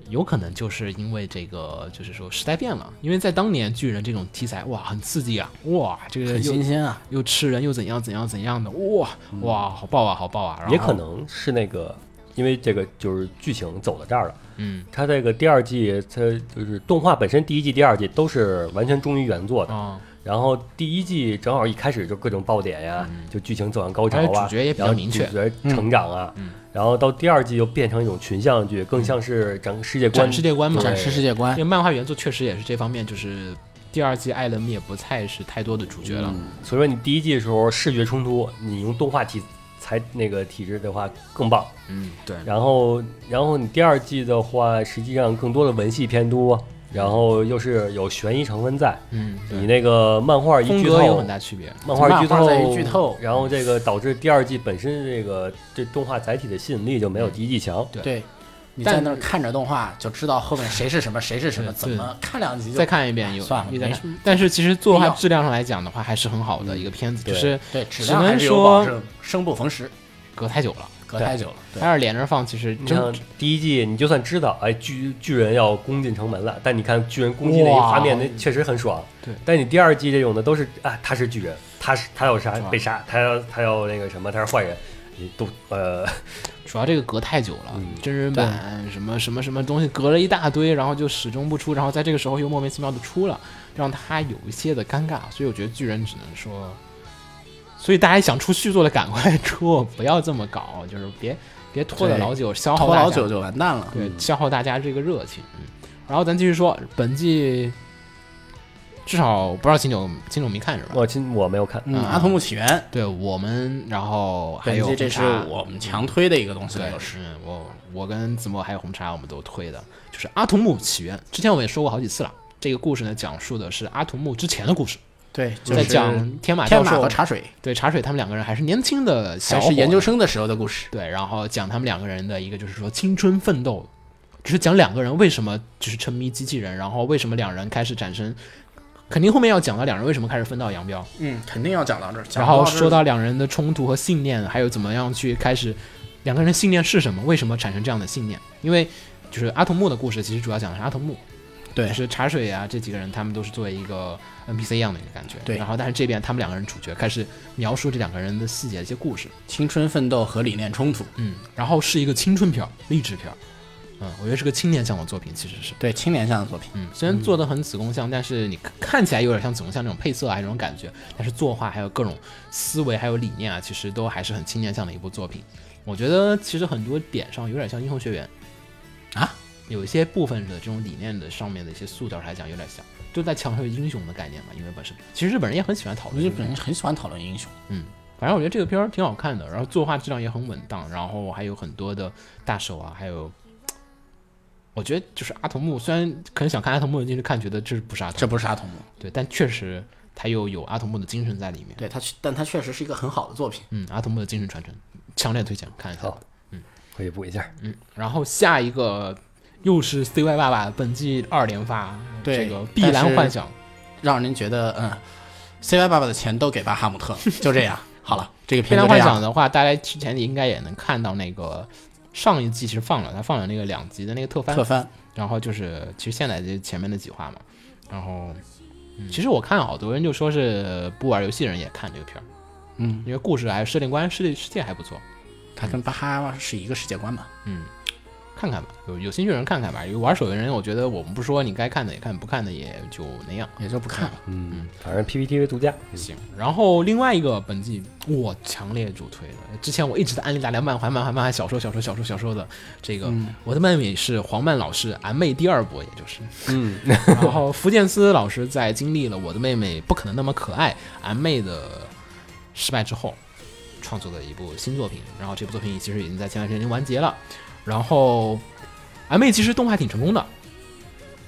有可能就是因为这个，就是说时代变了，因为在当年巨人这种题材，哇，很刺激啊，哇，这个
很
又
新鲜啊。
又吃人又怎样怎样怎样的，哇哇，好爆啊，好爆啊，然后
嗯也可，能是那个，因为这个就是剧情走到这儿了。
嗯
它这个第二季，它就是动画本身第一季、第二季都是完全忠于原作的。
啊、
然后第一季正好一开始就各种爆点呀，就剧情走向高
嗯
潮
而且
啊，
主角也比较
然后
明确嗯
主角成长啊。然后到第二季就变成一种群像剧，更像是整个世界观
展世界观嘛，
对
展示世界观
因为，漫画原作确实也是这方面，就是第二季艾伦也不太是太多的主角了。
嗯所以说你第一季的时候视觉冲突，你用动画体才那个体制的话更棒。
嗯，对，
然后，然后你第二季的话，实际上更多的文戏偏多，然后又是有悬疑成分在。
嗯，
你那个漫画一
风
剧
格有
透
很，大区别。
漫画一剧
漫画
透，
在于剧透
然后这个导致第二季本身这个这动画载体的吸引力就没有第一季强。
嗯对
对，你
但
在那儿看着动画就知道后面谁是什么，谁是什么，
对
怎么看两集就
再看一遍有，
算了
又再
没
看
什么
但是其实作
必
画
要嗯
质量上来讲的话，还是很好的一个片子，
对
就是
对质
只
量还
能
是有保
说
证，生不逢时，
隔太久了。
隔太久了。对
它要是连着放，其实
你
真
像第一季，你就算知道，哎，巨巨人要攻进城门了，但你看巨人攻击那一
哇
画面，那确实很爽。
对
但你第二季这种的都是啊，他是巨人，他是他要杀
吧
被杀，他要他要那个什么，他是坏人，你都呃。
主要这个隔太久了，
嗯
真人版什么什么什么东西隔了一大堆，然后就始终不出，然后在这个时候又莫名其妙的出了，让他有一些的尴尬，所以我觉得巨人只能说，所以大家想出续作的赶快 出，不要这么搞，就是别别拖了
对
老久，消耗
拖
大家
老久就完蛋了。嗯
对，消耗大家这个热情。嗯，然后咱继续说本季，至少不知道秦九秦九没看是吧？
我亲我没有看，啊
嗯，
嗯
阿童木起源，
对我们，然后还
本
有
季这是
红茶
我们强推的一个东西，
对，
都是
嗯我我跟子墨还有红茶，我们都推的，就是《阿童木起源》。之前我们也说过好几次了，这个故事呢，讲述的是阿童木之前的故事，
对，就
在
是
讲天马
天
教
马
授
和茶水，
对茶水他们两个人还是年轻的小
还
伙
是
子
研究生的时候的故事。
对，然后讲他们两个人的一个就是说青春奋斗，只是讲两个人为什么就是沉迷机器人，然后为什么两人开始产生肯定后面要讲到两人为什么开始分道扬镳，
嗯，肯定要讲到这儿。讲
然后
这儿
说到两人的冲突和信念，还有怎么样去开始两个人信念是什么，为什么产生这样的信念？因为就是阿童木的故事，其实主要讲的是阿童木，
对
就是茶水啊这几个人，他们都是作为一 个 NPC 一样的一个感觉。
对
然后但是这边他们两个人主角开始描述这两个人的细节一些故事，
青春奋斗和理念冲突，
嗯，然后是一个青春片儿，励志片儿，嗯，我觉得是个青年向的作品，其实是。
对青年向的作品，
嗯，虽然做的很子宫像，但是你看看起来有点像子宫像那种配色啊，那种感觉，但是作画还有各种思维还有理念啊，其实都还是很青年向的一部作品。我觉得其实很多点上有点像《英雄学院》
啊，
有一些部分的这种理念的上面的一些塑造来讲有点像，就在强调英雄的概念嘛。因为本身其实日本人也很喜欢讨论
日
这个
本人很喜欢讨论英雄。
反正我觉得这个片儿挺好看的，然后作画质量也很稳当，然后还有很多的大手啊，还有，我觉得就是阿童木，虽然可能想看阿童木的进去看，觉得这不是阿童
这
木，
不是阿童木，
对，但确实他又有阿童木的精神在里面，
对他，但他确实是一个很好的作品。
嗯，阿童木的精神传承，强烈推荐看一下
好。可以补一下。
然后下一个又是 CY 爸爸本季二连发，
对
这个碧蓝幻想，
让人觉得，嗯，CY 爸爸的钱都给巴哈姆特了，就这样。好了，这个
碧
片
蓝
就这
幻
样
想。的话，大家之前应该也能看到那个上一季其实放了，他放了那个两集的那个特番，
特番，
然后就是其实现在这前面的几话嘛，然后、嗯其实我看好多人就说是不玩游戏的人也看这个片儿，
嗯，
因为故事还有设定观世界世界还不错，
他跟巴哈是一个世界观吧？
看看吧，有有兴趣的人看看吧。有玩手游的人，我觉得我们不说你该看的也看，不看的也就那样。
也就不看了。
嗯，反正 PPTV 独家。
行，然后另外一个本季我强烈主推的，之前我一直在安利大家漫画、漫画、漫画、小说、小说、小说、小说的这个，我的漫美是黄漫老师《俺妹》第二部，也就是，
嗯，
然后福建斯老师在经历了《我的妹妹不可能那么可爱》俺妹的失败之后，创作的一部新作品，然后这部作品其实已经在前段时间已经完结了，然后俺妹其实动画挺成功的，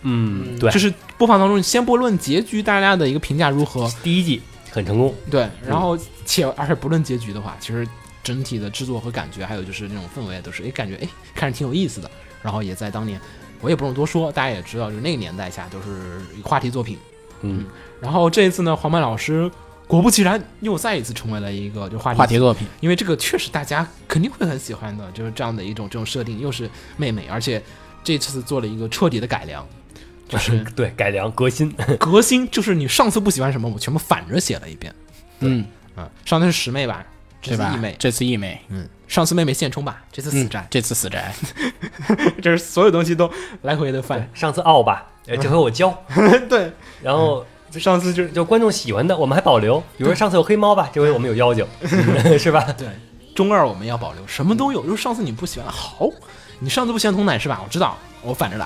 嗯，对
就，是播放当中先不论结局大家的一个评价如何，
第一季很成功。
对，然后且而且不论结局的话，其实整体的制作和感觉，还有就是那种氛围，都是哎感觉哎看着挺有意思的。然后也在当年，我也不用多说，大家也知道，就是那个年代下都是呃话题作品。
嗯，
然后这一次呢，黄曼老师果不其然又再一次成为了一个就话题
话题作品，
因为这个确实大家肯定会很喜欢的，就是这样的一种这种设定，又是妹妹，而且这次做了一个彻底的改良，就是
对，改良革新。
革新，就是你上次不喜欢什么，我全部反着写了一遍。
嗯，
啊，上次是十妹吧，这
对
次
吧
一妹？，
这次异妹，
嗯，上次妹妹现充吧，这次死
嗯
战，，
这次死宅，嗯
就是所有东西都来回的翻。
上次傲吧，呃这回我教。
对，
然后
上次就是
就观众喜欢的，我们还保留。比如说上次有黑猫吧，这回我们有妖精， 是吧？
对中二我们要保留，什么都有。就是上次你不喜欢，好，你上次不喜欢童奶是吧？我知道，我反着打。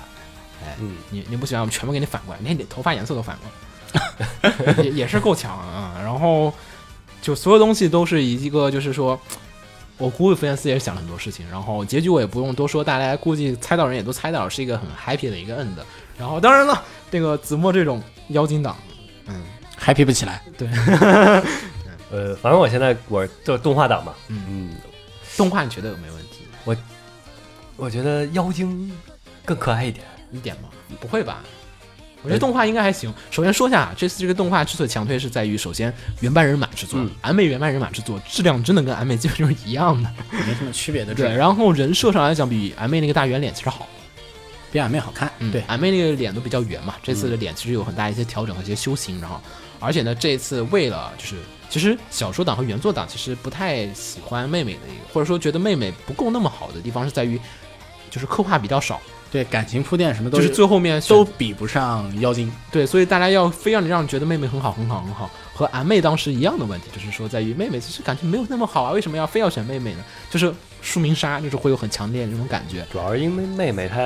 哎，
嗯
你你不喜欢，我全部给你反过来，连你的头发颜色都反过来， 也也是够强啊。嗯然后就所有东西都是一个，就是说。我估计福原斯也是想了很多事情，然后结局我也不用多说，大家估计猜到人也都猜到了，是一个很 happy 的一个 end。然后当然了，这个子墨这种妖精党，
还 y 不起来。
呃，反正我现在我就动画党嘛，
嗯
嗯，
动画你觉得有没有问题？
我觉得妖精更可爱一点。
一点吗？不会吧？我觉得动画应该还行。首先说一下，这次这个动画之所以强推，是在于首先原班人马制作
嗯，
安美原班人马制作质量真的跟安美基本就是一样的。
没什么区别的，
对，，然后人设上来讲，比安美那个大圆脸其实好。
比俺妹好看。嗯对，
俺妹那个脸都比较圆嘛，这次的脸其实有很大一些调整和一些修形，然后，而且呢，这次为了就是，其实小说党和原作党其实不太喜欢妹妹的一个，或者说觉得妹妹不够那么好的地方是在于，就是刻画比较少，
对，感情铺垫什么都
就是最后面
都比不上妖精。
对，所以大家要非让你让你觉得妹妹很好很好很好，和俺妹当时一样的问题，就是说在于妹妹其实感情没有那么好啊，为什么要非要选妹妹呢？就是书名杀，就是会有很强烈的这种感觉。
主要是因为妹妹她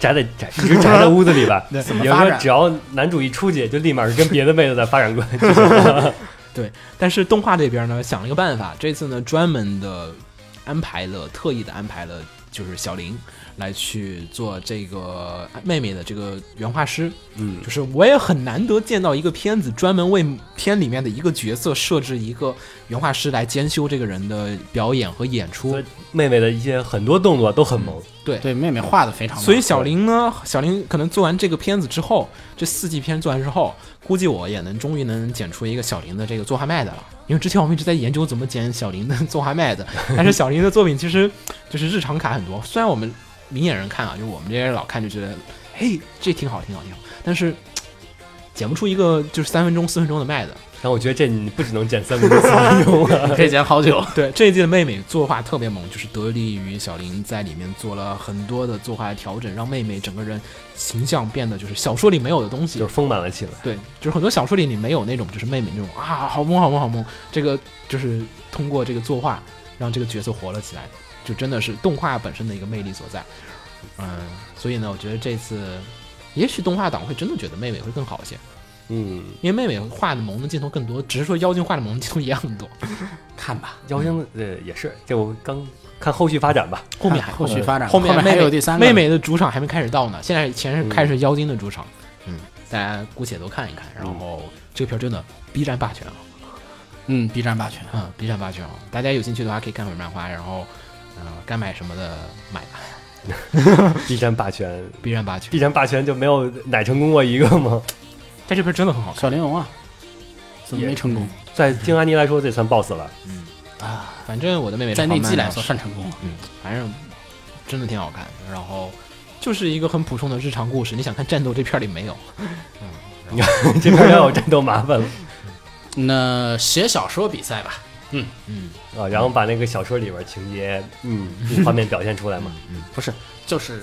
宅在宅一直宅在屋子里吧，也
怎么
就是
发
说
展
只要男主一出去，就立马跟别的妹子在发展关系。
但是动画这边呢想了一个办法，这次呢专门的安排了，特意的安排了，就是小林，来去做这个妹妹的这个原画师。
嗯
就是我也很难得见到一个片子专门为片里面的一个角色设置一个原画师来监修这个人的表演和演出
所以。妹妹的一些很多动作都很萌，
对，
对妹妹画的非常棒，
所以小林呢，小林可能做完这个片子之后，这四季片做完之后，估计我也能终于能剪出一个小林的这个做画麦的了。因为之前我们一直在研究怎么剪小林的 做画麦的，但是小林的作品其实就是日常卡很多。虽然我们明眼人看啊，就我们这些人老看就觉得，嘿，这挺好，挺好，挺好，但是嘖剪不出一个就是三分钟、四分钟的麦的。
但我觉得这你不只能剪三分钟四分钟啊，
可以剪好久。
对，这一季的妹妹作画特别猛，就是得力于小林在里面做了很多的作画调整，让妹妹整个人形象变得就是小说里没有的东西
就是。丰满了起来。
对，就是很多小说里你没有那种就是妹妹那种啊，好萌好萌好萌，这个就是通过这个作画让这个角色活了起来，就真的是动画本身的一个魅力所在。嗯，所以呢，我觉得这次也许动画党会真的觉得妹妹会更好一些，
嗯，
因为妹妹画的萌的镜头更多，只是说妖精画的萌的镜头也很多，
看吧，
妖精呃也是，这我刚看后续发展 吧。
后面还
啊后续发展，
后
后
面妹妹
还有第三个嗯
妹妹的主场还没开始到呢，现在前是开始妖精的主场，嗯，大家姑且都看一看。然后这个片儿真的 B 站霸权啊，
嗯，B 站霸权，
嗯，B 站霸权啊，大家有兴趣的话可以看会儿漫画，然后嗯、呃该买什么的买吧
，B 站霸权
，B 站霸权。
，B 站霸权就没有奶成功过一个吗？
但这片儿真的很好看，
小玲珑啊，怎么
也
没成功
在京阿尼来说，这算 boss 了。
啊？
反正我的妹妹
在
那
那季来说算成功了，
嗯，反正真的挺好看。然后就是一个很普通的日常故事，你想看战斗这片儿里没有，
这边要有战斗麻 烦了
那写小说比赛吧，
嗯，
啊，然后把那个小说里边情节，嗯，用画面表现出来嘛。
不是，就是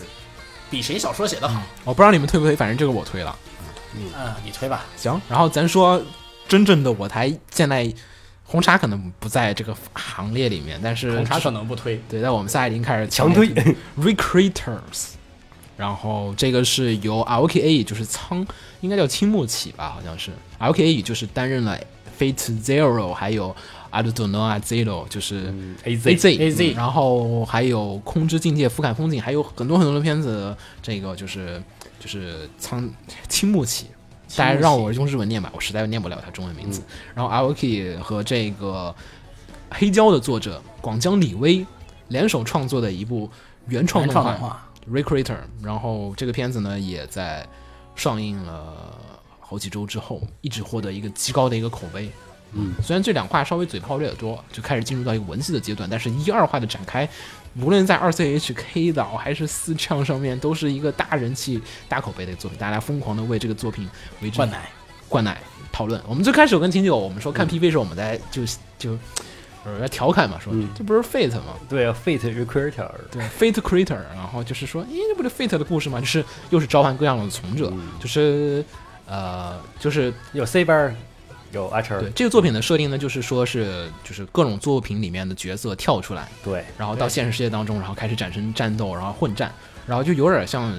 比谁小说写得好，
我不知道你们推不推，反正这个我推了。
嗯，你推吧，
行，然后咱说真正的我台，现在红茶可能不在这个行列里面，但是
红茶可能不推，
对，但我们现在已经开始
强推
Recreators，然后这个是由 LKA 就是仓，应该叫青木启吧，好像是 LKA 就是担任了 Fate Zero 还有 I don't know Zero 就是。
嗯，A
A
Z
Z
AZ
然后还有《空之境界》《俯瞰风景》，还有很多很多的片子，这个就是就是仓青木起，大家让我用日文念吧，我实在念不了他中文名字。然后 Aoki 和这个黑胶的作者广江李威联手创作的一部原创
原
动
创
画
动画，
《Recreator》，然后这个片子呢也在上映了好几周之后，一直获得一个极高的一个口碑。嗯，虽然这两话稍微嘴炮略有点多，就开始进入到一个文戏的阶段，但是一二话的展开，无论在二 C H K 岛还是四 唱上面，都是一个大人气、大口碑的作品，大家疯狂的为这个作品为之
灌奶，
灌奶讨论。我们最开始我跟秦九我们说看 PV 的时候，我们在就就有人调侃嘛，说
嗯
这不是 Fate 吗？
对啊，Fate Recruiter，
对 Fate Creator，然后就是说，诶，这不是 Fate 的故事吗？就是又是召唤各样的从者，就是呃，就是
有 Saber，有 Archer，
对这个作品的设定呢，就是说是就是各种作品里面的角色跳出来，
对
然后到现实世界当中，然后开始产生战斗，然后混战，然后就有点像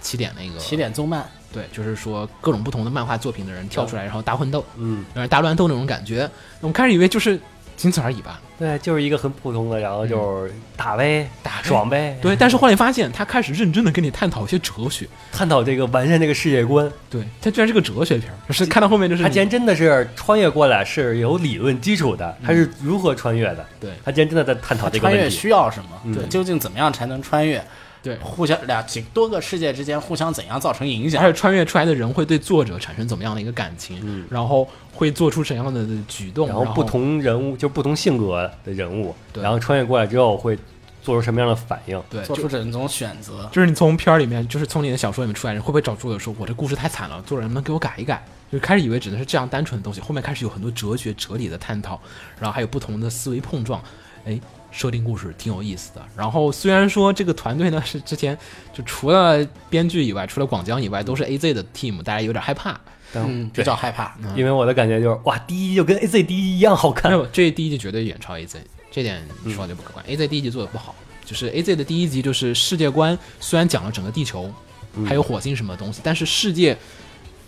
起点那个
起点综漫，
对，就是说各种不同的漫画作品的人跳出来，然后大混斗，
嗯，
有点大乱斗那种感觉。我开始以为就是仅此而已吧，
对，就是一个很普通的，然后就是嗯打呗，
打呗
爽呗，，
对，但是后来发现他开始认真的跟你探讨一些哲学。
探讨这个完善这个世界观。
对，它居然是个哲学片儿，就是看到后面就是
他
你
竟然真的是穿越过来，是有理论基础的，他是如何穿越的？
嗯对
他竟然真的在探讨
它
这个
穿越
问题。
需要什么？
嗯
对，究竟怎么样才能穿越？
对，
互相俩几多个世界之间互相怎样造成影响
而？且穿越出来的人会对作者产生怎么样的一个感情，
嗯
然后会做出怎样的举动，
然
然
后不同人物就不同性格的人物，
对
然后穿越过来之后会做出什么样的反应？
对，
做
就
出种种选择，
就是你从片儿里面，就是从你的小说里面出来，人会不会找作者说，我这故事太惨了，作者能不能给我改一改？就开始以为只能是这样单纯的东西，后面开始有很多哲学、哲理的探讨，然后还有不同的思维碰撞，哎，设定故事挺有意思的。然后虽然说这个团队呢是之前就除了编剧以外，除了广江以外都是 AZ 的 team，大家有点害怕，
嗯，比较害怕。
因为我的感觉就是，哇，第一就跟 A Z 第一一样好
没
看。
有，这第一季绝对远超 AZ，这点说就不客观。AZ
嗯
第一季做的不好，就是 AZ 的第一集就是世界观虽然讲了整个地球，
嗯
还有火星什么东西，但是世界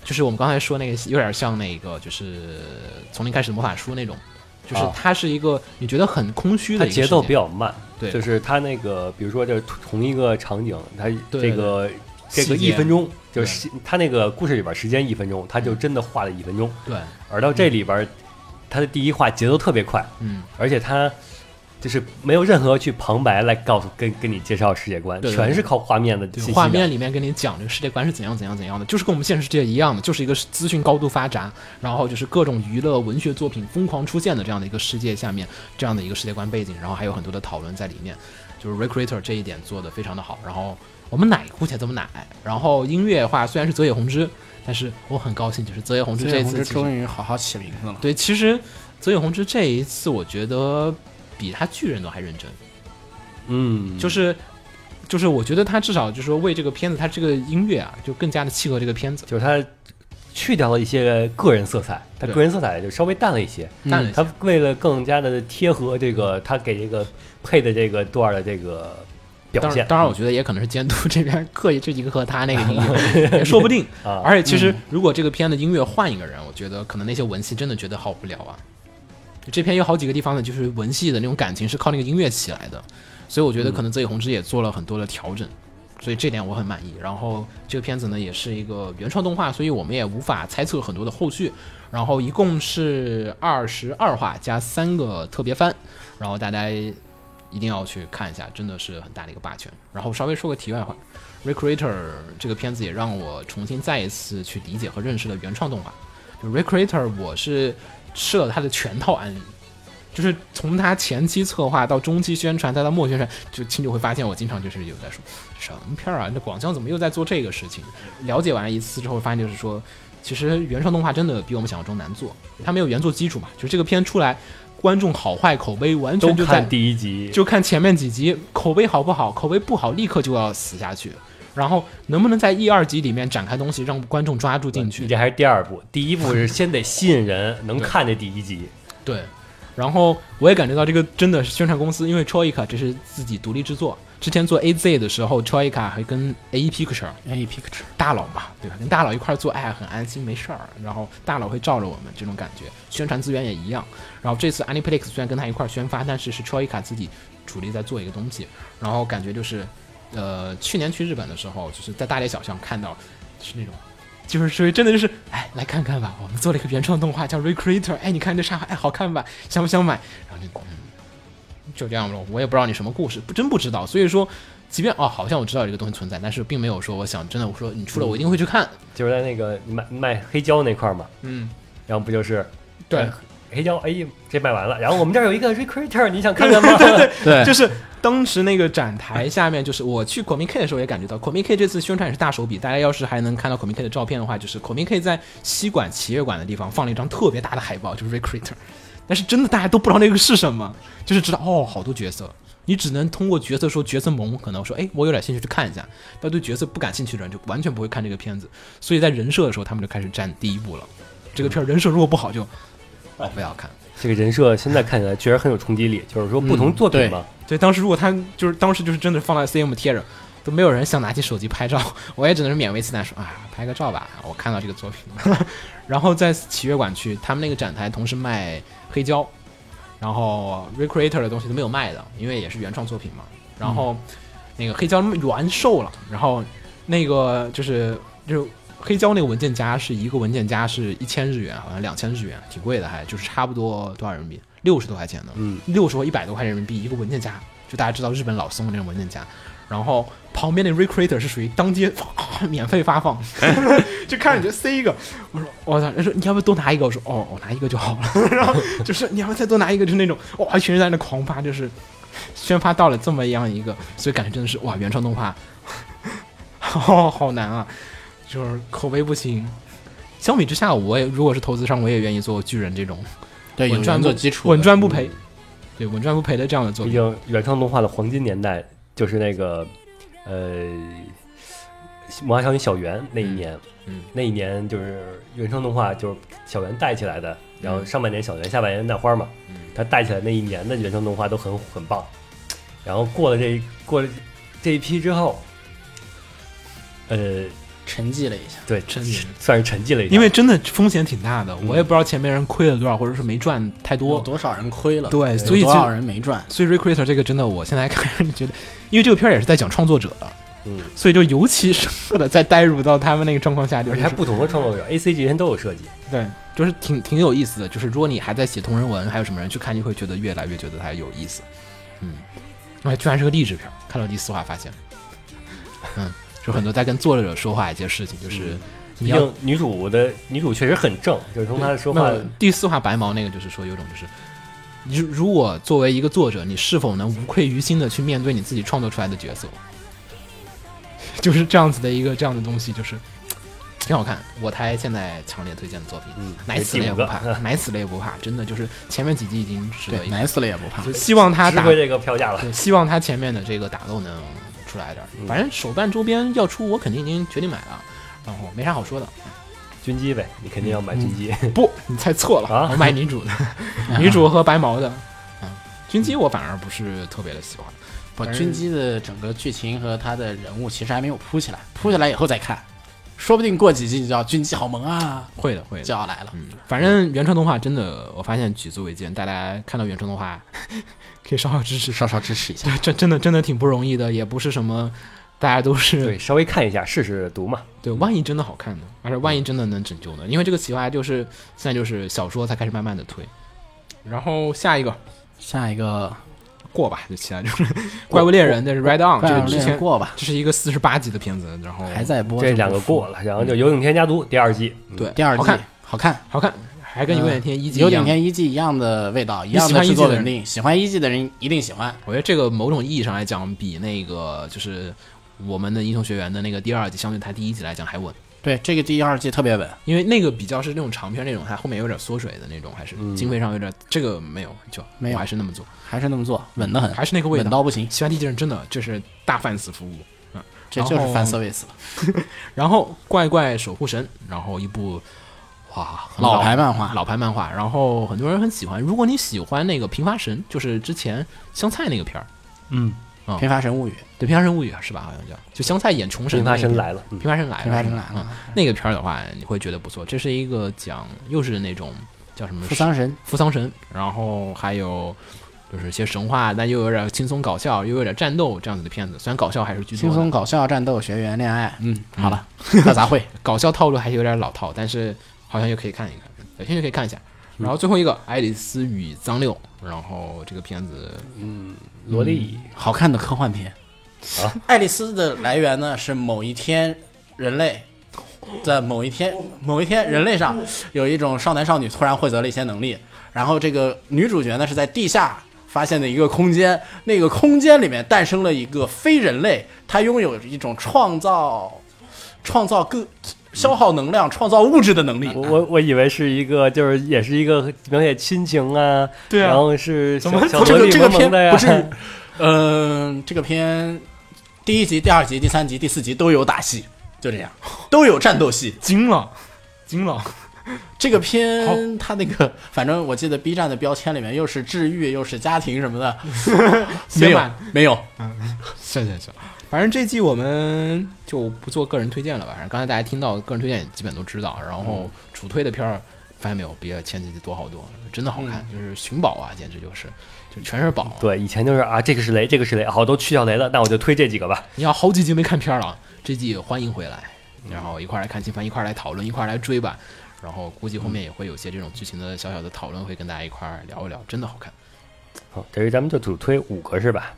就是我们刚才说那个有点像那个就是从零开始的魔法书那种。就是
啊
它是一个你觉得很空虚
它
的一个
节奏
事
比
件
较慢，
对
就是它那个，比如说就是同一个场景，它
对
这个这个
细节
一分钟，就
对嗯
是它那个故事里边时间一分钟，它就真的画了一分钟，
对，
而到这里边，它的第一画节奏特别快，
嗯，
而且它就是没有任何去旁白来告诉跟跟你介绍世界观，
对对
全是靠画面的信
对，
息
画
量
面里面跟你讲这个世界观是怎样怎样怎样的，就是跟我们现实世界一样的，就是一个资讯高度发达，然后就是各种娱乐文学作品疯狂出现的这样的一个世界下面，这样的一个世界观背景，然后还有很多的讨论在里面，就是 Recreator 这一点做的非常的好，然后我们奶姑且这么奶，然后音乐的话虽然是泽野弘之，但是我很高兴就是泽野弘之
这
这一
这
次
次
其实
终于好好起名字了。
对，其实泽野弘之这一次我觉得比他巨人都还认真。
嗯，
就是就是我觉得他至少就是说为这个片子，他这个音乐啊，就更加的契合这个片子。
就是它去掉了一些个人色彩，它
对
个人色彩就稍微淡了一些。
淡了一些
它为了更加的贴合这个，它给这个配的这个段儿的这个表
当
现嗯
然，。当然，我觉得也可能是监督 这边刻意去迎合他那个音乐， 也说不定。
啊
而且，其实如果这个片的音乐换一个人，我觉得可能那些文戏真的觉得好无聊啊。这片有好几个地方呢，就是文戏的那种感情是靠那个音乐起来的，所以我觉
嗯
得可能泽野弘之也做了很多的调整，所以这点我很满意。然后这个片子呢也是一个原创动画，所以我们也无法猜测很多的后续。然后一共是二十二话加三个特别番，然后大家一定要去看一下，真的是很大的一个霸权。然后稍微说个题外话，《Recreator》这个片子也让我重新再一次去理解和认识了原创动画。就《Recreator》，我是吃了它的全套安利，就是从它前期策划到中期宣传，再到末宣传，就听就会发现我经常就是有在说什么片儿啊，那广江怎么又在做这个事情？了解完一次之后，发现就是说，其实原创动画真的比我们想象中难做，它没有原作基础嘛，就是这个片出来，观众好坏口碑完
都
全就在
看第一集，
就看前面几集口碑好不好，口碑不好立刻就要死下去，然后能不能在一二集里面展开东西，让观众抓住进
你
去。
这还是第二部，第一部是先得吸 引人，能
对
看这第一集。
对，然后我也感觉到这个真的是宣传公司，因为 Troika 这是自己独立制作，之前做 AZ 的时候，Troika 还跟 AE Picture
愿意 picture，
大佬嘛，对吧？跟大佬一块儿做，哎，很安心，没事儿。然后大佬会罩着我们，这种感觉。宣传资源也一样。然后这次 Aniplex 虽然跟他一块儿宣发，但是是 Troika 自己主力在做一个东西。然后感觉就是，呃，去年去日本的时候，就是在大街小巷看到，是那种。就是属于真的就是，哎，来看看吧，我们做了一个原创动画叫《Recreator》，哎，你 看这插画，哎，好看吧，想不想买？然后就，嗯，就这样了，我也不知道你什么故事，不真不知道。所以说，即便哦，好像我知道这个东西存在，但是并没有说我想真的，我说你出了我一定会去看。
就是在那个卖卖黑胶那块儿嘛，
嗯，
然后不就是
对
呃黑胶？哎，这卖完了，然后我们这儿有一个 Recreator，你想看看吗？对对，
对
就是当时那个展台下面，就是我去 Comic K 的时候也感觉到，Comic K 这次宣传也是大手笔。大家要是还能看到 Comic K 的照片的话，就是 Comic K 在西馆企业馆的地方放了一张特别大的海报，就是 Recreator，但是真的大家都不知道那个是什么，就是知道哦，好多角色。你只能通过角色说角色萌，可能说哎，我有点兴趣去看一下，但对角色不感兴趣的人就完全不会看这个片子，所以在人设的时候，他们就开始占第一步了。这个片儿人设如果不好就，哦不要看。
这个人设现在看起来确实很有冲击力，就是说不同
嗯
作品
对
嘛，
对，当时如果他就是当时就是真的放在 CM 贴着，都没有人想拿起手机拍照， 我也只能是勉为其难说啊，拍个照吧。我看到这个作品， 然后在企月馆区，他们那个展台同时卖黑胶，然后 Recreator 的东西都没有卖的，因为也是原创作品嘛。然后那个黑胶完售了，然后那个就是就是黑胶那个文件夹是一个文件夹是一千日元，好像两千日元，挺贵的还，就是差不多多少人民币？六十多块钱呢，
嗯，
六十或一百多块人民币一个文件夹，就大家知道日本老松的那种文件夹。然后旁边那 Recreator 是属于当街、啊免费发放， 就看着你就塞一个，我说我操，他说你要不要多拿一个？我说哦，我拿一个就好了。 然后就是你要不要再多拿一个？就是那种哇，一群人在那狂发，就是宣发到了这么样一个，所以感觉真的是哇，原创动画 好好难啊，就是口碑不行。相比之下，我也如果是投资商，我也愿意做巨人这种
对，有
稳赚
原
不
作基础的，嗯
稳赚不赔，对稳赚不赔的这样的作
毕
品。
竟原创动画的黄金年代就是那个呃《魔法少女小圆》那一年，
嗯嗯
那一年就是原创动画就是小圆带起来的，然
嗯
后上半年小圆，下半年奈花嘛，它带起来那一年的原创动画都很很棒。然后过了这一过了这一批之后，呃，
沉寂了一下。
对，
沉浸
算是沉寂了一下，
因为真的风险挺大的，我也不知道前面人亏了多少，或者是没赚太
嗯有
多。
多少人亏了？
对
有
所以
多
就
少人没赚？
所以《Recruiter》这个真的，我现在看觉得，因为这个片儿也是在讲创作者的，
嗯，
所以就尤其深刻 的在带入到他们那个状况下，就
而
是
且还不同的创作者，A C G 人都有设计，
对，就是挺挺有意思的。就是如果你还在写同人文，还有什么人去看，你会觉得越来越觉得它有意思。嗯，而且居然是个励志片儿，看到第四话发现了，嗯，就很多在跟作者说话一些事情，就是
嗯
你
毕
要
竟女主的女主确实很正，就是从她的说
那
话
我第四话白毛那个就是说有种就是，如如果作为一个作者，你是否能无愧于心的去面对你自己创作出来的角色， 就是这样子的一个这样的东西，就是挺好看。我台现在强烈推荐的作品，
嗯
奶死了也不怕
第 五，
奶死了也不怕，真的就是前面几集已经值得
对，
一看。
奶死了也不怕
就。希望他
值
打
回这个票价了。
对，希望他前面的这个打斗能出来点儿。
嗯
反正手办周边要出，我肯定已经决定买了，然后没啥好说的。
军机呗，你肯定要买军机。
不，你猜错了，
啊
我买女主 的，女主和白毛的。啊，军机我反而不是特别的喜欢。
不，
而
军机的整个剧情和他的人物其实还没有铺起来，铺起来以后再看，说不定过几季就叫军机好萌啊，
会的，会
就
的。
要来了。
反正原创动画真的，我发现举足为艰。大家看到原创动画， 可以稍稍支持。
稍稍支持一下。
对，这真的真的挺不容易的，也不是什么，大家都是
对， 稍微看一下，试试读嘛。
对，万一真的好看呢，而且万一真的能拯救呢，因为这个企划就是现在就是小说才开始慢慢的推，然后下一个
下一个
过吧，就其他就是《怪物猎人》的 Ride On，这
怪
个
物
之
猎
前
人过吧，
这是一个四十八集的片子，然后
还在播。
嗯这两个过了，然后就《游泳天家族》第二季，嗯
对
第二季
好看
好看，
好看，还跟《
嗯
有点天》一季
有
一
顶
样。
天一季一样的味道，一样
喜欢一
制
季
作
的
稳
人
定，喜欢一季的人一定喜欢。
我觉得这个某种意义上来讲，比那个就是我们的《英雄学院》的那个第二季，相对它第一季来讲还稳，
对，这个第二季特别稳，
因为那个比较是那种长篇那种，它后面有点缩水的那种，还是经费上有点。这个没有，就
嗯没有
我还是那么做，
还是那么做，稳得很，
还是那个味
稳
道。
到不行，
喜欢地地人真的就是大贩死服务。
这就是
然后
fan service 了。
然后怪怪守护神，然后一部哇很
老牌漫画
老牌漫画，然后很多人很喜欢。如果你喜欢那个平发神，就是之前香菜那个片儿，
嗯，
哦
《平凡神物语》
对《平发神物语》啊是吧？好像叫就香菜演重神
神
的那
发
个片儿，
神来了，嗯
平发神来了，
平发神来了
嗯
啊
那个片儿的话，你会觉得不错。这是一个讲又是那种叫什么
富桑神，
扶桑神，然后还有。就是一些神话，但又有点轻松搞笑，又有点战斗这样子的片子。虽然搞笑还是居多
轻
的，
松搞笑战斗学员恋爱，嗯，好
嗯
了， 大杂烩。
搞笑套路还是有点老套，但是好像也可以看一看，有兴趣可以看一下。
嗯
然后最后一个《爱丽丝与脏六》，然后这个片子
萝莉蚁
好看的科幻片。
啊，
爱丽丝的来源呢是某一天人类在某一天某一天人类上有一种少男少女突然获得了一些能力，然后这个女主角呢是在地下。发现的一个空间，那个空间里面诞生了一个非人类，她拥有一种创造、创造各消耗能量、创造物质的能力。
我我我以为是一个，就是也是一个描写亲情啊，
对啊
然后是小
哦
小
这
萝
个
莉
这个
萌萌
片
的呀，
不至 于，嗯、这个片第一集、第二集、第三集、第四集都有打戏，就这 样，都有战斗戏。
惊了，惊了，
这个
好
片它那个，反正我记得 B 站的标签里面又是治愈又是家庭什 么的，没
写
有
满
没有，
是是是。反正这季我们就不做个人推荐了吧，反正刚才大家听到的个人推荐也基本都知道。然
嗯
后主推的片儿，发现没有，比前几季多好多，真的好看，
嗯
就是寻宝啊，简直就是，就全是宝。
对，以前就是啊，这个是雷，这个是雷，好，都去掉雷了，那我就推这几个吧。
你要好几集没看片儿了，这季欢迎回来，然后一块儿来看新番，一块儿来讨论，一块儿来追吧。然后估计后
嗯
面也会有些这种剧情的小小的讨论，会跟大家一块儿聊一聊，真的好看。
好，这是咱们就主推五个是吧？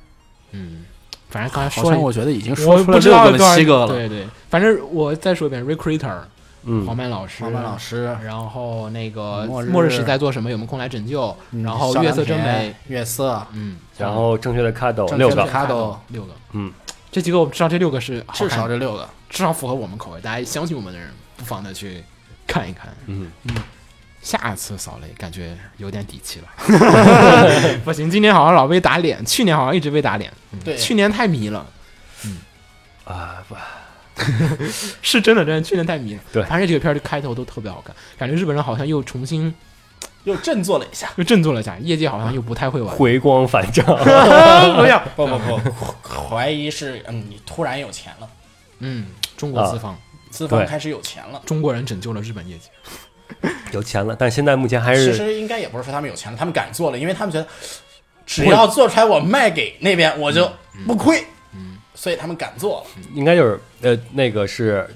嗯，反正刚才
好
说了
像，我觉得已经
我
说出
不
了
知
六
道
个
有多
了
少
七个了。
对对，反正我再说一遍，Recruiter，黄
嗯，
曼老师，
黄曼老师
然后那个
末日嗯
末日时代做什么？有没有空来拯救？然后
小
月
蓝
色真
田
美，，
月色，
嗯，
然后正确的卡斗
正确
六
的
个，
卡斗
六个，
嗯，
这几个我知道，这六个是好
至
看
少
的
这六个。
至少符合我们口味，大家相信我们的人，不妨的去看一看。
嗯
下次扫雷感觉有点底 气了， 不行，今年好像老被打脸，去年好像一直被打脸，嗯
对
去年太迷了，
啊，不
是真的真的，去年太迷了。
对
反正这个片儿的开头都特别好看，感觉日本人好像又重新
又振作了 一下，
又振作了一下，业界好像又不太会玩。
回光返 照，
不要， 不不不，怀疑是嗯，你突然有钱了，
嗯，中国资方、
资方
对
开始有钱了。
中国人拯救了日本业界。
有钱了，但现在目前还
其
是
实应该也不是说他们有钱了，他们敢做了，因为他们觉得只要做出来我卖给那边，我就
嗯
不亏，所以他们敢做了。
应该就是呃，那个是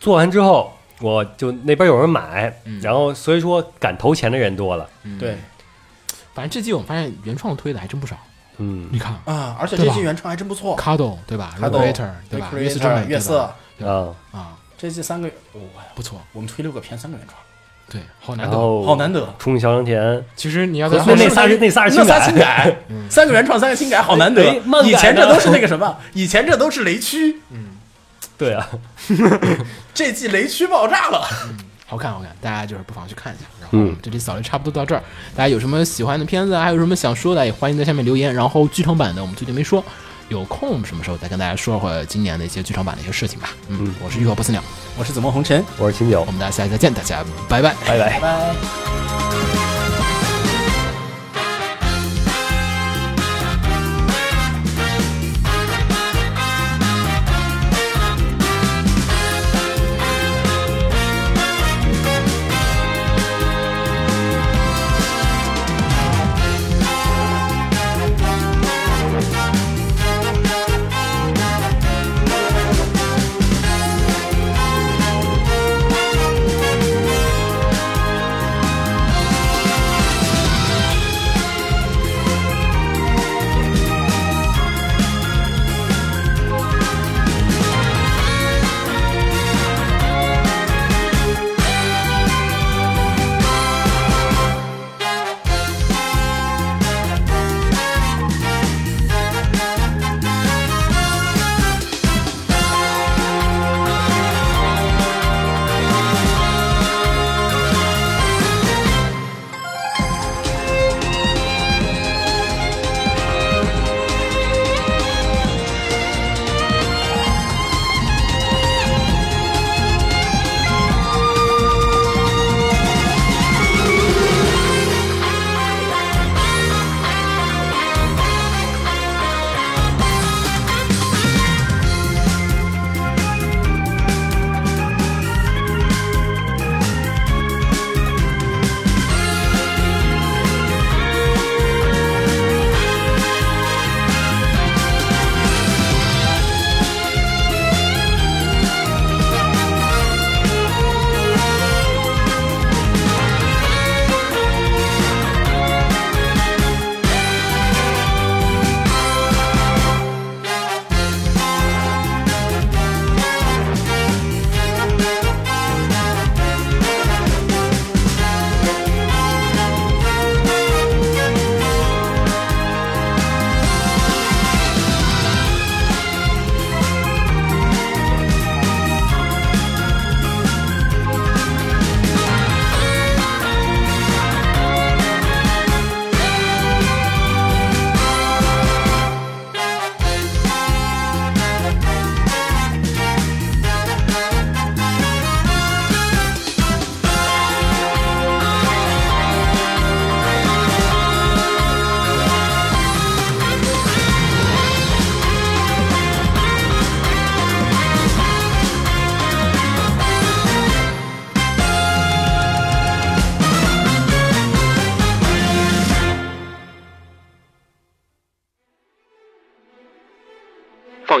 做完之后，我就那边有人买，
嗯
然后所以说敢投钱的人多了，
对
反正这季我们发现原创推的还真不少，
嗯
你看
啊，而且
对
这
吧
季原创还真不错
c a d o 对吧
Cardo，
？Creator 对吧？月
Recreator，
色中美
月色
对吧？
啊，
啊，
这季三个，我
不错，
我们推六个片，三个原创，
对，好难
然
得。
后
好难得。
冲小良田，
其实你要在
然后那仨是那仨是
那
轻
仨
改
轻
嗯
改，三个原创，三个轻改，好难得
哎漫。改
以
呢
前这都是那个什么，以前这都是雷区，
对啊，
这季雷区爆炸了。
好看好看，大家就是不妨去看一下。然后
嗯
我们这里扫雷差不多到这儿，大家有什么喜欢的片子，啊还有什么想说的，也欢迎在下面留言。然后剧场版的我们最近没说，有空我们什么时候再跟大家说会今年的一些剧场版的一些事情吧。嗯，我是玉火不死鸟，
我是紫梦红尘，
我是秦九
我，们大家下期再见，大家拜拜。
拜拜。
拜。
放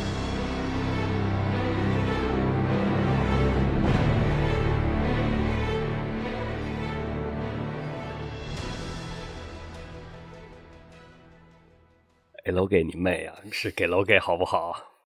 给楼给你妹啊，是给楼给好不好？